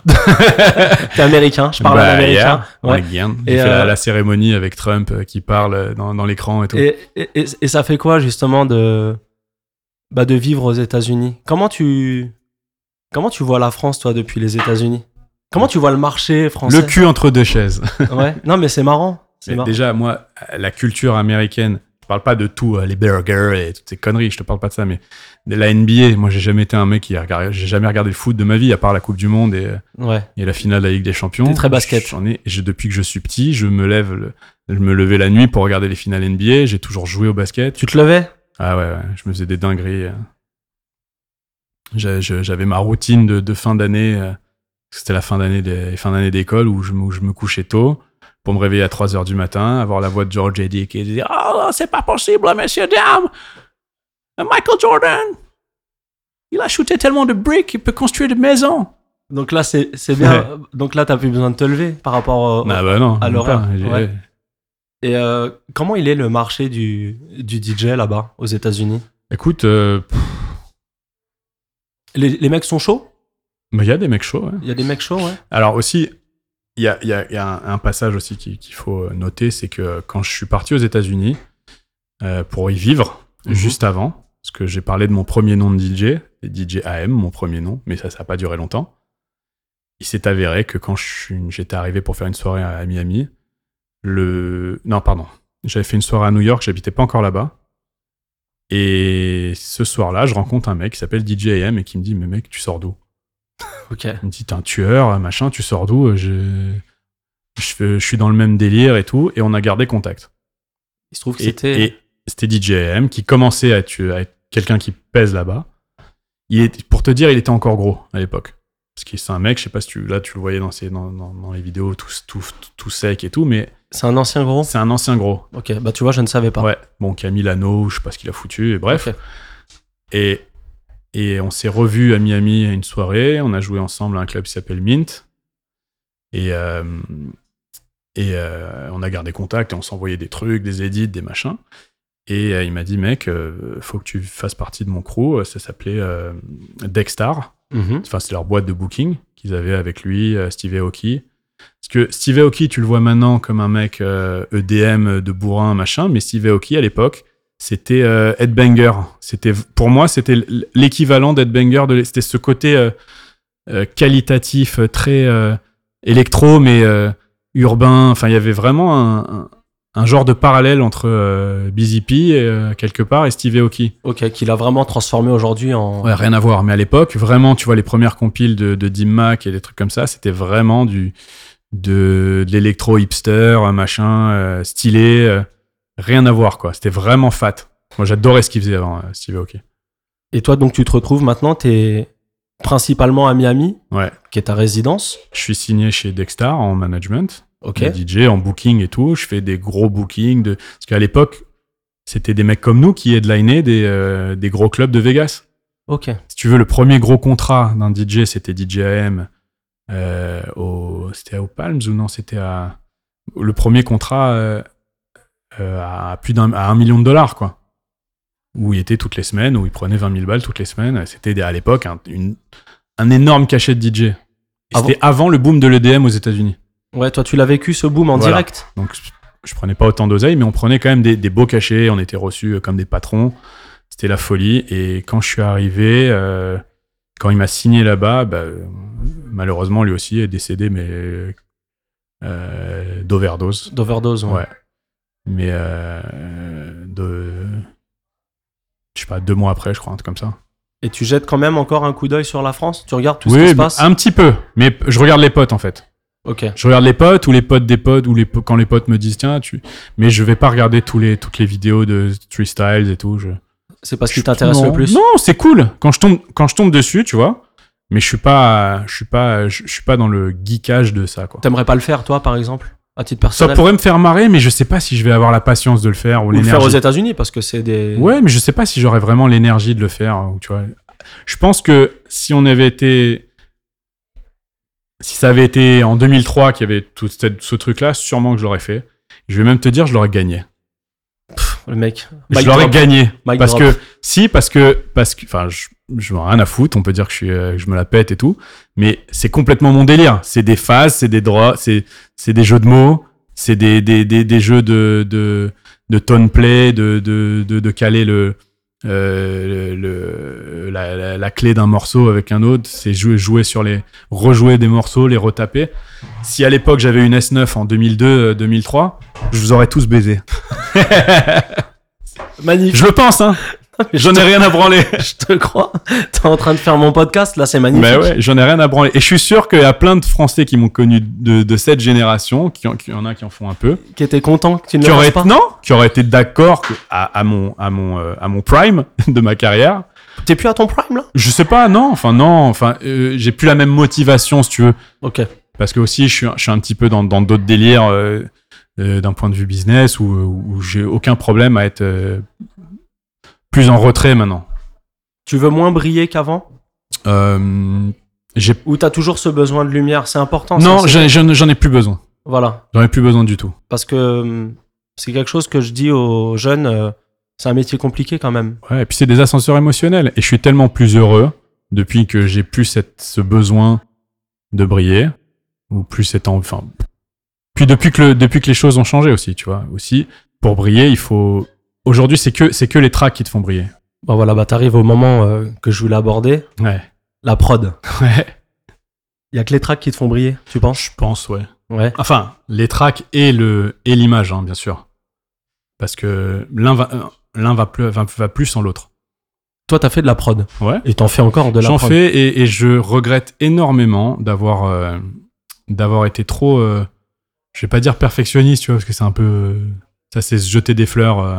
[SPEAKER 1] T'es américain, je parle
[SPEAKER 2] Bah,
[SPEAKER 1] en américain.
[SPEAKER 2] yeah,
[SPEAKER 1] Ouais.
[SPEAKER 2] again.
[SPEAKER 1] Et,
[SPEAKER 2] J'ai fait
[SPEAKER 1] euh,
[SPEAKER 2] la, la cérémonie avec Trump euh, qui parle euh, dans, dans l'écran et tout.
[SPEAKER 1] Et, et- et- et ça fait quoi justement de, bah, de vivre aux États-Unis Comment tu comment tu vois la France toi depuis les États-Unis Comment tu vois le marché français
[SPEAKER 2] le cul entre deux chaises.
[SPEAKER 1] Ouais. Non mais c'est marrant. C'est
[SPEAKER 2] Mais
[SPEAKER 1] marrant.
[SPEAKER 2] déjà, moi, la culture américaine, je parle pas de tout, euh, les burgers et toutes ces conneries, je te parle pas de ça, mais de la NBA, moi, j'ai jamais été un mec qui a regardé, j'ai jamais regardé le foot de ma vie, à part la Coupe du Monde et, euh,
[SPEAKER 1] Ouais.
[SPEAKER 2] et la finale de la Ligue des Champions.
[SPEAKER 1] T'es très basket.
[SPEAKER 2] J'en ai, j'ai- depuis que je suis petit, je me lève, le- je me levais la nuit pour regarder les finales NBA, j'ai toujours joué au basket.
[SPEAKER 1] Tu te levais
[SPEAKER 2] Ah ouais, ouais, je me faisais des dingueries. euh. J'a- je- J'avais ma routine de, de fin d'année, euh, c'était la fin d'année des fin d'année d'école où je, me- où je me couchais tôt pour me réveiller à 3 heures du matin, avoir la voix de George Eddy qui disait Oh, c'est pas possible, messieurs, dames Michael Jordan Il a shooté tellement de briques, il peut construire des maisons
[SPEAKER 1] Donc là c'est c'est bien. Donc là t'as plus besoin de te lever par rapport. au-
[SPEAKER 2] Ah bah non,
[SPEAKER 1] à
[SPEAKER 2] même
[SPEAKER 1] l'horaire,
[SPEAKER 2] pas. J'ai-
[SPEAKER 1] ouais. Et euh, comment il est le marché du du DJ là-bas aux États-Unis
[SPEAKER 2] Écoute, euh, pff,
[SPEAKER 1] les, les mecs sont chauds
[SPEAKER 2] mais il y a des mecs chauds. hein. ouais.
[SPEAKER 1] Il y a des mecs chauds ouais.
[SPEAKER 2] Alors aussi, il y a, il y a- il y a un, un passage aussi qui- qu'il faut noter, c'est que quand je suis parti aux États-Unis euh, pour y vivre,
[SPEAKER 1] Mhm.
[SPEAKER 2] juste avant, parce que j'ai parlé de mon premier nom de DJ, c'est DJ AM, mon premier nom, mais ça, ça n'a pas duré longtemps. Il s'est avéré que quand je suis- j'étais arrivé pour faire une soirée à Miami, le... Non, pardon. J'avais fait une soirée à New York, j'habitais pas encore là-bas. Et ce soir-là, je rencontre un mec qui s'appelle DJ AM et qui me dit, mais mec, tu sors d'où
[SPEAKER 1] Ok.
[SPEAKER 2] il me dit, t'es un tueur, machin, tu sors d'où je... Je, fais- je suis dans le même délire et tout. Et on a gardé contact.
[SPEAKER 1] Il se trouve que
[SPEAKER 2] Et-
[SPEAKER 1] c'était.
[SPEAKER 2] et c'était DJ AM qui commençait à être, à être quelqu'un qui pèse là-bas. Il est, pour te dire, il était encore gros à l'époque. Parce que c'est un mec, je sais pas si tu, là tu le voyais dans, ses- dans, dans- dans les vidéos, tout, tout, tout sec et tout, mais
[SPEAKER 1] C'est un ancien gros
[SPEAKER 2] c'est un ancien gros.
[SPEAKER 1] Ok, bah tu vois, je ne savais pas.
[SPEAKER 2] Ouais, bon, qui a mis l'anneau, je sais pas ce qu'il a foutu, et bref.
[SPEAKER 1] Ok.
[SPEAKER 2] Et, et on s'est revus à Miami à une soirée, on a joué ensemble à un club qui s'appelle Mint. Et, euh, et euh, on a gardé contact et on s'envoyait des trucs, des edits, des machins. Et euh, il m'a dit, mec, euh, faut que tu fasses partie de mon crew. Ça s'appelait euh, Dexstar.
[SPEAKER 1] Mhm.
[SPEAKER 2] Enfin, c'est leur boîte de booking qu'ils avaient avec lui, euh, Steve Aoki. Parce que Steve Aoki, tu le vois maintenant comme un mec euh, EDM de bourrin, machin, mais Steve Aoki, à l'époque, c'était euh, Headbanger. C'était, pour moi, c'était l- l'équivalent d'Headbanger. de l- C'était ce côté euh, euh, qualitatif, euh, très euh, électro, mais euh, urbain. Enfin, il y avait vraiment un, un- un genre de parallèle entre euh, Busy P, euh, quelque part, et Steve Aoki.
[SPEAKER 1] Ok, qu'il a vraiment transformé aujourd'hui en.
[SPEAKER 2] Ouais, rien à voir. Mais à l'époque, vraiment, tu vois, les premières compiles de, de Dim Mac et des trucs comme ça, c'était vraiment du de, de l'électro hipster, euh, machin, euh, stylé. euh, rien à voir, quoi. C'était vraiment fat. Moi, j'adorais ce qu'il faisait avant, euh, Steve Aoki.
[SPEAKER 1] Et toi, donc, tu te retrouves maintenant, t'es principalement à Miami,
[SPEAKER 2] Ouais.
[SPEAKER 1] qui est ta résidence.
[SPEAKER 2] Je suis signé chez Dexstar en management,
[SPEAKER 1] Ok.
[SPEAKER 2] Les DJ, en booking et tout. Je fais des gros bookings. De... Parce qu'à l'époque, c'était des mecs comme nous qui headlinaient des, euh, des gros clubs de Vegas.
[SPEAKER 1] Ok.
[SPEAKER 2] si tu veux, le premier gros contrat d'un DJ, c'était DJ AM. euh, au, c'était au Palms ou non C'était à. Le premier contrat euh, euh, à plus d'un à un million de dollars, quoi. Où il était toutes les semaines, où il prenait 20 000 balles toutes les semaines. C'était à l'époque un, une- un énorme cachet de DJ. Et
[SPEAKER 1] Ah
[SPEAKER 2] c'était avant le boom de l'EDM aux États-Unis.
[SPEAKER 1] Ouais, toi, tu l'as vécu ce boom en
[SPEAKER 2] Voilà.
[SPEAKER 1] direct.
[SPEAKER 2] Donc je prenais pas autant d'oseille, mais on prenait quand même des, des beaux cachets, on était reçus euh, comme des patrons. C'était la folie. Et quand je suis arrivé, euh, quand il m'a signé là-bas, bah, euh, malheureusement lui aussi est décédé, mais euh, d'overdose.
[SPEAKER 1] D'overdose, ouais.
[SPEAKER 2] Ouais. Mais euh, de. Je sais pas, deux mois après, je crois, un truc comme ça.
[SPEAKER 1] Et tu jettes quand même encore un coup d'œil sur la France Tu regardes tout ce
[SPEAKER 2] Oui,
[SPEAKER 1] qui se
[SPEAKER 2] mais
[SPEAKER 1] passe
[SPEAKER 2] un petit peu. Mais p- je regarde les potes, en fait.
[SPEAKER 1] Ok.
[SPEAKER 2] Je regarde les potes ou les potes des potes ou les po- quand les potes me disent tiens tu mais je vais pas regarder tous les toutes les vidéos de Three Styles et tout. Je...
[SPEAKER 1] C'est pas ce
[SPEAKER 2] je-
[SPEAKER 1] qui t'intéresse
[SPEAKER 2] non.
[SPEAKER 1] le plus.
[SPEAKER 2] Non c'est cool quand je tombe quand je tombe dessus tu vois. Mais je suis pas je suis pas je, je suis pas dans le geekage de ça quoi.
[SPEAKER 1] T'aimerais pas le faire, toi, par exemple À titre
[SPEAKER 2] Ça
[SPEAKER 1] personnel
[SPEAKER 2] pourrait me faire marrer mais je sais pas si je vais avoir la patience de le faire ou
[SPEAKER 1] Ou le faire aux
[SPEAKER 2] l'énergie.
[SPEAKER 1] États-Unis, parce que c'est des.
[SPEAKER 2] Ouais mais je sais pas si j'aurais vraiment l'énergie de le faire ou tu vois. Je pense que si on avait été si ça avait été en 2003 qu'il y avait tout cette- ce truc là sûrement que je l'aurais fait. Je vais même te dire je l'aurais gagné.
[SPEAKER 1] Le mec.
[SPEAKER 2] Je
[SPEAKER 1] Mic
[SPEAKER 2] l'aurais
[SPEAKER 1] drop.
[SPEAKER 2] gagné.
[SPEAKER 1] Mic
[SPEAKER 2] parce
[SPEAKER 1] drop.
[SPEAKER 2] que, si, parce que, parce que, enfin, je, je m'en ai rien à foutre. On peut dire que je suis, euh, que je me la pète et tout. Mais c'est complètement mon délire. C'est des phases, c'est des droits, c'est, c'est des jeux de mots, c'est des, des, des, des jeux de, de, de tone play, de, de, de, de caler le, euh, le, le- la, la, la clé d'un morceau avec un autre. C'est jouer, jouer sur les, rejouer des morceaux, les retaper. Si à l'époque j'avais une S9 en 2002, euh, 2003, je vous aurais tous baisé.
[SPEAKER 1] Magnifique.
[SPEAKER 2] Je le pense, hein. J'en ai rien à branler.
[SPEAKER 1] Je te crois. T'es en train de faire mon podcast, là, c'est magnifique.
[SPEAKER 2] Mais ouais, j'en ai rien à branler. Et je suis sûr qu'il y a plein de Français qui m'ont connu de, de cette génération, qui, en- qui en a qui en font un peu,
[SPEAKER 1] Qui était content que tu ne
[SPEAKER 2] qui
[SPEAKER 1] le
[SPEAKER 2] auraient,
[SPEAKER 1] fasses pas
[SPEAKER 2] non, qui auraient été d'accord que- à, à mon à mon euh, à mon prime de ma carrière.
[SPEAKER 1] T'es plus à ton prime, là
[SPEAKER 2] Je sais pas, non, enfin non, enfin euh, j'ai plus la même motivation si tu veux,
[SPEAKER 1] Ok.
[SPEAKER 2] parce que aussi je suis un- je suis un petit peu dans dans d'autres délires euh, euh, d'un point de vue business où, où j'ai aucun problème à être euh, plus en retrait maintenant.
[SPEAKER 1] Tu veux moins briller qu'avant
[SPEAKER 2] Euh, j'ai
[SPEAKER 1] Ou t'as toujours ce besoin de lumière C'est important. ça,
[SPEAKER 2] non,
[SPEAKER 1] c'est-
[SPEAKER 2] j'en j'en- j'en ai plus besoin.
[SPEAKER 1] Voilà.
[SPEAKER 2] J'en ai plus besoin du tout.
[SPEAKER 1] Parce que hum, c'est quelque chose que je dis aux jeunes. euh, c'est un métier compliqué quand même.
[SPEAKER 2] Ouais, et puis c'est des ascenseurs émotionnels. Et je suis tellement plus heureux depuis que j'ai plus cette, ce besoin de briller, ou plus cette envie. Enfin, puis depuis que, le, depuis que les choses ont changé aussi, tu vois. Aussi, pour briller, il faut. Aujourd'hui, c'est que, c'est que les tracks qui te font briller.
[SPEAKER 1] Bon voilà, bah t'arrives au moment euh, que je voulais aborder.
[SPEAKER 2] Ouais.
[SPEAKER 1] La prod.
[SPEAKER 2] Ouais.
[SPEAKER 1] Y a que les tracks qui te font briller, tu penses
[SPEAKER 2] Je pense, ouais.
[SPEAKER 1] Ouais.
[SPEAKER 2] Enfin, les tracks et le et l'image, hein, bien sûr. Parce que l'un va, euh, l'un va, plus, va, va plus sans l'autre.
[SPEAKER 1] Toi, t'as fait de la prod.
[SPEAKER 2] Ouais.
[SPEAKER 1] Et t'en fais encore de la
[SPEAKER 2] J'en
[SPEAKER 1] prod.
[SPEAKER 2] fais et, et je regrette énormément d'avoir euh, d'avoir été trop, euh, je vais pas dire perfectionniste, tu vois, parce que c'est un peu euh, Ça, c'est se jeter des fleurs. euh,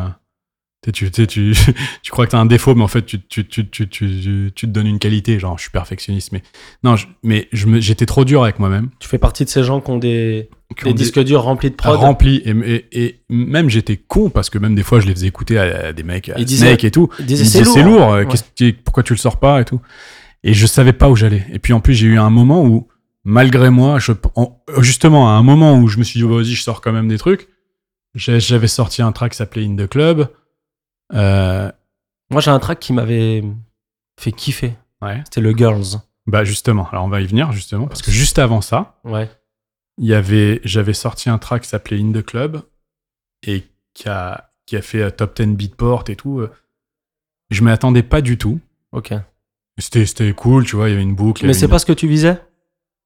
[SPEAKER 2] tu, tu, tu, tu, tu crois que t'as un défaut, mais en fait, tu, tu, tu, tu, tu, tu te donnes une qualité. Genre, je suis perfectionniste, mais non, je- mais je me- j'étais trop dur avec moi-même.
[SPEAKER 1] Tu fais partie de ces gens qui ont des,
[SPEAKER 2] Qui
[SPEAKER 1] des
[SPEAKER 2] ont des-
[SPEAKER 1] disques durs remplis de prod.
[SPEAKER 2] rempli et, et, et même j'étais con parce que même des fois je les faisais écouter à, à des mecs à
[SPEAKER 1] Ils disaient-
[SPEAKER 2] Snake et tout
[SPEAKER 1] Ils
[SPEAKER 2] ils
[SPEAKER 1] disaient,
[SPEAKER 2] disaient c'est lourd, euh,
[SPEAKER 1] hein. Ouais.
[SPEAKER 2] qu'est-ce qui- pourquoi tu le sors pas et tout et je savais pas où j'allais et puis en plus j'ai eu un moment où malgré moi je, en- justement à un moment où je me suis dit oh, vas-y je sors quand même des trucs J'ai- j'avais sorti un track qui s'appelait In The Club Euh,
[SPEAKER 1] Moi, j'ai un track qui m'avait fait kiffer.
[SPEAKER 2] ouais
[SPEAKER 1] C'était le Girls.
[SPEAKER 2] bah justement alors on va y venir justement parce que juste avant ça
[SPEAKER 1] Ouais.
[SPEAKER 2] il y avait j'avais sorti un track qui s'appelait In the Club et qui a qui a fait euh, top 10 beatport et tout euh. je m'y attendais pas du tout
[SPEAKER 1] Ok.
[SPEAKER 2] c'était c'était cool tu vois il y avait une boucle il y
[SPEAKER 1] Mais
[SPEAKER 2] avait
[SPEAKER 1] c'est
[SPEAKER 2] une-
[SPEAKER 1] pas ce que tu visais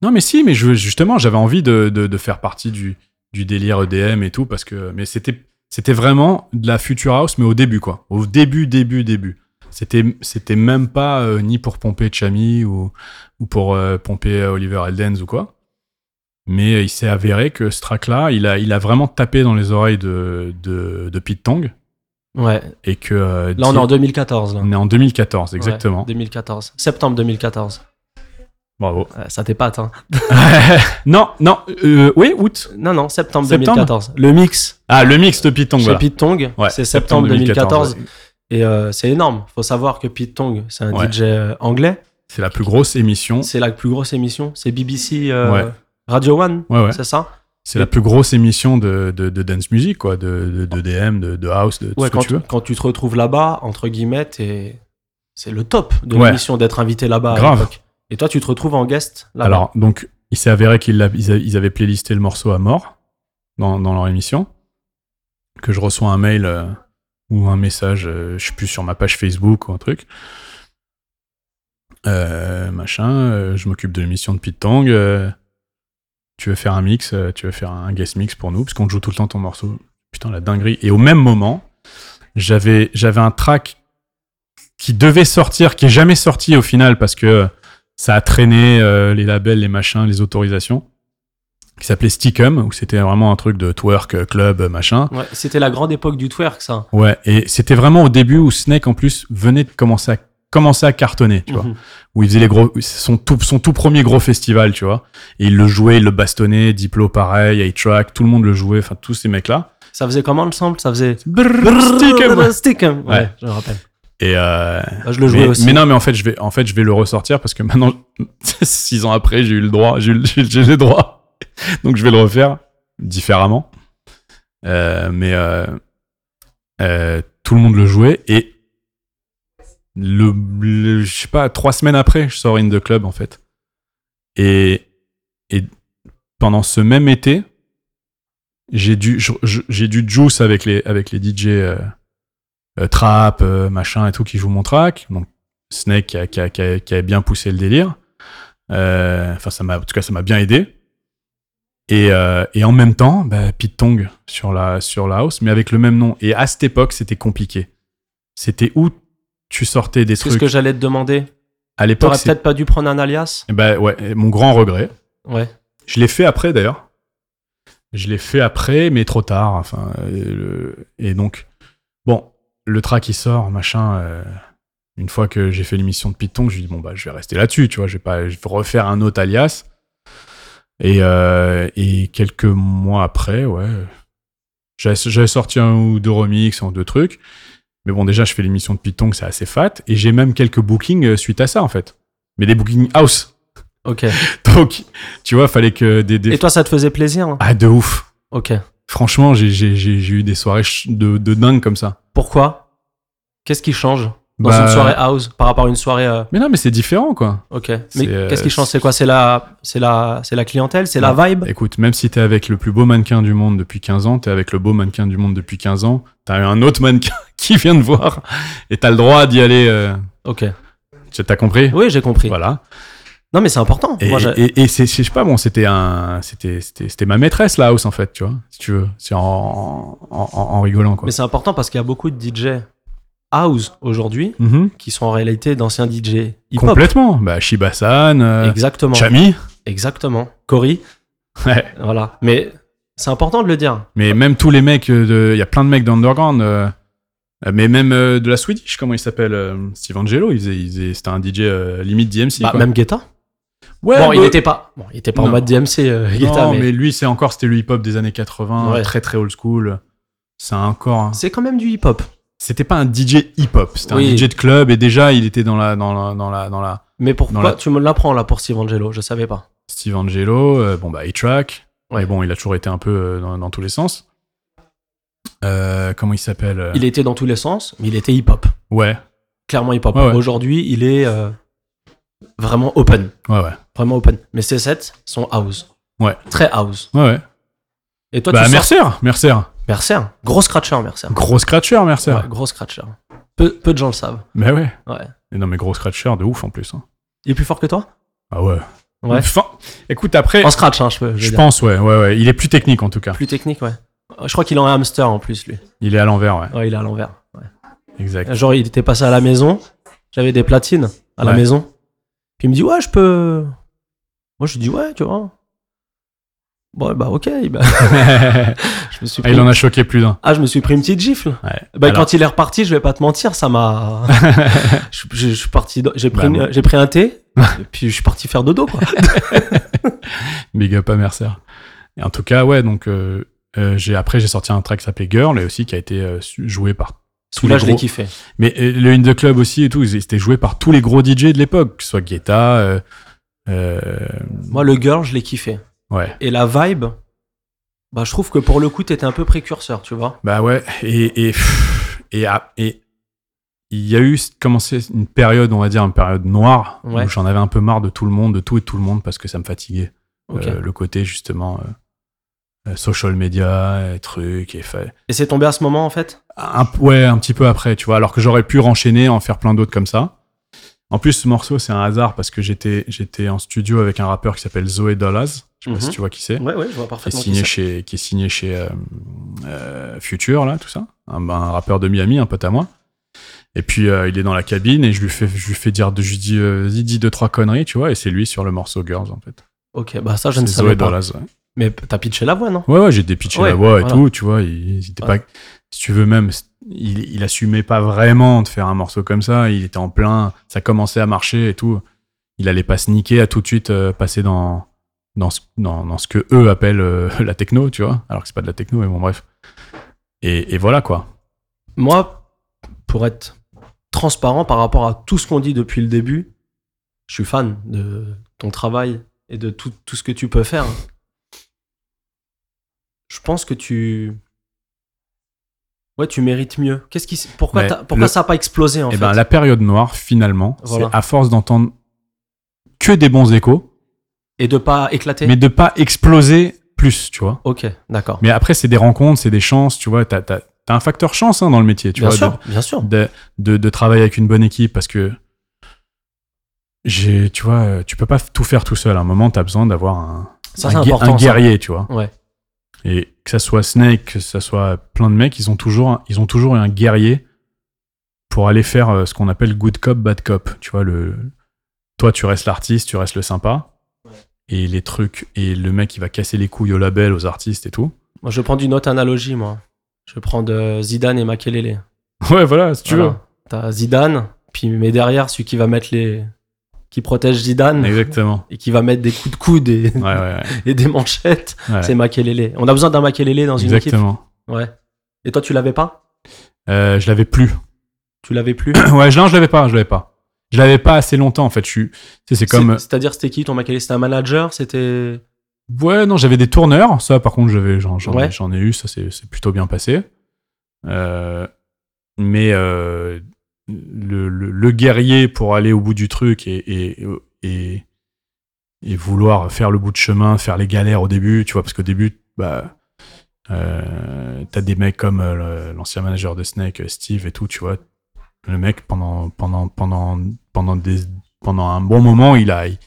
[SPEAKER 2] non mais si mais je, justement j'avais envie de, de, de faire partie du du délire EDM et tout parce que mais c'était c'était vraiment de la future house mais au début quoi au début début début c'était c'était même pas euh, ni pour pomper Chami ou ou pour euh, pomper euh, Oliver Eldens ou quoi mais euh, il s'est avéré que ce track là il a il a vraiment tapé dans les oreilles de de, de Pete Tong
[SPEAKER 1] Ouais.
[SPEAKER 2] et que euh,
[SPEAKER 1] Là, on est en
[SPEAKER 2] Di-
[SPEAKER 1] 2014. Là.
[SPEAKER 2] on est en 2014 exactement
[SPEAKER 1] Ouais, 2014. Septembre 2014.
[SPEAKER 2] bravo
[SPEAKER 1] Ouais, ça t'épate, hein.
[SPEAKER 2] non non euh, oui août
[SPEAKER 1] Non, non, septembre,
[SPEAKER 2] Septembre
[SPEAKER 1] 2014. Le mix
[SPEAKER 2] ah le mix de Pete Tong
[SPEAKER 1] chez
[SPEAKER 2] voilà.
[SPEAKER 1] Pete Tong,
[SPEAKER 2] Ouais,
[SPEAKER 1] c'est septembre 2014.
[SPEAKER 2] ouais.
[SPEAKER 1] Et euh, c'est énorme. Faut savoir que Pete Tong, c'est un
[SPEAKER 2] Ouais.
[SPEAKER 1] DJ euh, anglais.
[SPEAKER 2] C'est la plus grosse émission.
[SPEAKER 1] C'est la plus grosse émission. C'est BBC euh,
[SPEAKER 2] Ouais.
[SPEAKER 1] Radio One,
[SPEAKER 2] Ouais, ouais.
[SPEAKER 1] c'est ça
[SPEAKER 2] C'est la plus grosse émission de, de, de dance music, quoi, de, de, de DM, de, de house, de tout
[SPEAKER 1] Ouais,
[SPEAKER 2] ce que
[SPEAKER 1] quand,
[SPEAKER 2] tu veux.
[SPEAKER 1] quand tu te retrouves là-bas, entre guillemets, t'es- c'est le top de
[SPEAKER 2] Ouais.
[SPEAKER 1] l'émission d'être invité là-bas. à
[SPEAKER 2] Grave.
[SPEAKER 1] l'époque. Et toi, tu te retrouves en guest là-bas.
[SPEAKER 2] Alors, donc, il s'est avéré qu'ils l'a- ils a- ils avaient playlisté le morceau à mort dans, dans leur émission. Que je reçois un mail euh, ou un message, euh, je sais plus, sur ma page Facebook ou un truc. Euh, machin, euh, je m'occupe de l'émission de Pete Tang. euh, tu veux faire un mix, euh, tu veux faire un guest mix pour nous, parce qu'on te joue tout le temps ton morceau. Putain, la dinguerie. Et au même moment, j'avais j'avais un track qui devait sortir, qui est jamais sorti au final, parce que euh, ça a traîné euh, les labels, les machins, les autorisations, qui s'appelait Stickum, où c'était vraiment un truc de twerk, euh, club, euh, machin.
[SPEAKER 1] Ouais, c'était la grande époque du twerk, ça.
[SPEAKER 2] Ouais, et c'était vraiment au début où Snake, en plus, venait de commencer à, commencer à cartonner, tu vois.
[SPEAKER 1] Mhm.
[SPEAKER 2] Où il faisait les gros, son tout, son tout premier gros festival, tu vois. Et il le jouait, il le bastonnait, Diplo pareil, A-Track, tout le monde le jouait, enfin, tous ces mecs-là.
[SPEAKER 1] Ça faisait comment le sample Ça faisait.
[SPEAKER 2] Stickum
[SPEAKER 1] Stickum. Ouais,
[SPEAKER 2] Ouais.
[SPEAKER 1] je me rappelle.
[SPEAKER 2] Et euh,
[SPEAKER 1] Bah, je le jouais
[SPEAKER 2] mais,
[SPEAKER 1] aussi.
[SPEAKER 2] mais non, mais en fait, je vais, en fait, je vais le ressortir parce que maintenant, six ans après, j'ai eu le droit, j'ai eu le- j'ai eu- j'ai les droits. Donc, je vais le refaire différemment. Euh, mais euh, euh, tout le monde le jouait et le, le- je sais pas, trois semaines après, je sors In The Club en fait. Et, et pendant ce même été, j'ai dû, je- je- j'ai dû juice avec les, avec les DJ euh, euh, trap, euh, machin et tout qui joue mon track. Donc Snake qui a, qui a- qui a- qui a bien poussé le délire. Euh, Enfin, ça m'a, en tout cas, ça m'a bien aidé. Et, euh, et en même temps, bah, Pete Tong sur la, sur la house, mais avec le même nom. Et à cette époque, c'était compliqué. C'était où tu sortais des
[SPEAKER 1] C'est ce
[SPEAKER 2] trucs.
[SPEAKER 1] que j'allais te demander.
[SPEAKER 2] à l'époque,
[SPEAKER 1] T'aurais
[SPEAKER 2] c'est-
[SPEAKER 1] peut-être pas dû prendre un alias
[SPEAKER 2] eh ben, ouais, mon grand regret.
[SPEAKER 1] Ouais.
[SPEAKER 2] Je l'ai fait après d'ailleurs. Je l'ai fait après, mais trop tard. Enfin, euh, le- et donc, bon, le track il sort, machin. euh, une fois que j'ai fait l'émission de Python, je lui dis bon bah je vais rester là-dessus, tu vois. Je vais pas je vais refaire un autre alias. Et, euh, et quelques mois après, ouais, j'avais j'avais sorti un ou deux remixes, un ou deux trucs. Mais bon, déjà, je fais l'émission de Python, c'est assez fat. Et j'ai même quelques bookings euh, suite à ça, en fait. Mais des bookings house.
[SPEAKER 1] Ok.
[SPEAKER 2] Donc, tu vois, fallait que des. des-
[SPEAKER 1] Et toi, ça te faisait plaisir hein
[SPEAKER 2] Ah, de ouf.
[SPEAKER 1] Ok.
[SPEAKER 2] Franchement, j'ai- j'ai j'ai- j'ai eu des soirées ch- de, de dingue comme ça.
[SPEAKER 1] Pourquoi Qu'est-ce qui change dans
[SPEAKER 2] Bah,
[SPEAKER 1] une soirée house par rapport à une soirée euh,
[SPEAKER 2] Mais non, mais c'est différent, quoi.
[SPEAKER 1] Ok. Mais
[SPEAKER 2] euh,
[SPEAKER 1] qu'est-ce qui change C'est quoi C'est la, c'est la, c'est la clientèle, c'est la vibe.
[SPEAKER 2] Écoute, même si t'es avec le plus beau mannequin du monde depuis 15 ans, t'es avec le beau mannequin du monde depuis 15 ans, t'as eu un autre mannequin qui vient de voir et t'as le droit d'y aller. euh,
[SPEAKER 1] Ok.
[SPEAKER 2] tu- T'as compris
[SPEAKER 1] Oui, j'ai compris.
[SPEAKER 2] Voilà.
[SPEAKER 1] Non, mais c'est important.
[SPEAKER 2] Et,
[SPEAKER 1] Moi, j'ai-
[SPEAKER 2] et, et c'est, je sais pas, bon, c'était un, c'était, c'était, c'était ma maîtresse, la house, en fait, tu vois, si tu veux. C'est en, en, en- en rigolant, quoi.
[SPEAKER 1] mais c'est important parce qu'il y a beaucoup de DJ house aujourd'hui
[SPEAKER 2] Mhm.
[SPEAKER 1] qui sont en réalité d'anciens DJ hip-hop.
[SPEAKER 2] Complètement. Bah, Shibasan, euh,
[SPEAKER 1] Exactement.
[SPEAKER 2] Chami.
[SPEAKER 1] Exactement. Cory.
[SPEAKER 2] Ouais.
[SPEAKER 1] Voilà. Mais C'est important de le dire.
[SPEAKER 2] Mais même tous les mecs, euh, de- il y a plein de mecs d'underground. euh, euh, mais même euh, de la Swedish, comment il s'appelle euh, Steve Angelo, il faisait, il faisait- c'était un DJ euh, limite DMC.
[SPEAKER 1] Bah,
[SPEAKER 2] quoi.
[SPEAKER 1] même Guetta.
[SPEAKER 2] Ouais,
[SPEAKER 1] bon, il
[SPEAKER 2] mais-
[SPEAKER 1] n'était pas, bon, il était pas en
[SPEAKER 2] Non.
[SPEAKER 1] mode DMC, euh, Guetta,
[SPEAKER 2] non, mais...
[SPEAKER 1] mais,
[SPEAKER 2] lui, c'est encore, c'était le hip-hop des années 80,
[SPEAKER 1] Ouais.
[SPEAKER 2] très très old school. C'est encore. un-
[SPEAKER 1] c'est quand même du hip-hop.
[SPEAKER 2] C'était pas un DJ hip-hop, c'était
[SPEAKER 1] Oui.
[SPEAKER 2] un DJ de club et déjà il était dans la dans la dans la, dans la
[SPEAKER 1] Mais pourquoi
[SPEAKER 2] Dans la-
[SPEAKER 1] tu me l'apprends là pour Steve Angelo Je savais pas.
[SPEAKER 2] Steve Angelo, euh, bon bah A-Track.
[SPEAKER 1] Ouais.
[SPEAKER 2] Mais bon, il a toujours été un peu euh, dans, dans tous les sens. Euh, comment il s'appelle euh,
[SPEAKER 1] Il était dans tous les sens, mais il était hip-hop.
[SPEAKER 2] Ouais,
[SPEAKER 1] Clairement hip-hop.
[SPEAKER 2] Ouais, ouais.
[SPEAKER 1] Aujourd'hui, il est euh, vraiment open.
[SPEAKER 2] ouais, ouais,
[SPEAKER 1] Vraiment open. Mais ces sets sont house.
[SPEAKER 2] Ouais.
[SPEAKER 1] Très house.
[SPEAKER 2] ouais. ouais.
[SPEAKER 1] Et toi,
[SPEAKER 2] bah
[SPEAKER 1] tu sors...
[SPEAKER 2] Mercer, Mercer,
[SPEAKER 1] Mercer. Gros scratcher, Mercer.
[SPEAKER 2] gros scratcher, Mercer.
[SPEAKER 1] Ouais, gros scratcher. Peu, peu de gens le savent.
[SPEAKER 2] Mais ouais.
[SPEAKER 1] Ouais.
[SPEAKER 2] Et non mais gros scratcher de ouf en plus. hein.
[SPEAKER 1] Il est plus fort que toi
[SPEAKER 2] Ah ouais.
[SPEAKER 1] Ouais.
[SPEAKER 2] Enfin, écoute après,
[SPEAKER 1] En scratch, hein, je, peux, je veux
[SPEAKER 2] je
[SPEAKER 1] dire.
[SPEAKER 2] pense ouais, ouais, ouais. Il est plus technique en tout cas.
[SPEAKER 1] Plus technique, ouais. Euh, Je crois qu'il est en hamster en plus, lui.
[SPEAKER 2] Il est à l'envers, ouais.
[SPEAKER 1] Ouais, il est à l'envers. Ouais.
[SPEAKER 2] Exact.
[SPEAKER 1] Genre, il était passé à la maison. J'avais des platines à la
[SPEAKER 2] Ouais.
[SPEAKER 1] maison. Puis il me dit, ouais, je peux. Moi, je lui dis, ouais, tu vois. Bon, bah, ok. bah.
[SPEAKER 2] ah,
[SPEAKER 1] je me suis pris...
[SPEAKER 2] il en a choqué plus d'un.
[SPEAKER 1] Ah, je me suis pris une petite gifle.
[SPEAKER 2] Ouais.
[SPEAKER 1] Bah,
[SPEAKER 2] Alors-
[SPEAKER 1] quand il est reparti, je vais pas te mentir, ça m'a. je, je- je suis parti. dans- J'ai pris,
[SPEAKER 2] Bah,
[SPEAKER 1] une-
[SPEAKER 2] non.
[SPEAKER 1] j'ai pris un thé. et puis, je suis parti faire dodo, quoi.
[SPEAKER 2] Big up à Mercer. Et en tout cas, ouais, donc euh, euh, j'ai après j'ai sorti un track qui s'appelait Girl et aussi qui a été euh, su- joué par tous
[SPEAKER 1] Là,
[SPEAKER 2] les
[SPEAKER 1] je l'ai
[SPEAKER 2] gros.
[SPEAKER 1] kiffé.
[SPEAKER 2] Mais euh, le In the Club aussi et tout, ils- c'était joué par tous les gros DJ de l'époque, que ce soit Guetta. euh, euh,
[SPEAKER 1] Moi, le girl, je l'ai kiffé.
[SPEAKER 2] ouais.
[SPEAKER 1] Et la vibe, bah, je trouve que pour le coup, t'étais un peu précurseur, tu vois.
[SPEAKER 2] Bah ouais. Et et pff, et ah, et il y a eu commencé une période, on va dire, une période noire
[SPEAKER 1] Ouais.
[SPEAKER 2] où j'en avais un peu marre de tout le monde, de tout et tout le monde parce que ça me fatiguait.
[SPEAKER 1] Ok.
[SPEAKER 2] Euh, le côté justement euh, euh, social media, et trucs, et fait.
[SPEAKER 1] Et c'est tombé à ce moment, en fait
[SPEAKER 2] Un, ouais, un petit peu après, tu vois. Alors que j'aurais pu renchaîner, en faire plein d'autres comme ça. En plus, ce morceau, c'est un hasard parce que j'étais, j'étais en studio avec un rappeur qui s'appelle Zoé Dallas. Je sais
[SPEAKER 1] Mhm.
[SPEAKER 2] pas si tu vois qui c'est.
[SPEAKER 1] Ouais, ouais, je vois
[SPEAKER 2] Qui est
[SPEAKER 1] parfaitement. qui
[SPEAKER 2] signé
[SPEAKER 1] c'est.
[SPEAKER 2] chez, qui est signé chez euh, euh, Future, là, tout ça. Un, un rappeur de Miami, un pote à moi. Et puis, euh, il est dans la cabine et je lui fais, je lui fais dire, de- je lui dis, euh, Vas-y, dis deux, trois conneries, tu vois. Et c'est lui sur le morceau Girls, en fait.
[SPEAKER 1] Ok, bah, ça, je ne
[SPEAKER 2] C'est
[SPEAKER 1] savais
[SPEAKER 2] Zoé
[SPEAKER 1] pas.
[SPEAKER 2] Dallas, ouais.
[SPEAKER 1] Mais p- t'as pitché la voix, non
[SPEAKER 2] Ouais, ouais, j'ai dépitché
[SPEAKER 1] Ouais,
[SPEAKER 2] la voix et
[SPEAKER 1] voilà.
[SPEAKER 2] tout, tu vois. Il, il était
[SPEAKER 1] Ouais.
[SPEAKER 2] pas, si tu veux même, il, il assumait pas vraiment de faire un morceau comme ça. Il était en plein, ça commençait à marcher et tout. Il allait pas se niquer à tout de suite euh, passer dans, dans, ce, dans, dans ce que eux appellent euh, la techno, tu vois. Alors que c'est pas de la techno, mais bon, bref. Et, et voilà quoi.
[SPEAKER 1] Moi, pour être transparent par rapport à tout ce qu'on dit depuis le début, je suis fan de ton travail et de tout, tout ce que tu peux faire. Je pense que tu. Ouais, tu mérites mieux. Qu'est-ce qui... s- Pourquoi,
[SPEAKER 2] Mais
[SPEAKER 1] t'as- pourquoi
[SPEAKER 2] le-
[SPEAKER 1] ça n'a pas explosé en
[SPEAKER 2] et
[SPEAKER 1] fait
[SPEAKER 2] ben la période noire, finalement,
[SPEAKER 1] Voilà.
[SPEAKER 2] c'est à force d'entendre que des bons échos,
[SPEAKER 1] Et de pas éclater
[SPEAKER 2] mais de pas exploser plus, tu vois.
[SPEAKER 1] Ok, d'accord.
[SPEAKER 2] Mais après, c'est des rencontres, c'est des chances, tu vois. T'as, t'as- t'as un facteur chance hein, dans le métier, tu
[SPEAKER 1] Bien
[SPEAKER 2] vois.
[SPEAKER 1] sûr, bien sûr.
[SPEAKER 2] De, de, de travailler avec une bonne équipe parce que j'ai, tu vois, euh, tu peux pas tout faire tout seul. À un moment, t'as besoin d'avoir un,
[SPEAKER 1] Ça,
[SPEAKER 2] un
[SPEAKER 1] c'est
[SPEAKER 2] gui-
[SPEAKER 1] important.
[SPEAKER 2] un
[SPEAKER 1] ça.
[SPEAKER 2] guerrier, tu vois.
[SPEAKER 1] Ouais.
[SPEAKER 2] Et que ça soit Snake, que ça soit plein de mecs, ils ont toujours, un- ils ont toujours eu un guerrier pour aller faire euh, ce qu'on appelle good cop, bad cop. Tu vois, le, toi, tu restes l'artiste, tu restes le sympa. Et les trucs, et le mec, il va casser les couilles au label, aux artistes et tout.
[SPEAKER 1] Moi, je prends d'une autre analogie, moi. Je prends de Zidane et Makelele.
[SPEAKER 2] Ouais, voilà, si tu
[SPEAKER 1] Voilà. T'as Zidane, puis mais derrière, celui qui va mettre les. qui protège Zidane
[SPEAKER 2] veux. Exactement.
[SPEAKER 1] et qui va mettre des coups de coude et,
[SPEAKER 2] Ouais, ouais, ouais.
[SPEAKER 1] et des manchettes,
[SPEAKER 2] Ouais.
[SPEAKER 1] c'est Makelele. On a besoin d'un Makelele dans une
[SPEAKER 2] Exactement.
[SPEAKER 1] équipe. Ouais. Et toi, tu l'avais pas
[SPEAKER 2] Euh, je l'avais plus.
[SPEAKER 1] Tu l'avais plus
[SPEAKER 2] ouais, je- non, je l'avais pas, je l'avais pas. Je l'avais pas assez longtemps, en fait. Je suis, tu sais, c'est comme,
[SPEAKER 1] C'est- C'est-à-dire, c'était qui ton Makelele C'était un manager C'était.
[SPEAKER 2] ouais, non, j'avais des tourneurs. Ça, par contre, j'avais, j'en, j'en,
[SPEAKER 1] Ouais.
[SPEAKER 2] j'en ai eu. Ça, c'est, c'est plutôt bien passé. Euh, mais euh, le, le- le guerrier pour aller au bout du truc et, et, et, et vouloir faire le bout de chemin, faire les galères au début, tu vois, parce qu'au début, bah, euh, t'as des mecs comme euh, le- l'ancien manager de Snake, euh, Steve et tout, tu vois. Le mec, pendant, pendant, pendant, pendant, des, pendant un bon moment, il a, il,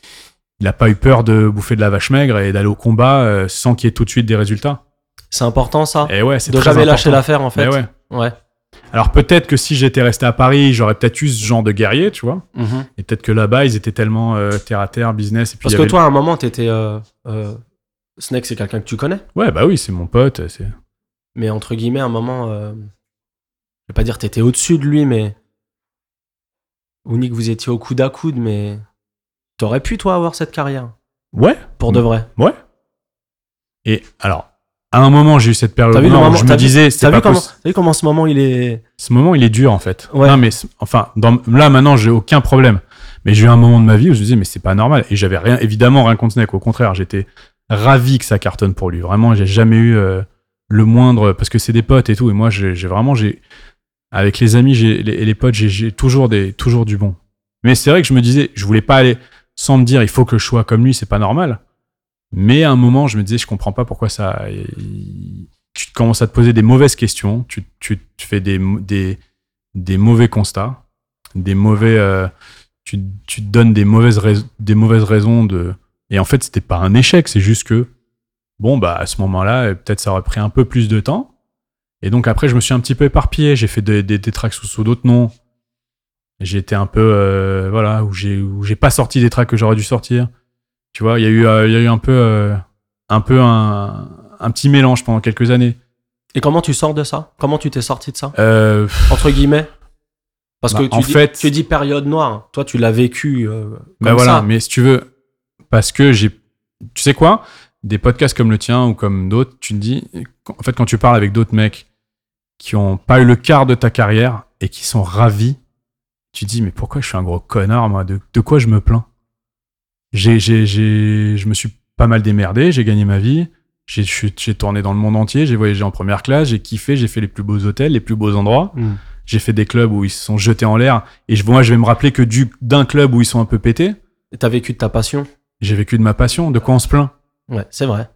[SPEAKER 2] il a pas eu peur de bouffer de la vache maigre et d'aller au combat euh, sans qu'il y ait tout de suite des résultats.
[SPEAKER 1] C'est important ça
[SPEAKER 2] Et ouais, Eh, c'est
[SPEAKER 1] De
[SPEAKER 2] très
[SPEAKER 1] jamais
[SPEAKER 2] important.
[SPEAKER 1] lâcher l'affaire en fait.
[SPEAKER 2] Mais ouais.
[SPEAKER 1] Ouais.
[SPEAKER 2] Alors peut-être que si j'étais resté à Paris, j'aurais peut-être eu ce genre de guerrier, tu vois.
[SPEAKER 1] Mhm.
[SPEAKER 2] Et peut-être que là-bas, ils étaient tellement euh, terre à terre, business. Et puis
[SPEAKER 1] Parce
[SPEAKER 2] il y
[SPEAKER 1] que
[SPEAKER 2] avait-
[SPEAKER 1] toi, à un moment, t'étais. euh, euh, Snake, c'est quelqu'un que tu connais,
[SPEAKER 2] Ouais, bah oui, c'est mon pote. C'est...
[SPEAKER 1] mais entre guillemets, à un moment, euh, je vais pas dire t'étais au-dessus de lui, mais. Ou ni que vous étiez au coude à coude, mais. T'aurais pu, toi, avoir cette carrière,
[SPEAKER 2] Ouais.
[SPEAKER 1] pour de vrai.
[SPEAKER 2] Et alors, à un moment, j'ai eu cette période
[SPEAKER 1] T'as vu le
[SPEAKER 2] où
[SPEAKER 1] moment-
[SPEAKER 2] je me
[SPEAKER 1] t'as vu-
[SPEAKER 2] disais, c'est
[SPEAKER 1] T'as vu,
[SPEAKER 2] pas
[SPEAKER 1] comment,
[SPEAKER 2] possi-
[SPEAKER 1] t'as vu comment en ce moment il est.
[SPEAKER 2] Ce moment, il est dur en fait.
[SPEAKER 1] Ouais.
[SPEAKER 2] Non, mais c'est- enfin, dans- là maintenant, j'ai aucun problème. Mais j'ai eu un moment de ma vie où je me disais, mais c'est pas normal. Et j'avais rien, évidemment, rien contre Snake. Au contraire, j'étais ravi que ça cartonne pour lui. Vraiment, j'ai jamais eu euh, le moindre, parce que c'est des potes et tout. Et moi, j'ai j'ai vraiment, j'ai avec les amis j'ai- les- et les potes, j'ai- j'ai toujours des, toujours du bon. Mais c'est vrai que je me disais, je voulais pas aller sans me dire, il faut que je sois comme lui, c'est pas normal. Mais à un moment, je me disais, je comprends pas pourquoi ça. il- Tu commences à te poser des mauvaises questions, tu, tu, tu fais des, des, des mauvais constats, des mauvais. euh, tu, tu te donnes des mauvaises, rais- des mauvaises raisons de. Et en fait, c'était pas un échec, c'est juste que, bon, bah, à ce moment-là, euh, peut-être ça aurait pris un peu plus de temps. Et donc après, je me suis un petit peu éparpillé, j'ai fait des, des, des tracks sous, sous d'autres noms. J'étais un peu. euh, voilà, où j'ai où j'ai pas sorti des tracks que j'aurais dû sortir. Tu vois, il y, a eu, euh, il y a eu un peu, euh, un, peu un, un petit mélange pendant quelques années.
[SPEAKER 1] Et comment tu sors de ça Comment tu t'es sorti de ça
[SPEAKER 2] Euh,
[SPEAKER 1] Entre guillemets Parce
[SPEAKER 2] Bah,
[SPEAKER 1] que tu,
[SPEAKER 2] en
[SPEAKER 1] dis,
[SPEAKER 2] fait-
[SPEAKER 1] tu dis période noire. Toi, tu l'as vécu. euh, comme
[SPEAKER 2] Bah voilà,
[SPEAKER 1] ça.
[SPEAKER 2] mais si tu veux, parce que j'ai. Tu sais quoi Des podcasts comme le tien ou comme d'autres, tu te dis. En fait, quand tu parles avec d'autres mecs qui ont pas eu le quart de ta carrière et qui sont ravis, tu te dis Mais pourquoi je suis un gros connard, moi de, de quoi je me plains j'ai, j'ai, j'ai, Je me suis pas mal démerdé, j'ai gagné ma vie, j'ai, je suis- j'ai tourné dans le monde entier, j'ai voyagé en première classe, j'ai kiffé, j'ai fait les plus beaux hôtels, les plus beaux endroits.
[SPEAKER 1] Mm.
[SPEAKER 2] J'ai fait des clubs où ils se sont jetés en l'air et je, moi je vais me rappeler que du, d'un club où ils sont un peu pétés
[SPEAKER 1] Et T'as vécu de ta passion.
[SPEAKER 2] j'ai vécu de ma passion. De quoi on se plaint
[SPEAKER 1] Ouais, c'est vrai.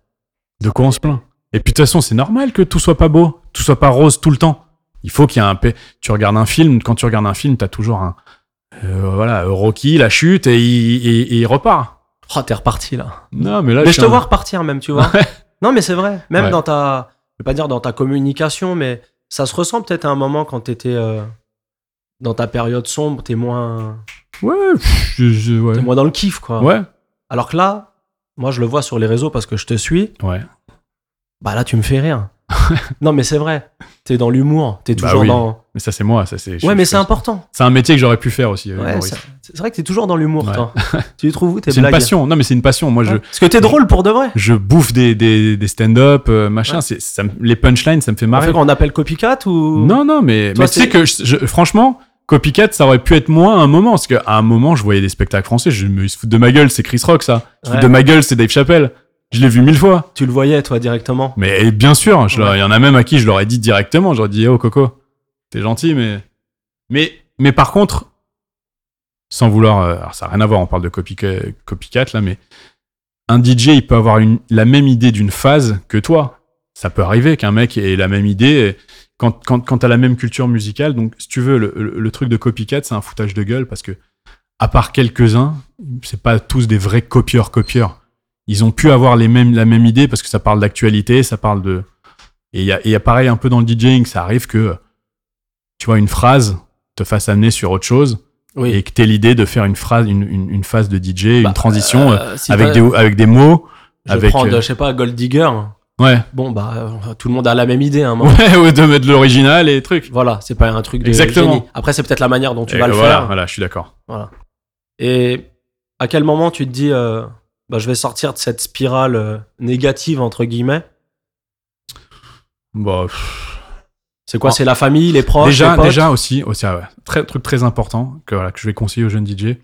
[SPEAKER 2] De quoi on se plaint Et puis de toute façon, c'est normal que tout soit pas beau, tout soit pas rose tout le temps. Il faut qu'il y ait un. pa- Tu regardes un film, quand tu regardes un film, t'as toujours un. euh, voilà, Rocky, la chute, et il, et- et il repart.
[SPEAKER 1] Oh, t'es reparti là.
[SPEAKER 2] Non, mais là,
[SPEAKER 1] mais je
[SPEAKER 2] suis
[SPEAKER 1] te
[SPEAKER 2] un-
[SPEAKER 1] vois repartir même, tu vois. non, mais c'est vrai. Même
[SPEAKER 2] hein. Ouais.
[SPEAKER 1] dans ta. Je vais pas dire dans ta communication, mais ça se ressent peut-être à un moment quand t'étais. euh, Dans ta période sombre, t'es moins,
[SPEAKER 2] Ouais, pff, je- je- ouais.
[SPEAKER 1] t'es moins dans le kiff, quoi.
[SPEAKER 2] Ouais,
[SPEAKER 1] Alors que là, moi, je le vois sur les réseaux parce que je te suis.
[SPEAKER 2] ouais.
[SPEAKER 1] Bah là, tu me fais rire. non, mais c'est vrai. T'es dans l'humour. T'es
[SPEAKER 2] Bah
[SPEAKER 1] toujours
[SPEAKER 2] oui.
[SPEAKER 1] dans.
[SPEAKER 2] Mais ça, c'est moi. Ça, c'est, je-
[SPEAKER 1] Ouais, mais
[SPEAKER 2] je-
[SPEAKER 1] c'est important.
[SPEAKER 2] c'est un métier que j'aurais pu faire aussi. euh,
[SPEAKER 1] Ouais,
[SPEAKER 2] Maurice.
[SPEAKER 1] ça- c'est vrai que t'es toujours dans l'humour,
[SPEAKER 2] Ouais.
[SPEAKER 1] toi. tu les trouves où tes
[SPEAKER 2] c'est une
[SPEAKER 1] blagues
[SPEAKER 2] passion. Non, mais c'est une passion. Moi, je,
[SPEAKER 1] Parce que t'es drôle pour de vrai.
[SPEAKER 2] je bouffe des, des, des stand-up, euh, machin. C'est, ça me- les punchlines, ça me fait
[SPEAKER 1] On
[SPEAKER 2] marrer.
[SPEAKER 1] fait qu'on appelle copycat ou
[SPEAKER 2] Non, non, mais,
[SPEAKER 1] Toi,
[SPEAKER 2] mais tu sais
[SPEAKER 1] c'est-
[SPEAKER 2] que je- je- franchement, Copycat, ça aurait pu être moi à un moment. Parce qu'à un moment, je voyais des spectacles français. Je me ils se foutent de ma gueule, c'est Chris Rock, ça. Ils se foutent
[SPEAKER 1] Ouais.
[SPEAKER 2] de ma gueule, c'est Dave Chappelle. Je l'ai vu mille fois.
[SPEAKER 1] Tu le voyais toi directement.
[SPEAKER 2] Mais et bien sûr, je leur-
[SPEAKER 1] Ouais.
[SPEAKER 2] il y en a même à qui je leur ai dit directement. J'aurais dit, oh Coco, t'es gentil, mais. Mais, mais par contre, sans vouloir. euh, alors ça n'a rien à voir, on parle de copycat, copycat là, mais un DJ, il peut avoir une, la même idée d'une phase que toi. Ça peut arriver qu'un mec ait la même idée et quand, quand, quand t'as la même culture musicale. Donc, si tu veux, le, le- le truc de copycat, c'est un foutage de gueule parce que, à part quelques-uns, c'est pas tous des vrais copieurs-copieurs. Ils ont pu avoir les mêmes, la même idée parce que ça parle d'actualité, ça parle de. Et il y a, et il y a pareil un peu dans le DJing, ça arrive que, tu vois, une phrase te fasse amener sur autre chose
[SPEAKER 1] Oui.
[SPEAKER 2] et que t'aies l'idée de faire une phrase, une, une, une phase de DJ,
[SPEAKER 1] Bah,
[SPEAKER 2] une transition euh,
[SPEAKER 1] Euh, si
[SPEAKER 2] avec,
[SPEAKER 1] t'as-
[SPEAKER 2] des, avec des mots.
[SPEAKER 1] je
[SPEAKER 2] avec,
[SPEAKER 1] prends, de-
[SPEAKER 2] euh,
[SPEAKER 1] je sais pas, Gold Digger.
[SPEAKER 2] Ouais,
[SPEAKER 1] Bon bah, euh, tout le monde a la même idée, hein. moi.
[SPEAKER 2] ouais, ouais, de mettre de l'original et des trucs.
[SPEAKER 1] Voilà, c'est pas un truc de
[SPEAKER 2] Exactement.
[SPEAKER 1] génie. Après, c'est peut-être la manière dont tu
[SPEAKER 2] Et
[SPEAKER 1] vas le
[SPEAKER 2] voilà,
[SPEAKER 1] faire.
[SPEAKER 2] voilà, je suis d'accord.
[SPEAKER 1] Et à quel moment tu te dis, euh, bah, je vais sortir de cette spirale euh, négative entre guillemets
[SPEAKER 2] Bon, pff,
[SPEAKER 1] C'est quoi
[SPEAKER 2] Ah.
[SPEAKER 1] C'est la famille, les proches,
[SPEAKER 2] déjà,
[SPEAKER 1] les potes
[SPEAKER 2] déjà aussi, aussi ah ouais, très, truc très important que, voilà, que je vais conseiller aux jeunes DJ.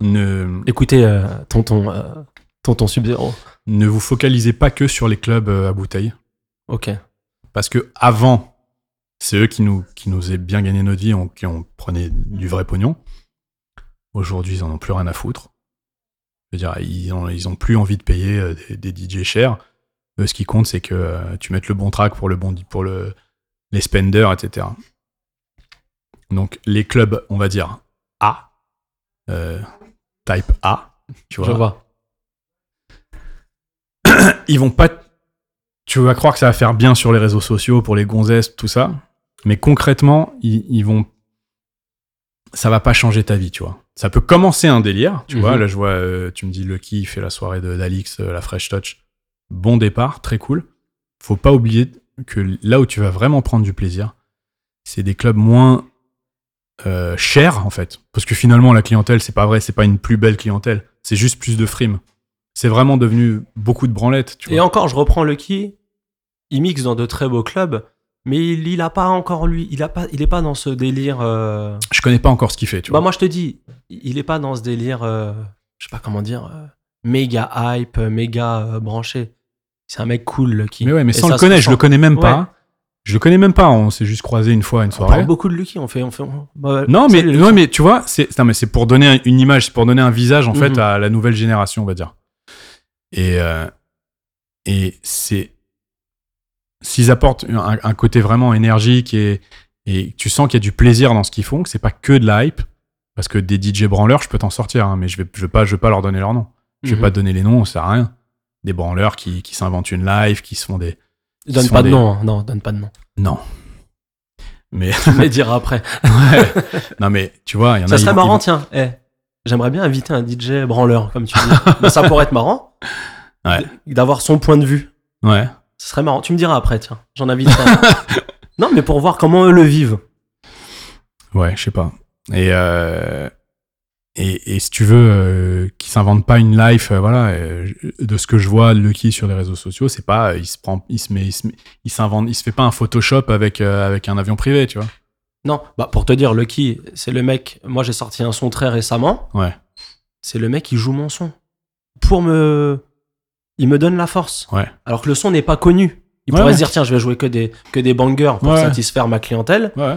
[SPEAKER 2] Ne,
[SPEAKER 1] Écoutez, euh, tonton, euh, tonton Sub Zero.
[SPEAKER 2] ne vous focalisez pas que sur les clubs euh, à bouteille.
[SPEAKER 1] Ok.
[SPEAKER 2] Parce que avant, c'est eux qui nous, qui nous aient bien gagné notre vie, on- qui ont prenait du vrai pognon. Aujourd'hui, ils en ont plus rien à foutre. Je veux dire, ils ont, ils ont plus envie de payer euh, des, des DJ chers. Eux, ce qui compte, c'est que euh, tu mettes le bon track pour le bon, pour le, les spenders, etc. Donc, les clubs, on va dire A, euh, type A, tu
[SPEAKER 1] Je
[SPEAKER 2] vois,
[SPEAKER 1] vois.
[SPEAKER 2] ils vont pas. Tu vas croire que ça va faire bien sur les réseaux sociaux pour les gonzesses, tout ça. Mais concrètement, ils, ils vont. Ça va pas changer ta vie, tu vois. ça peut commencer un délire. Tu
[SPEAKER 1] Mhm.
[SPEAKER 2] vois, là, je vois, euh, tu me dis Lucky il fait la soirée de- d'Alix, euh, la Fresh Touch. Bon départ, très cool. Faut pas oublier que là où tu vas vraiment prendre du plaisir, c'est des clubs moins euh, chers, en fait. Parce que finalement, la clientèle, c'est pas vrai, c'est pas une plus belle clientèle. C'est juste plus de frime. C'est vraiment devenu beaucoup de branlettes. Tu
[SPEAKER 1] Et
[SPEAKER 2] vois.
[SPEAKER 1] encore, je reprends le qui. Il mixe dans de très beaux clubs, mais il, il a pas encore lui. Il a pas, il est pas dans ce délire. euh,
[SPEAKER 2] Je connais pas encore ce qu'il fait. Tu
[SPEAKER 1] Bah
[SPEAKER 2] vois.
[SPEAKER 1] moi je te dis, il est pas dans ce délire, euh, je sais pas comment dire, euh, méga hype, euh, méga euh, branché. C'est un mec cool, Lucky.
[SPEAKER 2] Mais ouais, mais
[SPEAKER 1] Et
[SPEAKER 2] sans
[SPEAKER 1] ça
[SPEAKER 2] le
[SPEAKER 1] se
[SPEAKER 2] connaître, je le
[SPEAKER 1] ressent.
[SPEAKER 2] connais même
[SPEAKER 1] Ouais.
[SPEAKER 2] pas. Je le connais même pas. On s'est juste croisé une fois à une
[SPEAKER 1] On
[SPEAKER 2] soirée.
[SPEAKER 1] parle beaucoup de Lucky, on fait, on fait. on- bah,
[SPEAKER 2] Non, mais,
[SPEAKER 1] salut,
[SPEAKER 2] non, mais tu vois, c'est non, mais c'est pour donner un- une image, c'est pour donner un visage en
[SPEAKER 1] Mhm.
[SPEAKER 2] fait à la nouvelle génération, on va dire. Et euh, et c'est s'ils apportent un, un côté vraiment énergique et et tu sens qu'il y a du plaisir dans ce qu'ils font, que c'est pas que de la hype, parce que des DJ branleurs, je peux t'en sortir, hein, mais je vais je vais pas je vais pas leur donner leur nom, je vais
[SPEAKER 1] Mhm.
[SPEAKER 2] pas te donner les noms, ça sert à rien. Des branleurs qui qui s'inventent une live, qui se font des
[SPEAKER 1] Donne
[SPEAKER 2] sont
[SPEAKER 1] pas de
[SPEAKER 2] des-
[SPEAKER 1] nom, hein, non, donne pas de nom.
[SPEAKER 2] non. Mais
[SPEAKER 1] Tu me les diras après.
[SPEAKER 2] non mais tu vois, il y en a
[SPEAKER 1] Ça serait
[SPEAKER 2] ils-
[SPEAKER 1] marrant, tiens. eh, J'aimerais bien inviter un DJ branleur, comme tu dis. Mais ça pourrait être marrant
[SPEAKER 2] Ouais.
[SPEAKER 1] d- d'avoir son point de vue.
[SPEAKER 2] ils- Ouais.
[SPEAKER 1] Ce serait marrant. Tu me diras après, tiens. J'en invite un. non, mais pour voir comment eux le vivent.
[SPEAKER 2] Ouais, je sais pas. Et, euh, et, et si tu veux euh, qu'il s'invente pas une life, euh, voilà, euh, je- de ce que je vois Lucky sur les réseaux sociaux, c'est pas, euh, il se prend, il se met, il se, met- il s'invente, il se fait pas un Photoshop avec euh, avec un avion privé, tu vois.
[SPEAKER 1] Non, bah pour te dire, Lucky, c'est le mec. Moi, j'ai sorti un son très récemment.
[SPEAKER 2] Ouais.
[SPEAKER 1] C'est le mec qui joue mon son pour me. Il me donne la force.
[SPEAKER 2] Ouais.
[SPEAKER 1] Alors que le son n'est pas connu. Il
[SPEAKER 2] Ouais,
[SPEAKER 1] pourrait
[SPEAKER 2] ouais.
[SPEAKER 1] se dire tiens, je vais jouer que des que des bangers pour
[SPEAKER 2] Ouais.
[SPEAKER 1] satisfaire ma clientèle.
[SPEAKER 2] Ouais.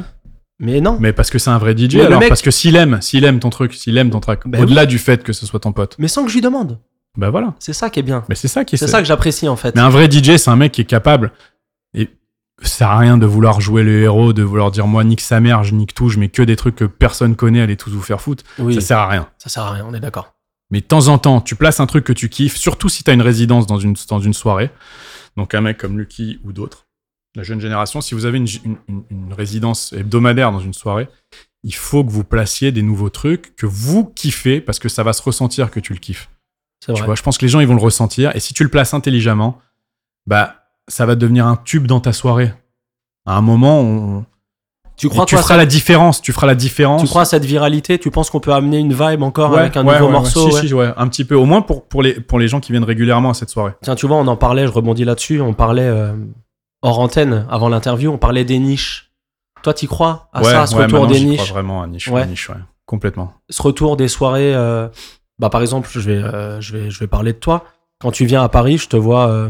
[SPEAKER 1] Mais non. Mais,
[SPEAKER 2] Mais parce que c'est un vrai DJ,
[SPEAKER 1] Mais le
[SPEAKER 2] alors
[SPEAKER 1] mec-
[SPEAKER 2] parce que s'il aime, s'il aime ton truc, s'il aime ton track,
[SPEAKER 1] Ben
[SPEAKER 2] au-delà du fait que ce soit ton pote,
[SPEAKER 1] sans que je lui demande.
[SPEAKER 2] bah voilà.
[SPEAKER 1] C'est ça qui est bien.
[SPEAKER 2] Mais c'est ça qui
[SPEAKER 1] C'est ça que j'apprécie en fait.
[SPEAKER 2] Mais un vrai DJ, c'est un mec qui est capable. Et ça sert à rien de vouloir jouer le héros, de vouloir dire moi nique sa mère, je nique tout, je mets que des trucs que personne connaît, allez tous vous faire foutre.
[SPEAKER 1] oui,
[SPEAKER 2] Ça
[SPEAKER 1] ça sert...
[SPEAKER 2] sert à rien.
[SPEAKER 1] à rien. On est d'accord.
[SPEAKER 2] Mais de temps en temps, tu places un truc que tu kiffes, surtout si t'as une résidence dans une, dans une soirée. Donc un mec comme Lucky ou d'autres, la jeune génération, si vous avez une, une- une- une résidence hebdomadaire dans une soirée, il faut que vous placiez des nouveaux trucs que vous kiffez parce que ça va se ressentir que tu le kiffes.
[SPEAKER 1] C'est
[SPEAKER 2] Tu
[SPEAKER 1] vrai.
[SPEAKER 2] vois, je pense que les gens, ils vont le ressentir. Et si tu le places intelligemment, bah, ça va devenir un tube dans ta soirée. À un moment, on...
[SPEAKER 1] Tu
[SPEAKER 2] et
[SPEAKER 1] crois
[SPEAKER 2] tu
[SPEAKER 1] toi,
[SPEAKER 2] feras la différence. Tu feras la différence.
[SPEAKER 1] tu crois à cette viralité Tu penses qu'on peut amener une vibe encore
[SPEAKER 2] Ouais,
[SPEAKER 1] avec un
[SPEAKER 2] ouais,
[SPEAKER 1] nouveau
[SPEAKER 2] ouais, ouais.
[SPEAKER 1] morceau
[SPEAKER 2] Si,
[SPEAKER 1] ouais.
[SPEAKER 2] si, ouais, un petit peu. Au moins pour, pour, les, pour les gens qui viennent régulièrement à cette soirée.
[SPEAKER 1] Tiens, tu vois, on en parlait, je rebondis là-dessus, on parlait euh, hors antenne avant l'interview, on parlait des niches. Toi, t'y crois à
[SPEAKER 2] ouais,
[SPEAKER 1] Ah, ça, à ce
[SPEAKER 2] ouais,
[SPEAKER 1] retour
[SPEAKER 2] maintenant,
[SPEAKER 1] des
[SPEAKER 2] j'y crois
[SPEAKER 1] niches
[SPEAKER 2] vraiment à niche,
[SPEAKER 1] Ouais.
[SPEAKER 2] à niche, ouais. Complètement.
[SPEAKER 1] Ce retour des soirées, euh, bah, par exemple, je vais, euh, je, vais, je vais parler de toi. Quand tu viens à Paris, je te vois euh,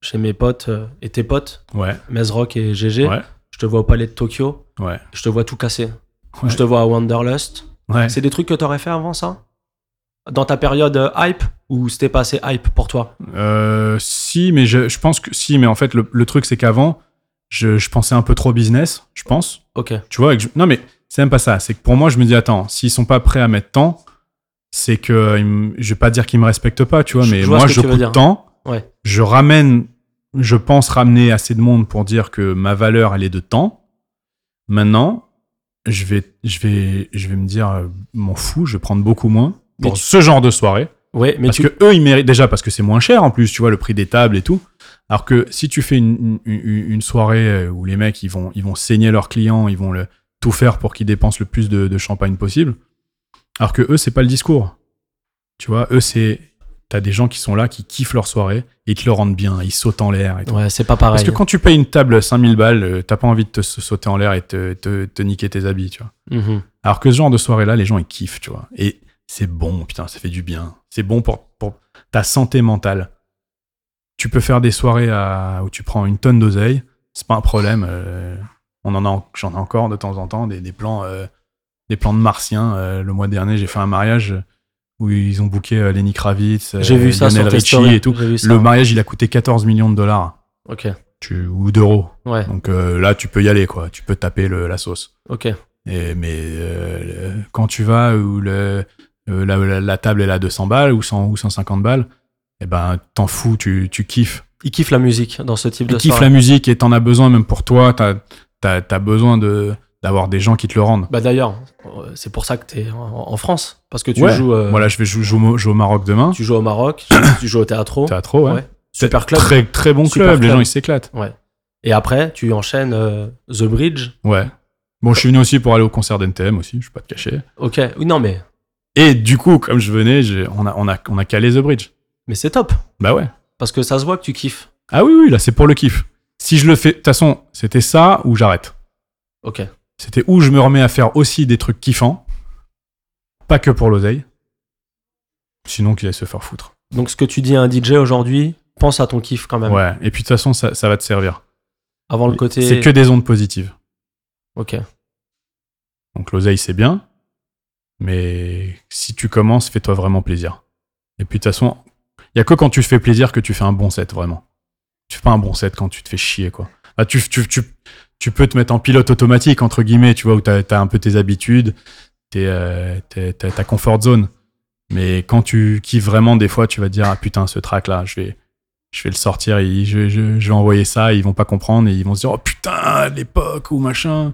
[SPEAKER 1] chez mes potes euh, et tes potes,
[SPEAKER 2] Ouais,
[SPEAKER 1] Mezrock et GG.
[SPEAKER 2] ouais,
[SPEAKER 1] Je te vois au Palais de Tokyo,
[SPEAKER 2] ouais.
[SPEAKER 1] je te vois tout casser.
[SPEAKER 2] Ouais.
[SPEAKER 1] Je te vois à Wanderlust.
[SPEAKER 2] ouais.
[SPEAKER 1] C'est des trucs que t'aurais fait avant ça Dans ta période euh, hype Ou c'était pas assez hype pour toi
[SPEAKER 2] Euh, si, mais je, je pense que si, mais en fait, le, le truc, c'est qu'avant, je, je pensais un peu trop business, je pense.
[SPEAKER 1] Ok.
[SPEAKER 2] Tu vois, et que je- non mais c'est même pas ça. C'est que pour moi, je me dis attends, s'ils sont pas prêts à mettre temps, c'est que euh, ils me- je vais pas dire qu'ils me respectent pas, tu vois.
[SPEAKER 1] Je-
[SPEAKER 2] Mais
[SPEAKER 1] je vois ce
[SPEAKER 2] moi,
[SPEAKER 1] que
[SPEAKER 2] je
[SPEAKER 1] tu veux
[SPEAKER 2] coûte
[SPEAKER 1] dire.
[SPEAKER 2] temps.
[SPEAKER 1] Ouais.
[SPEAKER 2] Je ramène, je pense ramener assez de monde pour dire que ma valeur elle est de temps. Maintenant, je vais, je vais, je vais me dire euh, m'en fous, je vais prendre beaucoup moins
[SPEAKER 1] Mais
[SPEAKER 2] pour
[SPEAKER 1] tu-
[SPEAKER 2] ce genre de soirée.
[SPEAKER 1] Ouais, mais
[SPEAKER 2] parce
[SPEAKER 1] tu.
[SPEAKER 2] que eux, ils méritent déjà parce que c'est moins cher en plus, tu vois, le prix des tables et tout. Alors que si tu fais une, une- une- une soirée euh, où les mecs, ils vont, ils vont saigner leurs clients, ils vont le, tout faire pour qu'ils dépensent le plus de, de champagne possible. Alors que eux, c'est pas le discours. Tu vois, eux, c'est. T'as des gens qui sont là, qui kiffent leur soirée, et ils te le rendent bien, ils sautent en l'air et tout.
[SPEAKER 1] Ouais, c'est pas pareil.
[SPEAKER 2] Parce que quand tu payes une table 5000 balles, euh, t'as pas envie de te sa- sauter en l'air et te, te- te niquer tes habits, tu vois.
[SPEAKER 1] Mhm.
[SPEAKER 2] Alors que ce genre de soirée-là, les gens, ils kiffent, tu vois. Et c'est bon, putain, ça fait du bien. C'est bon pour, pour ta santé mentale. Tu peux faire des soirées à- où tu prends une tonne d'oseille, c'est pas un problème. euh, on en a, en- j'en ai encore de temps en temps des, des plans, euh, des plans de martiens. euh, le mois dernier, j'ai fait un mariage euh, où ils ont booké euh, Lenny Kravitz, euh,
[SPEAKER 1] J'ai vu ça
[SPEAKER 2] Lionel
[SPEAKER 1] sur tes
[SPEAKER 2] Richie
[SPEAKER 1] stories.
[SPEAKER 2] et tout.
[SPEAKER 1] J'ai vu ça.
[SPEAKER 2] Le mariage, il a coûté 14 millions de dollars
[SPEAKER 1] Ok,
[SPEAKER 2] tu, ou d'euros.
[SPEAKER 1] ouais,
[SPEAKER 2] Donc euh, là, tu peux y aller, quoi. Tu peux taper le- la sauce.
[SPEAKER 1] ok.
[SPEAKER 2] Et- mais euh, le- quand tu vas où le, euh, la, la- la table elle a 200 balles ou 100 ou 150 balles, eh ben t'en fous, tu, tu kiffes.
[SPEAKER 1] Il kiffe la musique dans ce type
[SPEAKER 2] Tu
[SPEAKER 1] de
[SPEAKER 2] kiffes
[SPEAKER 1] soirée.
[SPEAKER 2] la musique et t'en as besoin même pour toi. T'as as, besoin de d'avoir des gens qui te le rendent.
[SPEAKER 1] Bah d'ailleurs, euh, c'est pour ça que t'es en, en France. Parce que tu
[SPEAKER 2] Ouais.
[SPEAKER 1] joues. euh,
[SPEAKER 2] Voilà, je vais jouer, jouer au Mo- jouer au Maroc demain.
[SPEAKER 1] Tu joues au Maroc, tu joues au Teatro.
[SPEAKER 2] Théâtre, ouais.
[SPEAKER 1] Ouais. Super club.
[SPEAKER 2] Très, très bon
[SPEAKER 1] Super
[SPEAKER 2] club, les
[SPEAKER 1] club.
[SPEAKER 2] gens ils s'éclatent.
[SPEAKER 1] Et après, tu enchaînes euh, The Bridge.
[SPEAKER 2] Ouais. Bon, je suis venu aussi pour aller au concert d'NTM aussi, je vais pas te cacher.
[SPEAKER 1] Ok. Oui, non, mais,
[SPEAKER 2] Et du coup, comme je venais, j'ai- on, a, on, a, on a calé The Bridge.
[SPEAKER 1] mais c'est top.
[SPEAKER 2] Bah ouais.
[SPEAKER 1] Parce que ça se voit que tu kiffes.
[SPEAKER 2] Ah oui, oui, là c'est pour le kiff. Si je le fais, de toute façon, c'était ça ou j'arrête.
[SPEAKER 1] Ok.
[SPEAKER 2] C'était où je me remets à faire aussi des trucs kiffants, pas que pour l'oseille. Sinon, qu'il allait se faire foutre.
[SPEAKER 1] Donc ce que tu dis à un DJ aujourd'hui, pense à ton kiff quand même.
[SPEAKER 2] Ouais. Et puis de toute façon, ça, ça va te servir.
[SPEAKER 1] Avant Ah le côté.
[SPEAKER 2] C'est que des ondes positives.
[SPEAKER 1] Ok.
[SPEAKER 2] Donc l'oseille, c'est bien. Mais si tu commences, fais-toi vraiment plaisir. Et puis de toute façon, il y a que quand tu te fais plaisir que tu fais un bon set, vraiment. Tu fais pas un bon set quand tu te fais chier, quoi. Ah, tu, tu, tu, tu peux te mettre en pilote automatique, entre guillemets, tu vois, où t'as as un peu tes habitudes, t'es, euh, t'es- t'as ta comfort zone. Mais quand tu kiffes vraiment, des fois, tu vas te dire, ah putain, ce track-là, je vais, je vais le sortir, et je, je- je vais envoyer ça, et ils vont pas comprendre, et ils vont se dire, oh putain, l'époque, ou machin.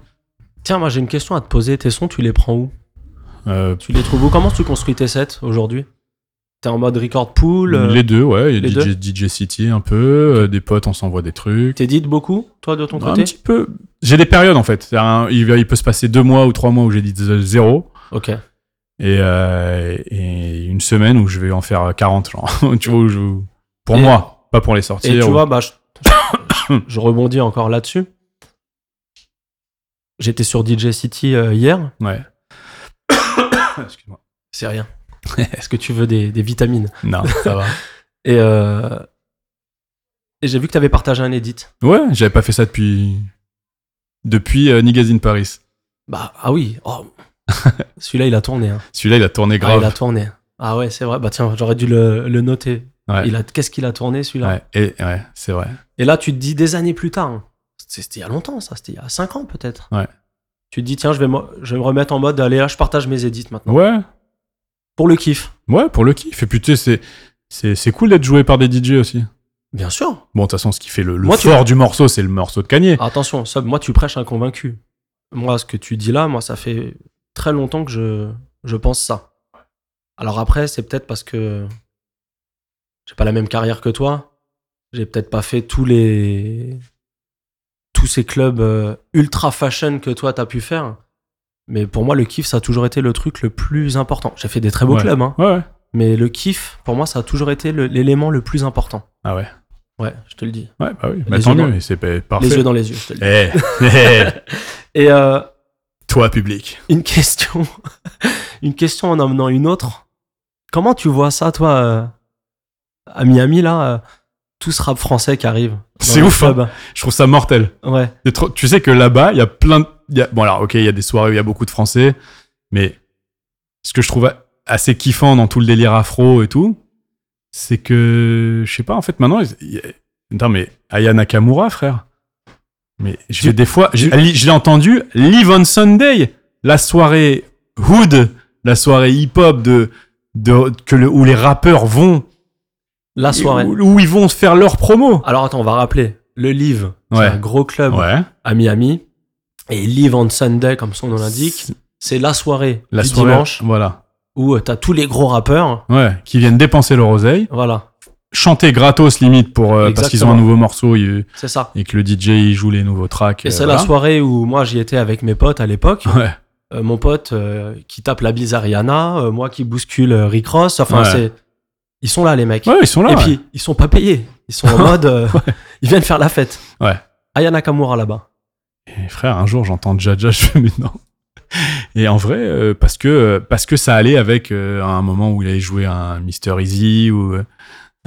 [SPEAKER 1] Tiens, moi j'ai une question à te poser. Tes sons, tu les prends où
[SPEAKER 2] Euh,
[SPEAKER 1] Tu les trouves où Comment tu construis tes sets aujourd'hui T'es en mode record pool euh,
[SPEAKER 2] Les deux, ouais. Il
[SPEAKER 1] les
[SPEAKER 2] y a DJ, DJ City un peu, euh, des potes, on s'envoie des trucs.
[SPEAKER 1] T'es dit beaucoup, toi, de ton
[SPEAKER 2] Bah, un
[SPEAKER 1] côté
[SPEAKER 2] petit peu. J'ai des périodes en fait. C'est-à-dire, hein, Il, va- il peut se passer deux mois ou trois mois où j'ai dit zéro
[SPEAKER 1] Ok.
[SPEAKER 2] et, euh, et une semaine où je vais en faire 40, genre. tu vois, où je- pour
[SPEAKER 1] Et-
[SPEAKER 2] moi, pas pour les sortir.
[SPEAKER 1] Et tu
[SPEAKER 2] ou-
[SPEAKER 1] vois, bah, je, je- je rebondis encore là-dessus. J'étais sur DJ City euh, hier.
[SPEAKER 2] Ouais. Excuse-moi.
[SPEAKER 1] C'est rien. Est-ce que tu veux des, des vitamines
[SPEAKER 2] Non, ça va.
[SPEAKER 1] Et, euh, et j'ai vu que t'avais partagé un edit.
[SPEAKER 2] Ouais, j'avais pas fait ça depuis. Depuis euh, Nigazine Paris.
[SPEAKER 1] Bah, ah oui. oh. Celui-là, il a tourné. hein.
[SPEAKER 2] Celui-là, il a tourné
[SPEAKER 1] Ah, il a
[SPEAKER 2] grave.
[SPEAKER 1] tourné. Ah ouais, c'est vrai. Bah tiens, j'aurais dû le, le noter.
[SPEAKER 2] Ouais.
[SPEAKER 1] Il a, qu'est-ce qu'il a tourné celui-là
[SPEAKER 2] Ouais, et, ouais, c'est vrai.
[SPEAKER 1] Et là, tu te dis des années plus tard. hein. C'est- C'était il y a longtemps, ça. C'était il y a 5 ans peut-être.
[SPEAKER 2] Ouais.
[SPEAKER 1] Tu te dis, tiens, je vais, me- je vais me remettre en mode, allez, là, je partage mes edits maintenant.
[SPEAKER 2] Ouais,
[SPEAKER 1] Pour le kiff.
[SPEAKER 2] ouais, pour le kiff. Et puis tu sais, c'est- c'est c'est cool d'être joué par des DJ aussi.
[SPEAKER 1] Bien sûr.
[SPEAKER 2] Bon, de toute façon, ce qui fait le, le
[SPEAKER 1] Moi, tu-
[SPEAKER 2] fort du morceau, c'est le morceau de Kanye.
[SPEAKER 1] Attention, Sob, moi, tu prêches un convaincu. Moi, ce que tu dis là, moi, ça fait très longtemps que je, je pense ça. Alors après, c'est peut-être parce que j'ai pas la même carrière que toi. J'ai peut-être pas fait tous les. tous ces clubs euh, ultra fashion que toi, t'as pu faire. Mais pour moi, le kiff, ça a toujours été le truc le plus important. J'ai fait des très beaux
[SPEAKER 2] Ouais.
[SPEAKER 1] clubs, hein.
[SPEAKER 2] Ouais, ouais.
[SPEAKER 1] Mais le kiff, pour moi, ça a toujours été le- l'élément le, plus important.
[SPEAKER 2] Ah ouais.
[SPEAKER 1] Ouais, je te le dis.
[SPEAKER 2] Ouais, bah oui. Bah,
[SPEAKER 1] Les
[SPEAKER 2] tant
[SPEAKER 1] yeux dans-
[SPEAKER 2] mieux, c'est pa- parfait.
[SPEAKER 1] Les yeux dans les yeux, je te le dis.
[SPEAKER 2] Eh, eh,
[SPEAKER 1] Et euh,
[SPEAKER 2] toi, public.
[SPEAKER 1] une question, une question en emmenant une autre. Comment tu vois ça, toi, euh, à Miami, là, euh, tout ce rap français qui arrive dans
[SPEAKER 2] C'est
[SPEAKER 1] les
[SPEAKER 2] ouf, hein.
[SPEAKER 1] clubs
[SPEAKER 2] Je trouve ça mortel.
[SPEAKER 1] Ouais.
[SPEAKER 2] C'est trop- Tu sais que là-bas, il y a plein de. il y a- Bon, alors, ok, il y a des soirées où il y a beaucoup de Français, mais ce que je trouve a- assez kiffant dans tout le délire afro et tout, c'est que. Je sais pas, en fait, maintenant. il y a- Putain, mais Aya Nakamura, frère. Mais je
[SPEAKER 1] Tu-
[SPEAKER 2] vais des fois. j'ai- li- Je l'ai entendu, Live on Sunday, la soirée hood, la soirée hip-hop de, de, que le, où les rappeurs vont.
[SPEAKER 1] La soirée.
[SPEAKER 2] Où, où ils vont se faire leur promo.
[SPEAKER 1] Alors attends, on va rappeler. Le Live, qui
[SPEAKER 2] Ouais.
[SPEAKER 1] est un gros club
[SPEAKER 2] Ouais.
[SPEAKER 1] à Miami. Et Live on Sunday, comme son nom l'indique, c'est la soirée
[SPEAKER 2] La
[SPEAKER 1] du
[SPEAKER 2] soirée.
[SPEAKER 1] dimanche
[SPEAKER 2] Voilà.
[SPEAKER 1] où euh, t'as tous les gros rappeurs.
[SPEAKER 2] Ouais, qui viennent dépenser leur oseille.
[SPEAKER 1] Voilà,
[SPEAKER 2] chanter gratos limite pour euh, parce
[SPEAKER 1] Exactement.
[SPEAKER 2] qu'ils ont un nouveau morceau il-
[SPEAKER 1] c'est ça.
[SPEAKER 2] et que le DJ il joue les nouveaux tracks.
[SPEAKER 1] Et
[SPEAKER 2] euh,
[SPEAKER 1] c'est la
[SPEAKER 2] voilà.
[SPEAKER 1] soirée où moi j'y étais avec mes potes à l'époque.
[SPEAKER 2] Ouais,
[SPEAKER 1] Euh, mon pote euh, qui tape la bise à Rihanna, euh, moi qui bouscule euh, Rick Ross. Enfin,
[SPEAKER 2] Ouais.
[SPEAKER 1] c'est. Ils sont là, les mecs.
[SPEAKER 2] Ouais, ils sont là.
[SPEAKER 1] Et
[SPEAKER 2] ouais.
[SPEAKER 1] puis, ils sont pas payés. Ils sont en mode. euh, Ils viennent faire la fête.
[SPEAKER 2] Ouais.
[SPEAKER 1] Aya Nakamura là-bas.
[SPEAKER 2] Et frère, un jour j'entends Jaja, je fais mais non. Et en vrai, euh, parce que euh, parce que ça allait avec euh, un moment où il allait jouer un Mister Easy ou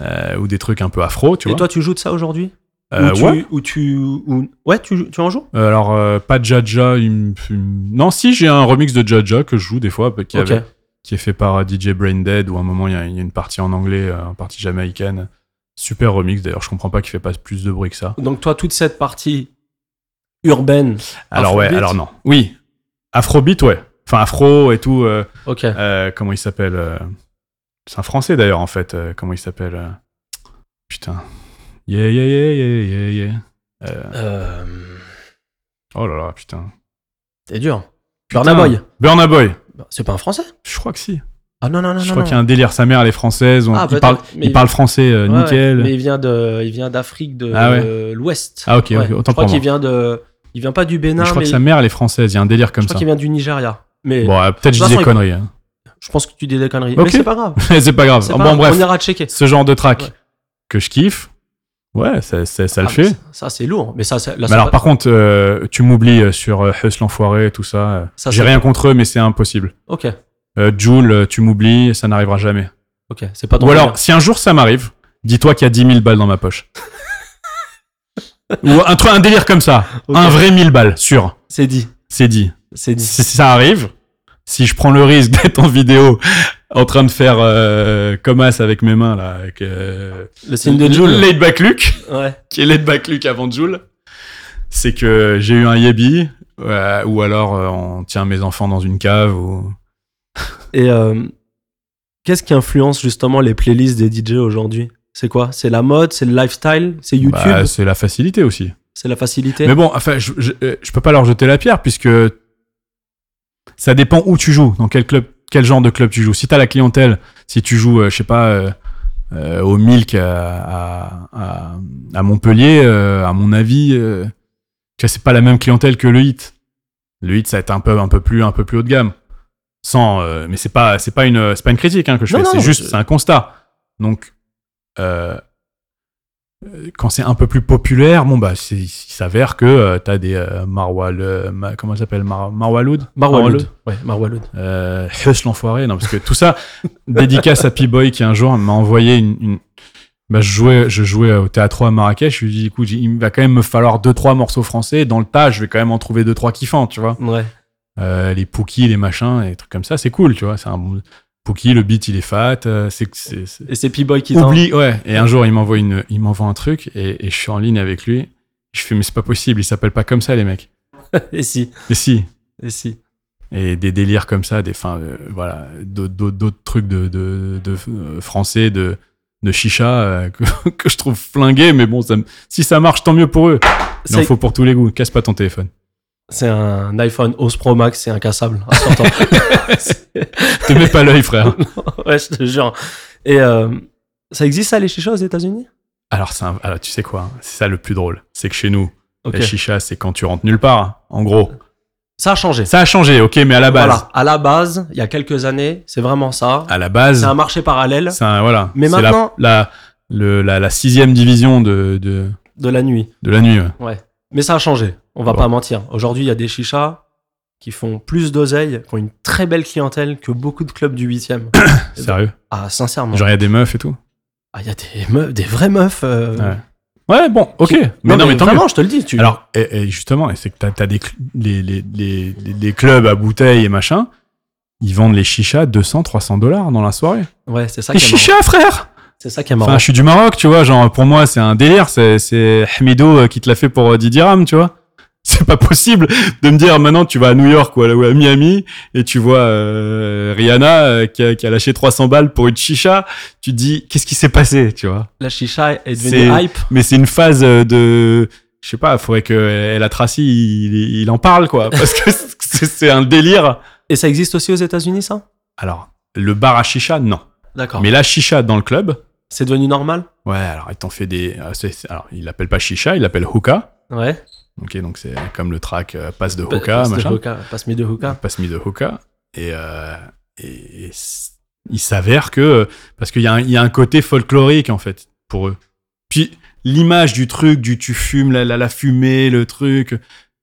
[SPEAKER 2] euh, ou des trucs un peu afro, tu
[SPEAKER 1] Et
[SPEAKER 2] vois.
[SPEAKER 1] toi, tu joues de ça aujourd'hui
[SPEAKER 2] Euh,
[SPEAKER 1] ou tu,
[SPEAKER 2] ouais.
[SPEAKER 1] ou tu. ou- Ouais, tu, tu en joues
[SPEAKER 2] Euh, alors euh, pas Jaja. il me- il me- Non, si j'ai un remix de Jaja que je joue des fois qui,
[SPEAKER 1] Ok.
[SPEAKER 2] avait- qui est fait par euh, DJ Braindead, où à un moment il y, a il y a une partie en anglais, euh, une partie jamaïcaine. Super remix d'ailleurs, je comprends pas qu'il fait pas plus de bruit que ça.
[SPEAKER 1] Donc, toi, toute cette partie urbaine.
[SPEAKER 2] Alors ouais,
[SPEAKER 1] Afrobeat
[SPEAKER 2] alors non. Oui, Afrobeat, ouais. Enfin Afro et tout. euh,
[SPEAKER 1] Ok.
[SPEAKER 2] euh, comment il s'appelle euh, C'est un français d'ailleurs en fait. euh, comment il s'appelle euh, Putain. Yeah, yeah, yeah, yeah, yeah, yeah.
[SPEAKER 1] Euh,
[SPEAKER 2] Oh là là, putain.
[SPEAKER 1] T'es dur.
[SPEAKER 2] Putain,
[SPEAKER 1] Burna Boy.
[SPEAKER 2] Burna Boy.
[SPEAKER 1] Bah, C'est pas un français
[SPEAKER 2] Je crois que si.
[SPEAKER 1] Ah non, non, non.
[SPEAKER 2] je
[SPEAKER 1] non,
[SPEAKER 2] crois
[SPEAKER 1] non.
[SPEAKER 2] qu'il y a un délire. Sa mère, elle est française. on-
[SPEAKER 1] Ah,
[SPEAKER 2] il
[SPEAKER 1] peut-être,
[SPEAKER 2] parle,
[SPEAKER 1] mais
[SPEAKER 2] il
[SPEAKER 1] il-
[SPEAKER 2] parle français, euh,
[SPEAKER 1] Ouais,
[SPEAKER 2] nickel.
[SPEAKER 1] ouais, Mais il vient de, il vient d'Afrique de
[SPEAKER 2] Ah ouais.
[SPEAKER 1] euh, l'Ouest.
[SPEAKER 2] Ah, ok, ok,
[SPEAKER 1] Ouais.
[SPEAKER 2] autant
[SPEAKER 1] Je
[SPEAKER 2] pour
[SPEAKER 1] crois
[SPEAKER 2] moi.
[SPEAKER 1] qu'il vient de, il vient pas du Bénin,
[SPEAKER 2] je crois
[SPEAKER 1] mais
[SPEAKER 2] que sa mère, elle est française. Il y a un délire
[SPEAKER 1] je
[SPEAKER 2] comme
[SPEAKER 1] crois
[SPEAKER 2] ça.
[SPEAKER 1] qu'il vient du Nigeria. Mais
[SPEAKER 2] Bon, ouais, peut-être
[SPEAKER 1] De
[SPEAKER 2] je
[SPEAKER 1] toute
[SPEAKER 2] dis
[SPEAKER 1] façon,
[SPEAKER 2] des conneries. hein.
[SPEAKER 1] je pense que tu dis des conneries.
[SPEAKER 2] Ok.
[SPEAKER 1] Mais c'est pas grave.
[SPEAKER 2] c'est pas grave.
[SPEAKER 1] C'est
[SPEAKER 2] Ah,
[SPEAKER 1] pas
[SPEAKER 2] bon,
[SPEAKER 1] grave.
[SPEAKER 2] bref,
[SPEAKER 1] On ira checker.
[SPEAKER 2] ce genre de track
[SPEAKER 1] Ouais.
[SPEAKER 2] que je kiffe, ouais, ça, ça- ça le
[SPEAKER 1] Ah,
[SPEAKER 2] fait.
[SPEAKER 1] mais ça- Ça, c'est lourd. Mais ça, c'est- là,
[SPEAKER 2] Mais
[SPEAKER 1] ça
[SPEAKER 2] alors,
[SPEAKER 1] va-
[SPEAKER 2] par contre, euh, tu m'oublies euh, sur euh, Hustle l'enfoiré, tout ça. euh,
[SPEAKER 1] Ça,
[SPEAKER 2] J'ai
[SPEAKER 1] c'est-
[SPEAKER 2] rien contre eux, mais c'est impossible.
[SPEAKER 1] Ok,
[SPEAKER 2] Euh, Joule, euh, tu m'oublies, ça n'arrivera jamais.
[SPEAKER 1] ok. C'est pas ton
[SPEAKER 2] Ou
[SPEAKER 1] délire.
[SPEAKER 2] alors, si un jour ça m'arrive, dis-toi qu'il y a 10 000 balles dans ma poche. Ou un, truc- un délire comme ça.
[SPEAKER 1] Ok.
[SPEAKER 2] Un vrai 1000 balles, sûr.
[SPEAKER 1] C'est dit.
[SPEAKER 2] C'est dit.
[SPEAKER 1] C'est dit.
[SPEAKER 2] Si ça arrive, si je prends le risque d'être en vidéo en train de faire euh, comme as avec mes mains, là, avec euh,
[SPEAKER 1] Le signe de Jules.
[SPEAKER 2] Laid Back Luke,
[SPEAKER 1] Ouais.
[SPEAKER 2] qui est Laid Back Luke avant Joule, c'est que j'ai eu un yebi, euh, ou alors euh, on tient mes enfants dans une cave, ou...
[SPEAKER 1] Et euh, qu'est-ce qui influence justement les playlists des DJ aujourd'hui C'est quoi C'est la mode, c'est le lifestyle, c'est YouTube,
[SPEAKER 2] Bah, c'est la facilité aussi.
[SPEAKER 1] c'est la facilité.
[SPEAKER 2] Mais bon, enfin, je, je, euh, je peux pas leur jeter la pierre puisque ça dépend où tu joues, dans quel club, quel genre de club tu joues. Si t'as la clientèle, si tu joues, euh, je sais pas, euh, euh, au Milk à, à- à- à Montpellier, euh, à mon avis, euh, tu vois, c'est pas la même clientèle que le hit. Le hit, ça va être un peu, un peu plus, un peu plus haut de gamme. Sans, euh, mais c'est pas, c'est pas une, c'est pas une critique hein, que je
[SPEAKER 1] Non,
[SPEAKER 2] fais.
[SPEAKER 1] non,
[SPEAKER 2] C'est
[SPEAKER 1] non,
[SPEAKER 2] juste,
[SPEAKER 1] je-
[SPEAKER 2] c'est un constat. Donc, euh, euh, quand c'est un peu plus populaire, bon bah, c'est- il s'avère que euh, t'as des euh, Marwal, euh, ma- comment ça s'appelle, Mar- Marwaloud,
[SPEAKER 1] Marwaloud. Ouais, Marwaloud.
[SPEAKER 2] euh, Hush l'enfoiré, non parce que tout ça, dédicace à P-Boy qui un jour m'a envoyé une, une- bah, je jouais, je jouais au théâtre à Marrakech, je lui ai dit, écoute, il va quand même me falloir deux trois morceaux français, dans le tas, je vais quand même en trouver deux trois kiffants, tu vois.
[SPEAKER 1] Ouais.
[SPEAKER 2] Euh, les Pookie, les machins, et des trucs comme ça, c'est cool, tu vois. C'est un bon- Pookie, le beat, il est fat. euh, c'est, c'est, c'est-
[SPEAKER 1] Et c'est P-Boy qui t'en-
[SPEAKER 2] Oublie, ouais. Et un jour, il m'envoie une, il m'envoie un truc, et, et je suis en ligne avec lui. Je fais, mais c'est pas possible, ils s'appellent pas comme ça, les mecs.
[SPEAKER 1] Et si,
[SPEAKER 2] Et si.
[SPEAKER 1] et si.
[SPEAKER 2] Et des délires comme ça, des, fins, voilà, d'autres, d'autres, d'autres trucs de, de, de, euh, français, de, de chicha, euh, que, que je trouve flingué, mais bon, ça, me- si ça marche, tant mieux pour eux. Il en
[SPEAKER 1] C'est-
[SPEAKER 2] faut pour tous les goûts. Casse pas ton téléphone.
[SPEAKER 1] C'est un iPhone 11 Pro Max, c'est incassable. à 100 ans.
[SPEAKER 2] Te mets pas l'œil, frère.
[SPEAKER 1] ouais, je te jure. Et euh, ça existe ça, les chichas aux États-Unis
[SPEAKER 2] Alors, c'est un- alors, tu sais quoi hein, C'est ça le plus drôle. C'est que chez nous,
[SPEAKER 1] Ok.
[SPEAKER 2] la chicha, c'est quand tu rentres nulle part, hein, en gros.
[SPEAKER 1] Ça a changé.
[SPEAKER 2] Ça a changé, ok, mais à la base,
[SPEAKER 1] Voilà. À la base, il y a quelques années, c'est vraiment ça.
[SPEAKER 2] à la
[SPEAKER 1] C'est
[SPEAKER 2] base,
[SPEAKER 1] un marché parallèle
[SPEAKER 2] c'est un- voilà.
[SPEAKER 1] Mais
[SPEAKER 2] C'est la-
[SPEAKER 1] maintenant-
[SPEAKER 2] la, le- la, la sixième division de, de,
[SPEAKER 1] de la nuit.
[SPEAKER 2] de la nuit. ouais.
[SPEAKER 1] Eh Mais ça a changé, on va
[SPEAKER 2] Bon.
[SPEAKER 1] pas mentir. Aujourd'hui, il y a des chichas qui font plus d'oseille, qui ont une très belle clientèle que beaucoup de clubs du 8e. ben,
[SPEAKER 2] Sérieux
[SPEAKER 1] ah, sincèrement.
[SPEAKER 2] Genre, il y a des meufs et tout.
[SPEAKER 1] Ah, il y a des, meufs, des vraies meufs. euh,
[SPEAKER 2] Ouais. Ouais, bon, ok. Mais non, mais, tant mieux.
[SPEAKER 1] vraiment, je te le dis. Tu...
[SPEAKER 2] Alors, et, et justement, c'est que t'as as des cl- les, les, les, les- les clubs à bouteilles et machin, ils vendent les chichas 200, 300 dollars dans la soirée.
[SPEAKER 1] ouais, c'est ça
[SPEAKER 2] Les
[SPEAKER 1] qui est marrant.
[SPEAKER 2] chichas, frère
[SPEAKER 1] C'est ça qui est marrant.
[SPEAKER 2] Enfin, je suis du Maroc, tu vois. Genre, pour moi, c'est un délire. C'est, c'est Hamido euh, qui te l'a fait pour euh, Didi Ram, tu vois. C'est pas possible de me dire maintenant tu vas à New York ou à, ou à Miami et tu vois euh, Rihanna euh, qui, a, qui a lâché 300 balles pour une chicha. Tu te dis qu'est-ce qui s'est passé, tu vois
[SPEAKER 1] La chicha est devenue
[SPEAKER 2] C'est-
[SPEAKER 1] hype.
[SPEAKER 2] Mais c'est une phase euh, de, je sais pas, faudrait que El Atraci il, il en parle quoi, parce que c'est, c'est un délire.
[SPEAKER 1] Et ça existe aussi aux États-Unis, ça
[SPEAKER 2] Alors le bar à chicha, non.
[SPEAKER 1] D'accord.
[SPEAKER 2] Mais la chicha dans le club,
[SPEAKER 1] C'est devenu normal
[SPEAKER 2] ouais. Alors ils t'ont fait des, euh, c'est- c'est- alors ils l'appellent pas chicha, ils l'appellent hookah.
[SPEAKER 1] Ouais.
[SPEAKER 2] Ok, donc c'est comme le track euh, passe de
[SPEAKER 1] Pa-
[SPEAKER 2] Hoka,
[SPEAKER 1] passe de
[SPEAKER 2] machin.
[SPEAKER 1] hookah, Passe mes deux hookah.
[SPEAKER 2] Passe me de Hoka. Et, euh, et- et s- il s'avère que. Parce qu'il y, a un- il y a un côté folklorique, en fait, pour eux. Puis l'image du truc, du tu fumes, la, la, la fumée, le truc.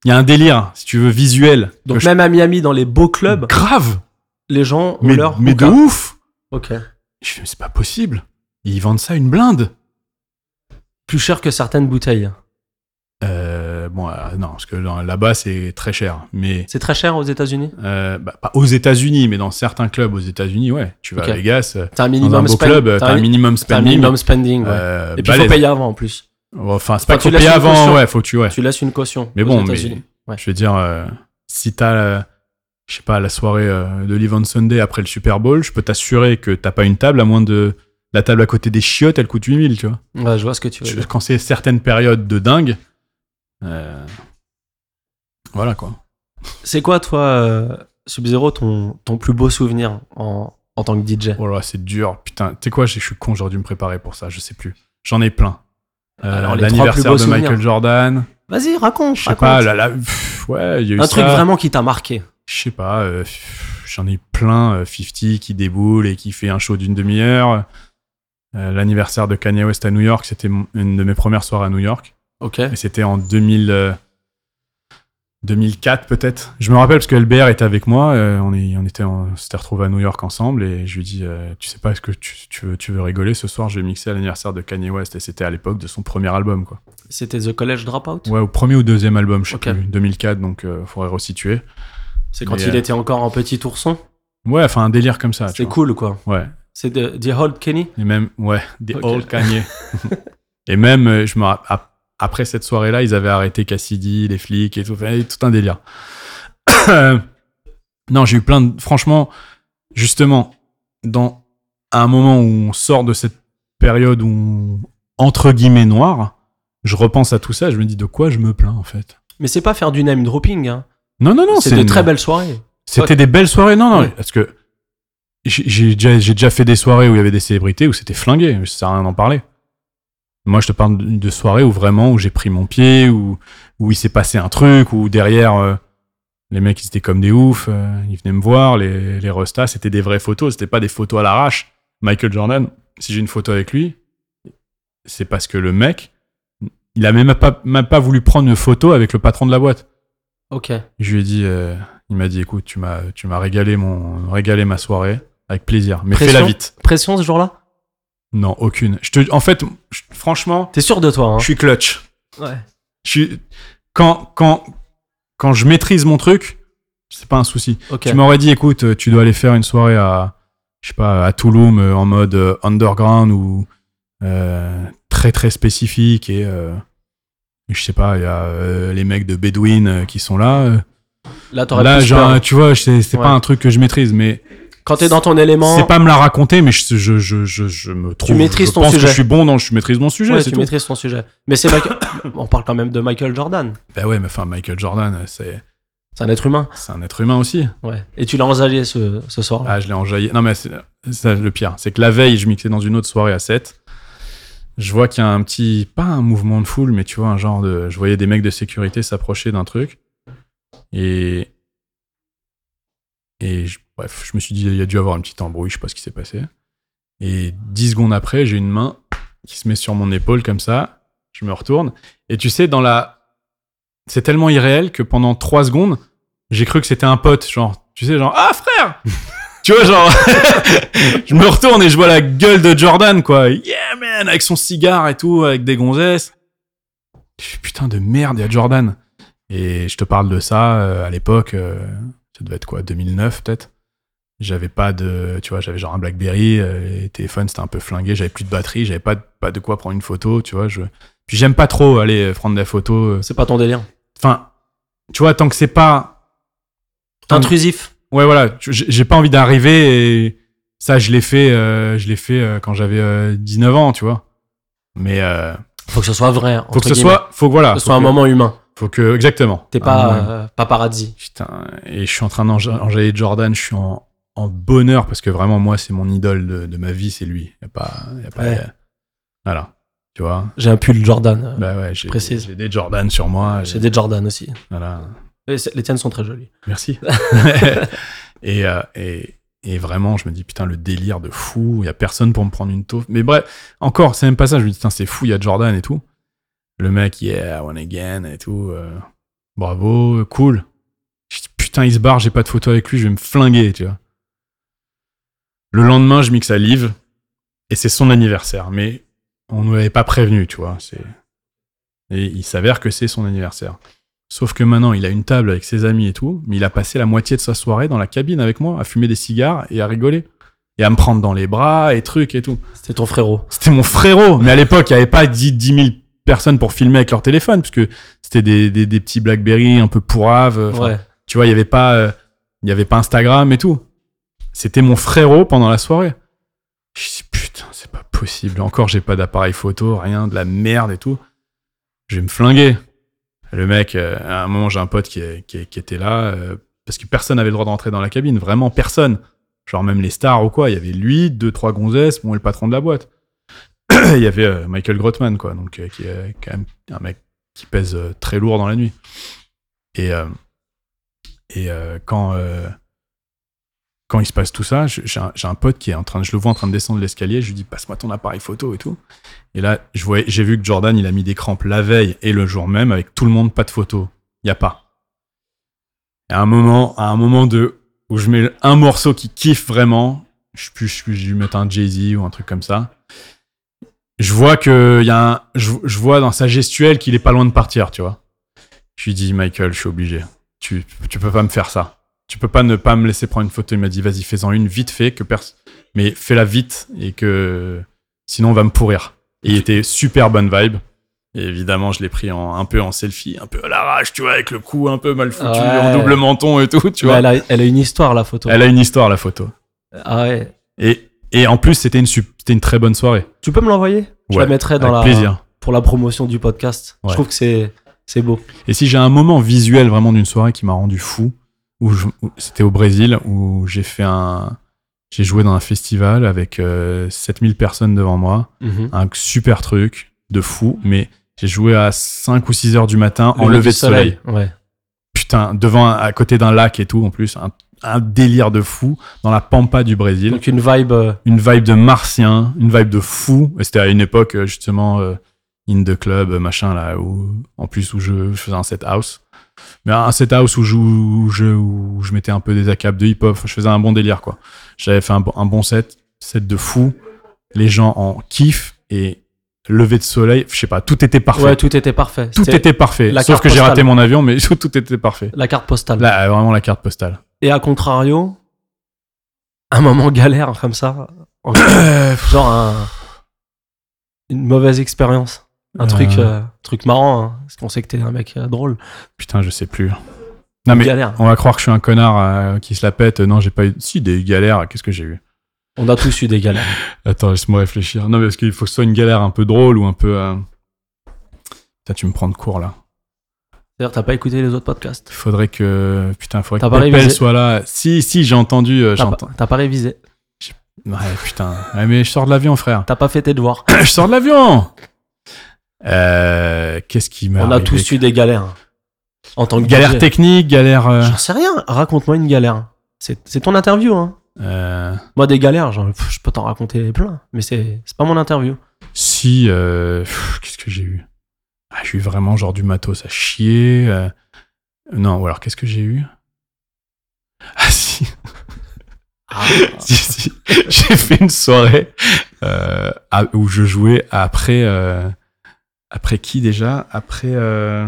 [SPEAKER 2] Il y a un délire, si tu veux, visuel.
[SPEAKER 1] Donc
[SPEAKER 2] Que
[SPEAKER 1] même à Miami, dans les beaux
[SPEAKER 2] je-
[SPEAKER 1] clubs,
[SPEAKER 2] Grave
[SPEAKER 1] les gens ont
[SPEAKER 2] Mais,
[SPEAKER 1] leur
[SPEAKER 2] mais de
[SPEAKER 1] hookah.
[SPEAKER 2] ouf
[SPEAKER 1] Ok.
[SPEAKER 2] Je fais, mais c'est pas possible. Ils vendent ça une blinde.
[SPEAKER 1] Plus cher que certaines bouteilles.
[SPEAKER 2] Euh, bon, euh, non, parce que dans- là-bas, c'est très cher. Mais.
[SPEAKER 1] C'est très cher aux États-Unis
[SPEAKER 2] euh, bah, pas aux États-Unis, mais dans certains clubs aux États-Unis, ouais. Tu vas
[SPEAKER 1] Ok.
[SPEAKER 2] à Vegas, euh,
[SPEAKER 1] T'as un
[SPEAKER 2] dans un
[SPEAKER 1] minimum
[SPEAKER 2] beau
[SPEAKER 1] spend-
[SPEAKER 2] club, euh, t'as un minimum
[SPEAKER 1] T'as un
[SPEAKER 2] spending.
[SPEAKER 1] minimum spending, ouais.
[SPEAKER 2] euh,
[SPEAKER 1] Et puis,
[SPEAKER 2] balèze.
[SPEAKER 1] faut payer avant, en plus.
[SPEAKER 2] Enfin, c'est pas
[SPEAKER 1] Enfin, tu
[SPEAKER 2] qu'il faut payer
[SPEAKER 1] laisses une caution.
[SPEAKER 2] avant, ouais, faut que tu, ouais.
[SPEAKER 1] Tu laisses une caution.
[SPEAKER 2] Mais
[SPEAKER 1] aux
[SPEAKER 2] bon, mais-
[SPEAKER 1] États-Unis. Ouais.
[SPEAKER 2] Je veux dire, euh, si t'as, euh, je sais pas, la soirée euh, de Live on Sunday après le Super Bowl, je peux t'assurer que t'as pas une table, à moins de la table à côté des chiottes, elle coûte 8000, tu vois.
[SPEAKER 1] Ouais, je vois ce que tu veux
[SPEAKER 2] Je-
[SPEAKER 1] dire.
[SPEAKER 2] Quand c'est certaines périodes de dingue, euh, voilà quoi.
[SPEAKER 1] C'est quoi, toi, euh, Sub-Zero, ton, ton plus beau souvenir en, en tant que DJ
[SPEAKER 2] Oh là, c'est dur. Putain, tu sais quoi, je je suis con, j'aurais dû me préparer pour ça, je sais plus. J'en ai plein. Euh,
[SPEAKER 1] Alors, les trois plus
[SPEAKER 2] L'anniversaire
[SPEAKER 1] beaux
[SPEAKER 2] de Michael
[SPEAKER 1] souvenirs.
[SPEAKER 2] Jordan.
[SPEAKER 1] Vas-y, raconte.
[SPEAKER 2] Je sais
[SPEAKER 1] raconte.
[SPEAKER 2] pas, là, là, pff, ouais, il y a eu
[SPEAKER 1] Un truc
[SPEAKER 2] ça.
[SPEAKER 1] vraiment qui t'a marqué.
[SPEAKER 2] Je sais pas, euh, pff, j'en ai plein. euh, 50 qui déboule et qui fait un show d'une demi-heure. Euh, L'anniversaire de Kanye West à New York, c'était mon- une de mes premières soirées à New York.
[SPEAKER 1] Ok.
[SPEAKER 2] Et c'était en 2000, euh, 2004 peut-être. Je me rappelle parce que LBR était avec moi. euh, on, est, on était en- on s'était retrouvés à New York ensemble et je lui dis, euh, tu sais pas, est-ce que tu, tu veux, tu veux rigoler ce soir Je vais mixer à l'anniversaire de Kanye West et c'était à l'époque de son premier album quoi.
[SPEAKER 1] C'était The College Dropout
[SPEAKER 2] Ouais, au premier ou deuxième album, je sais
[SPEAKER 1] Ok.
[SPEAKER 2] plus, 2004 donc euh, faudrait resituer.
[SPEAKER 1] C'est quand
[SPEAKER 2] Mais,
[SPEAKER 1] il
[SPEAKER 2] euh,
[SPEAKER 1] était encore en petit ourson.
[SPEAKER 2] Ouais, enfin un délire comme ça. tu
[SPEAKER 1] C'était
[SPEAKER 2] vois.
[SPEAKER 1] cool, quoi.
[SPEAKER 2] Ouais.
[SPEAKER 1] C'est de The Old Kenny
[SPEAKER 2] Et même, ouais, des
[SPEAKER 1] Ok.
[SPEAKER 2] old Kanye. et même, euh, je me rapp- ap- après cette soirée-là, ils avaient arrêté Cassidy, les flics et tout, enfin, tout un délire. non, j'ai eu plein de. Franchement, justement, dans un moment où on sort de cette période où on- entre guillemets noire, je repense à tout ça, je me dis de quoi je me plains en fait.
[SPEAKER 1] Mais c'est pas faire du name dropping. Hein.
[SPEAKER 2] Non, non, non,
[SPEAKER 1] c'est de
[SPEAKER 2] une-
[SPEAKER 1] très belles soirées.
[SPEAKER 2] c'était des belles soirées, non, non,
[SPEAKER 1] Ouais.
[SPEAKER 2] parce que j'ai- j'ai déjà, j'ai déjà fait des soirées où il y avait des célébrités, où c'était flingué, ça sert à rien d'en parler. Moi, je te parle de de soirées où vraiment, où j'ai pris mon pied, où, où il s'est passé un truc, où derrière, euh, les mecs, ils étaient comme des oufs, euh, ils venaient me voir, les, les restas, c'était des vraies photos, c'était pas des photos à l'arrache. Michael Jordan, si j'ai une photo avec lui, c'est parce que le mec, il a même pas, même pas voulu prendre une photo avec le patron de la boîte.
[SPEAKER 1] Ok.
[SPEAKER 2] Je lui ai dit, euh, il m'a dit, écoute, tu m'as, tu m'as régalé mon, régalé ma soirée avec plaisir, mais
[SPEAKER 1] Pression
[SPEAKER 2] fais-la vite.
[SPEAKER 1] Pression ce jour-là
[SPEAKER 2] Non, aucune. Je te, en fait, je- franchement,
[SPEAKER 1] T'es sûr de toi, hein
[SPEAKER 2] je suis clutch.
[SPEAKER 1] Ouais.
[SPEAKER 2] Je suis, quand, quand, quand je maîtrise mon truc, c'est pas un souci.
[SPEAKER 1] Ok.
[SPEAKER 2] Tu m'aurais dit, écoute, euh, tu dois aller faire une soirée à, je sais pas, à Touloum euh, en mode euh, underground ou euh, très très spécifique et euh, je sais pas, il y a euh, les mecs de Bedouin euh, qui sont là. euh,
[SPEAKER 1] Là, t'aurais
[SPEAKER 2] Là,
[SPEAKER 1] plus
[SPEAKER 2] genre,
[SPEAKER 1] peur.
[SPEAKER 2] tu vois, c'est c'est
[SPEAKER 1] Ouais.
[SPEAKER 2] pas un truc que je maîtrise, mais
[SPEAKER 1] Quand t'es dans ton élément,
[SPEAKER 2] c'est pas me la raconter, mais je, je, je, je, je me trouve.
[SPEAKER 1] maîtrises
[SPEAKER 2] je
[SPEAKER 1] ton
[SPEAKER 2] pense
[SPEAKER 1] sujet.
[SPEAKER 2] Que je suis bon dans, je maîtrise mon sujet,
[SPEAKER 1] ouais,
[SPEAKER 2] c'est
[SPEAKER 1] tu
[SPEAKER 2] tout.
[SPEAKER 1] maîtrises ton sujet. Mais c'est Michael- on parle quand même de Michael Jordan.
[SPEAKER 2] Bah ouais, mais enfin, Michael Jordan, c'est
[SPEAKER 1] C'est un être humain.
[SPEAKER 2] c'est un être humain aussi.
[SPEAKER 1] Ouais. Et tu l'as enjaillé ce, ce soir.
[SPEAKER 2] Ah, je l'ai enjaillé. Non, mais c'est ça, le pire. C'est que la veille, je mixais dans une autre soirée à 7. Je vois qu'il y a un petit, pas un mouvement de foule, mais tu vois, un genre de. Je voyais des mecs de sécurité s'approcher d'un truc. Et. Et je- bref, je me suis dit, il y a dû avoir une petite embrouille, je sais pas ce qui s'est passé. Et 10 secondes après, j'ai une main qui se met sur mon épaule comme ça. Je me retourne. Et tu sais, dans la. C'est tellement irréel que pendant 3 secondes, j'ai cru que c'était un pote. Genre, tu sais, genre, ah frère Tu vois, genre, je me retourne et je vois la gueule de Jordan, quoi. Yeah, man, avec son cigare et tout, avec des gonzesses. Je suis, Putain de merde, il y a Jordan. Et je te parle de ça euh, à l'époque, euh, ça devait être quoi, 2009 peut-être. J'avais pas de, tu vois, j'avais genre un Blackberry, euh, les téléphones c'était un peu flingué, j'avais plus de batterie, j'avais pas de, pas de quoi prendre une photo, tu vois. Je... Puis j'aime pas trop aller euh, prendre des photos.
[SPEAKER 1] C'est pas ton délire.
[SPEAKER 2] Enfin, tu vois, tant que c'est pas Tant-
[SPEAKER 1] Intrusif.
[SPEAKER 2] Ouais, voilà, tu- j'ai j'ai pas envie d'arriver et ça, je l'ai fait, euh, je l'ai fait euh, quand j'avais euh, 19 ans, tu vois. Mais euh,
[SPEAKER 1] Faut que ce soit vrai.
[SPEAKER 2] faut que ce soit, Ah, faut que voilà,
[SPEAKER 1] Que ce
[SPEAKER 2] faut
[SPEAKER 1] soit un
[SPEAKER 2] que-
[SPEAKER 1] moment humain.
[SPEAKER 2] faut que exactement.
[SPEAKER 1] T'es
[SPEAKER 2] Un
[SPEAKER 1] pas
[SPEAKER 2] moment-
[SPEAKER 1] euh, paparazzi.
[SPEAKER 2] putain. Et je suis en train d'enja- d'enjailler Jordan, je suis en, en bonheur parce que vraiment moi, c'est mon idole de, de ma vie, c'est lui. Y a pas, y a pas,
[SPEAKER 1] Ouais.
[SPEAKER 2] y a- voilà, tu vois.
[SPEAKER 1] J'ai un pull Jordan.
[SPEAKER 2] Bah ouais, j'ai
[SPEAKER 1] précise.
[SPEAKER 2] j'ai des Jordan sur moi.
[SPEAKER 1] J'ai
[SPEAKER 2] j'ai-
[SPEAKER 1] des Jordan aussi.
[SPEAKER 2] Voilà.
[SPEAKER 1] Et c'est- les tiennes sont très jolies.
[SPEAKER 2] Merci. et, euh, et, et vraiment, je me dis, putain, le délire de fou, il y a personne pour me prendre une taupe. Mais bref, encore, c'est même pas ça. Je me dis, putain, c'est fou, il y a Jordan et tout. Le mec, yeah, one again et tout. euh, bravo, euh, cool. Je dis, putain, il se barre, j'ai pas de photo avec lui, je vais me flinguer, tu vois. Le lendemain, je mixe à Live et c'est son anniversaire. Mais on ne l'avait pas prévenu, tu vois. c'est- Et il s'avère que c'est son anniversaire. Sauf que maintenant, il a une table avec ses amis et tout, mais il a passé la moitié de sa soirée dans la cabine avec moi, à fumer des cigares et à rigoler. Et à me prendre dans les bras et trucs et tout.
[SPEAKER 1] C'était ton frérot.
[SPEAKER 2] C'était mon frérot, mais à l'époque, il n'y avait pas 10, 10 000 personnes pour filmer avec leur téléphone, parce que c'était des, des, des petits Blackberry un peu pourraves. Enfin,
[SPEAKER 1] ouais.
[SPEAKER 2] Tu vois, il n'y avait, pas, euh, il y avait pas Instagram et tout. C'était mon frérot pendant la soirée. Je me suis dit, putain, c'est pas possible. Encore, j'ai pas d'appareil photo, rien, de la merde et tout. Je vais me flinguer. Le mec, euh, à un moment, j'ai un pote qui, est- qui est- qui était là, euh, parce que personne n'avait le droit d'entrer dans la cabine, vraiment personne. Genre même les stars ou quoi, il y avait lui, deux, trois gonzesses, bon, et le patron de la boîte. il y avait euh, Michael Grotman, quoi, donc euh, qui est quand même un mec qui pèse euh, très lourd dans la nuit. Et, euh, et euh, quand, euh, quand il se passe tout ça, je- j'ai un, j'ai un pote qui est en train, de- je le vois en train de descendre l'escalier, je lui dis passe-moi ton appareil photo et tout. Et là, je voyais- j'ai vu que Jordan, il a mis des crampes la veille et le jour même avec tout le monde, pas de photo. Il y a pas. Et à un moment, à un moment de où je mets un morceau qui kiffe vraiment, je puis je puis- j'ai dû mettre un Jay-Z ou un truc comme ça. Je vois que il y a un, je, je vois dans sa gestuelle qu'il est pas loin de partir, tu vois. Je lui dis Michael, je suis obligé. Tu tu peux pas me faire ça. Tu peux pas ne pas me laisser prendre une photo. Il m'a dit vas-y, fais-en une vite fait que pers- mais fais-la vite et que sinon on va me pourrir. Et il était super bonne vibe. Et évidemment, je l'ai pris en, un peu en selfie, un peu à l'arrache, tu vois, avec le cou un peu mal foutu,
[SPEAKER 1] Ouais.
[SPEAKER 2] en double menton et tout, tu
[SPEAKER 1] Mais
[SPEAKER 2] vois.
[SPEAKER 1] elle, a, elle a une histoire, la photo.
[SPEAKER 2] Elle a une histoire, la photo.
[SPEAKER 1] Ah ouais.
[SPEAKER 2] Et, et en plus, c'était une, sup- c'était une très bonne soirée.
[SPEAKER 1] Tu peux me l'envoyer Je
[SPEAKER 2] Ouais,
[SPEAKER 1] la mettrai dans
[SPEAKER 2] avec
[SPEAKER 1] la.
[SPEAKER 2] plaisir.
[SPEAKER 1] Pour la promotion du podcast.
[SPEAKER 2] Ouais.
[SPEAKER 1] Je trouve que c'est. C'est beau.
[SPEAKER 2] Et si j'ai un moment visuel vraiment d'une soirée qui m'a rendu fou, où je- où- c'était au Brésil, où j'ai fait un. J'ai joué dans un festival avec euh, 7000 personnes devant moi. Un super truc de fou, mais j'ai joué à 5 ou 6 heures du matin en
[SPEAKER 1] lever
[SPEAKER 2] lever de
[SPEAKER 1] du
[SPEAKER 2] soleil.
[SPEAKER 1] Ouais.
[SPEAKER 2] Putain, devant, un- à côté d'un lac et tout, en plus, un, un délire de fou dans la pampa du Brésil.
[SPEAKER 1] Donc une vibe. euh,
[SPEAKER 2] une vibe de martien, une vibe de fou. Et C'était à une époque, euh, justement, euh, in the club, euh, machin, là, où, en plus, où je, je faisais un set house. Mais un set house où je, où je, où je mettais un peu des acapes de hip-hop. Enfin, Je faisais un bon délire, quoi. J'avais fait un, bon- un bon set, set de fou. Les gens en kiff et lever de soleil. Je sais pas, tout était parfait.
[SPEAKER 1] Ouais, tout était parfait.
[SPEAKER 2] tout
[SPEAKER 1] C'était
[SPEAKER 2] était parfait.
[SPEAKER 1] la
[SPEAKER 2] Sauf
[SPEAKER 1] carte
[SPEAKER 2] que j'ai raté
[SPEAKER 1] postale.
[SPEAKER 2] mon avion, mais tout, tout était parfait.
[SPEAKER 1] La carte postale.
[SPEAKER 2] Là, euh, vraiment la carte postale.
[SPEAKER 1] Et à contrario, un moment galère hein, comme ça, genre un- une mauvaise expérience, un
[SPEAKER 2] Euh.
[SPEAKER 1] truc, euh, truc marrant, hein, parce qu'on sait que t'es un mec euh, drôle.
[SPEAKER 2] Putain, je sais plus. Non, mais
[SPEAKER 1] Galère.
[SPEAKER 2] On va croire que je suis un connard euh, qui se la pète. Non, j'ai pas eu. Si, des galères. Qu'est-ce que j'ai eu
[SPEAKER 1] On a tous eu des galères.
[SPEAKER 2] Attends, laisse-moi réfléchir. Non, mais parce qu'il faut que ce soit une galère un peu drôle ou un peu. euh, Putain, tu me prends de court là.
[SPEAKER 1] D'ailleurs, t'as pas écouté les autres podcasts.
[SPEAKER 2] Il faudrait que. Putain, il faudrait
[SPEAKER 1] T'as
[SPEAKER 2] que
[SPEAKER 1] pas
[SPEAKER 2] Pépel
[SPEAKER 1] révisé.
[SPEAKER 2] soit là. Si, si, j'ai entendu. euh,
[SPEAKER 1] T'as pas,
[SPEAKER 2] j'entends.
[SPEAKER 1] t'as pas révisé.
[SPEAKER 2] Ouais, putain. Ouais, mais je sors de l'avion, frère.
[SPEAKER 1] T'as pas fait tes devoirs.
[SPEAKER 2] je sors de l'avion Euh, Qu'est-ce qui m'a.
[SPEAKER 1] On a
[SPEAKER 2] arrivé
[SPEAKER 1] tous eu des galères. hein. En tant que
[SPEAKER 2] Galère
[SPEAKER 1] DJ.
[SPEAKER 2] technique, galère. euh,
[SPEAKER 1] J'en sais rien. Raconte-moi une galère. C'est c'est ton interview. Hein.
[SPEAKER 2] euh,
[SPEAKER 1] Moi, des galères, genre, pff, je peux t'en raconter plein, mais c'est c'est pas mon interview.
[SPEAKER 2] Si, euh, pff, qu'est-ce que j'ai eu ah, J'ai eu vraiment genre du matos à chier. euh, Non, ou alors qu'est-ce que j'ai eu Ah si, Ah, si, si. j'ai fait une soirée euh, à- où je jouais après... euh, Après qui déjà Après... euh,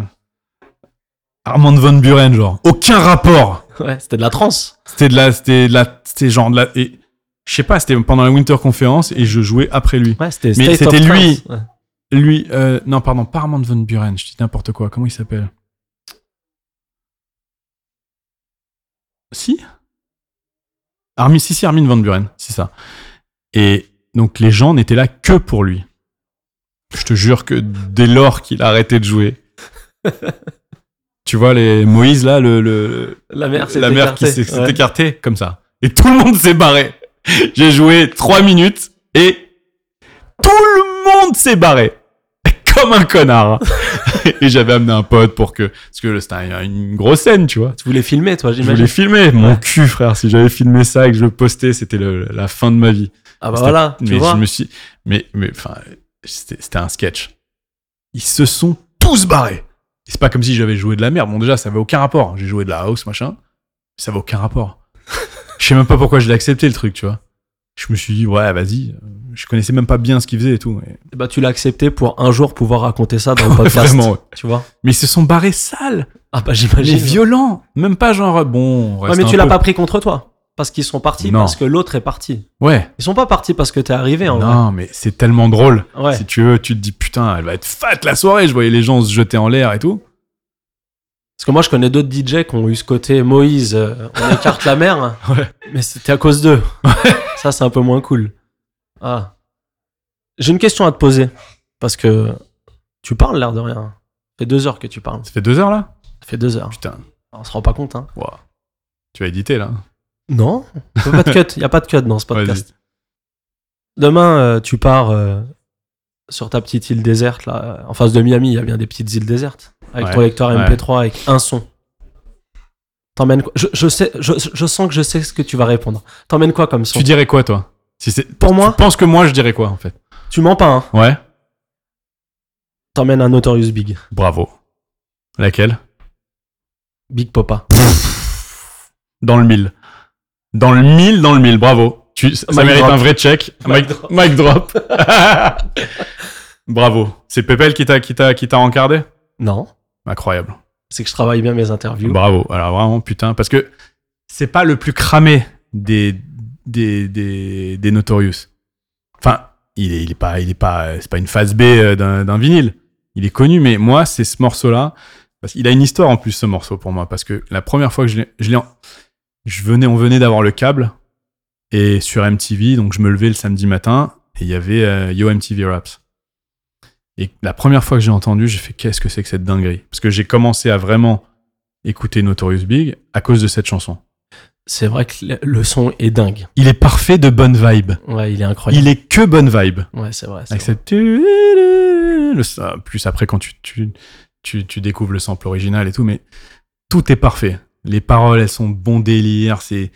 [SPEAKER 2] Armand Van Buren, genre. Aucun rapport
[SPEAKER 1] ouais, c'était de la trance.
[SPEAKER 2] c'était de la, c'était de la, c'était genre de la, et je sais pas, c'était pendant la Winter Conférence et je jouais après lui.
[SPEAKER 1] Ouais, c'était
[SPEAKER 2] Mais
[SPEAKER 1] State of
[SPEAKER 2] c'était
[SPEAKER 1] Trance. Ouais.
[SPEAKER 2] Lui, euh, non, pardon, pas Armand Van Buren, je dis n'importe quoi. Comment il s'appelle Si Armin, si, si, Armin Van Buren, c'est ça. Et donc les gens n'étaient là que pour lui. Je te jure que dès lors qu'il a arrêté de jouer. tu vois, les Moïse, là, le, le-
[SPEAKER 1] La mère s'est
[SPEAKER 2] la mère qui
[SPEAKER 1] écartée.
[SPEAKER 2] s'est s'est
[SPEAKER 1] Ouais.
[SPEAKER 2] écartée, comme ça. Et tout le monde s'est barré. J'ai joué trois minutes et tout le monde s'est barré. Comme un connard. et j'avais amené un pote pour que, parce que c'était un- une grosse scène, tu vois.
[SPEAKER 1] Tu voulais filmer, toi,
[SPEAKER 2] Je
[SPEAKER 1] j'imagine.
[SPEAKER 2] voulais filmer. Mon cul, frère. Si j'avais filmé ça et que je le postais, c'était le- la fin de ma vie.
[SPEAKER 1] Ah bah
[SPEAKER 2] C'était-
[SPEAKER 1] voilà, tu
[SPEAKER 2] mais
[SPEAKER 1] vois.
[SPEAKER 2] je me suis, mais, mais, enfin, c'était c'était un sketch. Ils se sont tous barrés. Et c'est pas comme si j'avais joué de la merde. Bon, déjà, ça avait aucun rapport. J'ai joué de la house, machin. Ça avait aucun rapport. Je sais même pas pourquoi je l'ai accepté, le truc, tu vois. Je me suis dit, ouais, vas-y. Je connaissais même pas bien ce qu'ils faisaient et tout. Et-
[SPEAKER 1] Bah, tu l'as accepté pour un jour pouvoir raconter ça dans le podcast.
[SPEAKER 2] Vraiment, ouais.
[SPEAKER 1] Tu vois.
[SPEAKER 2] Mais ils se sont barrés sales.
[SPEAKER 1] Ah bah
[SPEAKER 2] Les
[SPEAKER 1] j'imagine.
[SPEAKER 2] violents. Même pas genre, bon, on
[SPEAKER 1] Ouais,
[SPEAKER 2] reste
[SPEAKER 1] mais
[SPEAKER 2] un
[SPEAKER 1] tu l'as
[SPEAKER 2] peu-
[SPEAKER 1] pas pris contre toi. Parce qu'ils sont partis,
[SPEAKER 2] Non.
[SPEAKER 1] parce que l'autre est parti.
[SPEAKER 2] Ouais.
[SPEAKER 1] Ils sont pas partis parce que t'es arrivé en
[SPEAKER 2] non, mais c'est tellement drôle.
[SPEAKER 1] vrai. Ouais.
[SPEAKER 2] Si tu veux, tu te dis, putain, elle va être fat la soirée. Je voyais les gens se jeter en l'air et tout.
[SPEAKER 1] Parce que moi je connais d'autres DJ qui ont eu ce côté Moïse, euh, on écarte la mer.
[SPEAKER 2] Ouais.
[SPEAKER 1] Mais c'était à cause d'eux. ça c'est un peu moins cool. Ah. J'ai une question à te poser. Parce que tu parles l'air de rien. fait deux heures que tu parles.
[SPEAKER 2] Ça fait deux heures là
[SPEAKER 1] Ça fait deux heures.
[SPEAKER 2] Putain,
[SPEAKER 1] On se rend pas compte, hein.
[SPEAKER 2] wow. tu vas éditer là
[SPEAKER 1] Non. on peut pas de cut. Il n'y a pas de cut dans ce
[SPEAKER 2] Vas-y.
[SPEAKER 1] podcast. Demain, euh, tu pars euh, sur ta petite île déserte, là. euh, En face de Miami, il y a bien des petites îles désertes. Avec
[SPEAKER 2] Ouais.
[SPEAKER 1] ton lecteur
[SPEAKER 2] Ouais.
[SPEAKER 1] MP3, avec un son. T'emmènes quoi je, je sais, je, je sens que je sais ce que tu vas répondre. T'emmènes quoi comme son
[SPEAKER 2] Tu dirais quoi toi si c'est...
[SPEAKER 1] Pour moi,
[SPEAKER 2] Tu penses que moi je dirais quoi en fait
[SPEAKER 1] tu mens pas, hein.
[SPEAKER 2] Ouais
[SPEAKER 1] T'emmènes un Notorious Big.
[SPEAKER 2] Bravo. Laquelle
[SPEAKER 1] Big Popa.
[SPEAKER 2] Dans le mille. Dans le mille, dans le mille, bravo. Tu, ça
[SPEAKER 1] Mic
[SPEAKER 2] mérite
[SPEAKER 1] drop.
[SPEAKER 2] un vrai check.
[SPEAKER 1] Mic
[SPEAKER 2] Mic,
[SPEAKER 1] drop.
[SPEAKER 2] mic drop. bravo. C'est Pépel qui t'a, qui t'a, qui t'a encardé
[SPEAKER 1] Non.
[SPEAKER 2] Incroyable.
[SPEAKER 1] C'est que je travaille bien mes interviews.
[SPEAKER 2] Bravo. Alors vraiment, putain, parce que c'est pas le plus cramé des des des, des Notorious. Enfin, il est il est pas il est pas euh, c'est pas une phase B euh, d'un d'un vinyle. Il est connu, mais moi c'est ce morceau-là parce qu'il a une histoire en plus ce morceau pour moi parce que la première fois que je l'ai je l'ai en- je venais on venait d'avoir le câble et sur MTV donc je me levais le samedi matin et il y avait euh, Yo MTV Raps. Et la première fois que j'ai entendu, j'ai fait qu'est-ce que c'est que cette dinguerie Parce que j'ai commencé à vraiment écouter Notorious Big à cause de cette chanson.
[SPEAKER 1] C'est vrai que le- le son est dingue.
[SPEAKER 2] Il est parfait de bonne vibe.
[SPEAKER 1] Ouais, il est incroyable.
[SPEAKER 2] Il est que bonne vibe.
[SPEAKER 1] Ouais, c'est vrai. c'est
[SPEAKER 2] Avec
[SPEAKER 1] vrai.
[SPEAKER 2] cette tu- le- ça, plus après quand tu, tu, tu, tu découvres le sample original et tout, mais tout est parfait. Les paroles, elles sont bon délire, c'est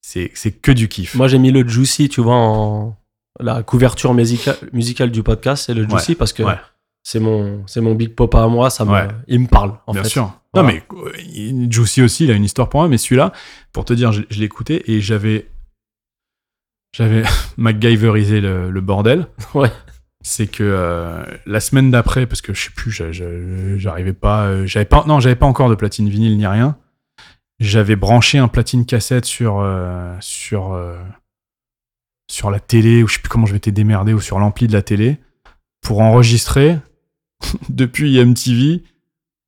[SPEAKER 2] c'est c'est que du kiff.
[SPEAKER 1] Moi, j'ai mis le Juicy, tu vois, en la couverture musica- musicale du podcast, c'est le Juicy parce que
[SPEAKER 2] ouais.
[SPEAKER 1] c'est mon c'est mon big papa à moi, ça me
[SPEAKER 2] Ouais.
[SPEAKER 1] il me parle en
[SPEAKER 2] Bien
[SPEAKER 1] fait.
[SPEAKER 2] sûr.
[SPEAKER 1] Voilà.
[SPEAKER 2] Non, mais euh, il- Juicy aussi, il a une histoire pour moi, mais celui-là, pour te dire, je, je l'écoutais et j'avais. J'avais MacGyverisé le, le bordel.
[SPEAKER 1] Ouais.
[SPEAKER 2] C'est que euh, la semaine d'après, parce que je sais plus, j'a- j'a- j'arrivais pas, euh, j'avais pas, non, j'avais pas encore de platine vinyle ni rien. J'avais branché un platine cassette sur euh, sur euh, sur la télé ou je sais plus comment je m'étais démerdé ou sur l'ampli de la télé pour enregistrer depuis MTV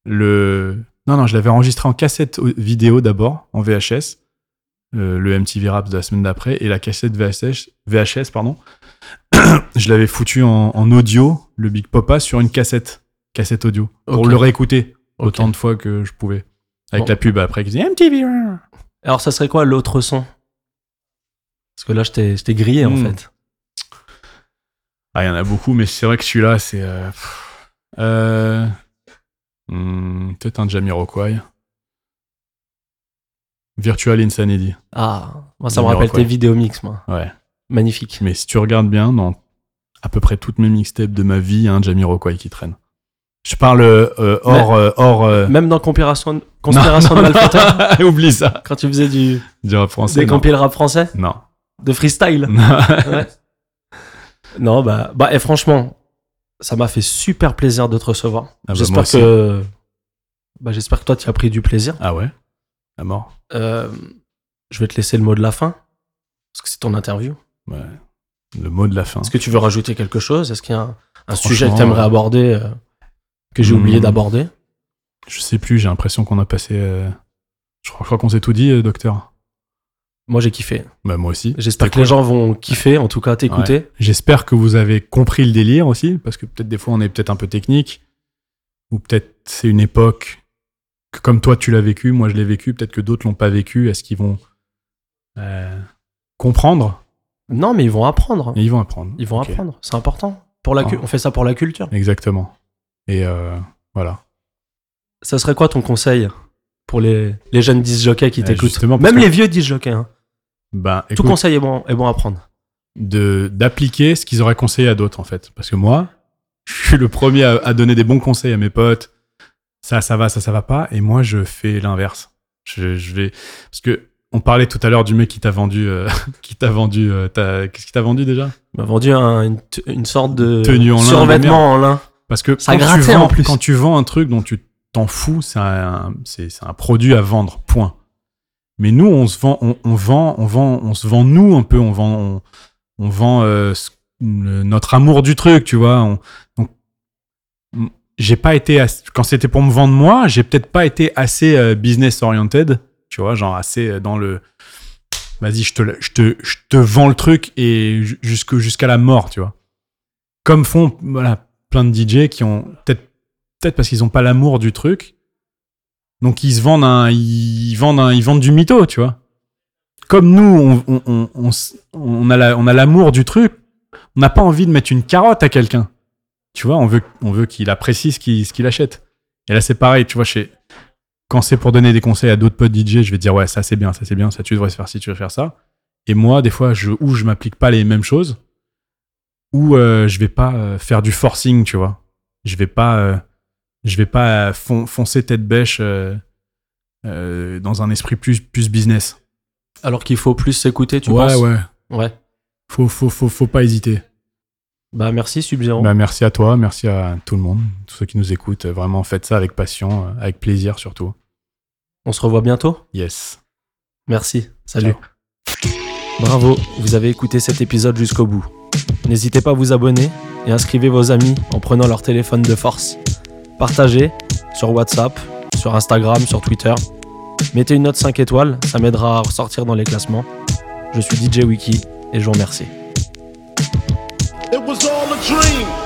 [SPEAKER 2] le. Non, non, je l'avais enregistré en cassette au- vidéo d'abord, en VHS, euh, le MTV Raps de la semaine d'après, et la cassette VHS, VHS pardon. je l'avais foutu en, en audio, le Big Popa, sur une cassette, cassette audio, pour
[SPEAKER 1] Ok.
[SPEAKER 2] le réécouter
[SPEAKER 1] Ok.
[SPEAKER 2] autant de fois que je pouvais. Avec
[SPEAKER 1] Bon.
[SPEAKER 2] la pub après qui disait MTV.
[SPEAKER 1] Alors, ça serait quoi l'autre son Parce que là, je t'ai je t'ai grillé en
[SPEAKER 2] Hmm.
[SPEAKER 1] fait.
[SPEAKER 2] Ah, il y en a beaucoup, mais c'est vrai que celui-là, c'est. euh, pff, euh, hmm, Peut-être un Jamiroquai. Virtual Insanity.
[SPEAKER 1] Ah, moi ça me
[SPEAKER 2] Numéro
[SPEAKER 1] rappelle
[SPEAKER 2] quoi
[SPEAKER 1] tes vidéos mix moi.
[SPEAKER 2] Ouais.
[SPEAKER 1] Magnifique.
[SPEAKER 2] Mais si tu regardes bien, dans à peu près toutes mes mixtapes de ma vie, il y a un Jamiroquai qui traîne. Je parle euh, euh, hors. euh, hors euh,
[SPEAKER 1] Même dans Conspiration Conspiration
[SPEAKER 2] non,
[SPEAKER 1] de
[SPEAKER 2] non,
[SPEAKER 1] Malfaiteurs,
[SPEAKER 2] Oublie ça.
[SPEAKER 1] quand tu faisais du
[SPEAKER 2] Du rap français.
[SPEAKER 1] des
[SPEAKER 2] Non.
[SPEAKER 1] compiles rap français
[SPEAKER 2] non. Ah, bah,
[SPEAKER 1] de freestyle. Ouais. non, bah, bah et franchement, ça m'a fait super plaisir de te recevoir.
[SPEAKER 2] bah, moi
[SPEAKER 1] j'espère
[SPEAKER 2] aussi.
[SPEAKER 1] que bah, j'espère que toi tu as pris du plaisir.
[SPEAKER 2] ah ouais À mort.
[SPEAKER 1] Euh, je vais te laisser le mot de la fin parce que c'est ton interview.
[SPEAKER 2] Ouais. Le mot de la fin.
[SPEAKER 1] Est-ce que tu veux rajouter quelque chose Est-ce qu'il y a un, un
[SPEAKER 2] Franchement,
[SPEAKER 1] sujet que tu aimerais
[SPEAKER 2] euh,
[SPEAKER 1] aborder euh, que j'ai oublié
[SPEAKER 2] hmm.
[SPEAKER 1] d'aborder
[SPEAKER 2] Je sais plus, j'ai l'impression qu'on a passé. euh, Je crois, je crois qu'on s'est tout dit, euh, docteur.
[SPEAKER 1] Moi j'ai kiffé.
[SPEAKER 2] Bah, moi aussi.
[SPEAKER 1] J'espère
[SPEAKER 2] C'était
[SPEAKER 1] que les gens vont kiffer en tout cas t'écouter.
[SPEAKER 2] J'espère que vous avez compris le délire aussi, parce que peut-être des fois on est peut-être un peu technique, ou peut-être c'est une époque que comme toi tu l'as vécu, moi je l'ai vécu, peut-être que d'autres l'ont pas vécu. Est-ce qu'ils vont euh, comprendre
[SPEAKER 1] Non, mais ils vont apprendre.
[SPEAKER 2] Et ils vont apprendre.
[SPEAKER 1] Ils vont
[SPEAKER 2] Ok.
[SPEAKER 1] apprendre. C'est important. Pour la cu-
[SPEAKER 2] Ah.
[SPEAKER 1] on fait ça pour la culture.
[SPEAKER 2] Exactement. Et euh, voilà.
[SPEAKER 1] Ça serait quoi ton conseil pour les, les jeunes disjockeys qui
[SPEAKER 2] Euh,
[SPEAKER 1] t'écoutent
[SPEAKER 2] justement, parce
[SPEAKER 1] Même
[SPEAKER 2] que-
[SPEAKER 1] les vieux disjockeys. hein.
[SPEAKER 2] Ben,
[SPEAKER 1] Tout
[SPEAKER 2] écoute,
[SPEAKER 1] conseil est bon, est bon à prendre.
[SPEAKER 2] de d'appliquer ce qu'ils auraient conseillé à d'autres en fait. Parce que moi, je suis le premier à, à donner des bons conseils à mes potes. Ça, ça va, ça, ça va pas. Et moi, je fais l'inverse. Je, je vais parce que on parlait tout à l'heure du mec qui t'a vendu, euh, qui t'a vendu, euh, ta- qu'est-ce qui t'a vendu déjà
[SPEAKER 1] Il m'a vendu un- une, t- une sorte de
[SPEAKER 2] Tenue en lin,
[SPEAKER 1] survêtement en lin.
[SPEAKER 2] Parce que
[SPEAKER 1] Ça
[SPEAKER 2] quand, tu
[SPEAKER 1] grattait,
[SPEAKER 2] vends,
[SPEAKER 1] en plus.
[SPEAKER 2] quand tu vends un truc dont tu t'en fous, c'est un, c'est- c'est un produit à vendre, point. Mais nous, on se vend, on, on vend, on vend, on se vend nous un peu, on vend, on, on vend euh, ce- le- notre amour du truc, tu vois. on- donc, m- j'ai pas été as- quand c'était pour me vendre moi, j'ai peut-être pas été assez euh, business oriented, tu vois, genre assez euh, dans le vas-y, je te, la- je te, je te vends le truc et ju- jusqu'au- jusqu'à la mort, tu vois. Comme font voilà, plein de DJ qui ont peut-être peut-être parce qu'ils n'ont pas l'amour du truc. Donc ils se vendent un, ils vendent un, ils vendent du mytho, tu vois. Comme nous, on, on, on, on s- on a la- on a l'amour du truc, on n'a pas envie de mettre une carotte à quelqu'un. Tu vois, on veut, on veut qu'il apprécie ce qu'il ce qu'il achète. Et là, c'est pareil, tu vois, chez, quand c'est pour donner des conseils à d'autres potes DJ, je vais dire, ouais, ça c'est bien, ça c'est bien, ça tu devrais faire ci, tu devrais faire ça. Et moi, des fois, je, ou je m'applique pas les mêmes choses, ou euh, je vais pas euh, faire du forcing, tu vois. Je vais pas, euh, je vais pas euh, fon- foncer tête bêche euh, euh, dans un esprit plus, plus business.
[SPEAKER 1] Alors qu'il faut plus s'écouter, tu
[SPEAKER 2] ouais,
[SPEAKER 1] penses
[SPEAKER 2] ouais.
[SPEAKER 1] Ouais.
[SPEAKER 2] Faut, faut, faut, faut pas hésiter.
[SPEAKER 1] Bah merci sub
[SPEAKER 2] Bah, merci à toi, merci à tout le monde, tous ceux qui nous écoutent. Vraiment, faites ça avec passion, euh, avec plaisir surtout.
[SPEAKER 1] On se revoit bientôt.
[SPEAKER 2] Yes.
[SPEAKER 1] Merci. Salut.
[SPEAKER 2] Ciao.
[SPEAKER 1] Bravo, vous avez écouté cet épisode jusqu'au bout. N'hésitez pas à vous abonner et inscrivez vos amis en prenant leur téléphone de force. Partagez sur WhatsApp, sur Instagram, sur Twitter. Mettez une note 5 étoiles, ça m'aidera à ressortir dans les classements. Je suis DJ Wiki et je vous remercie.
[SPEAKER 3] It was all a dream.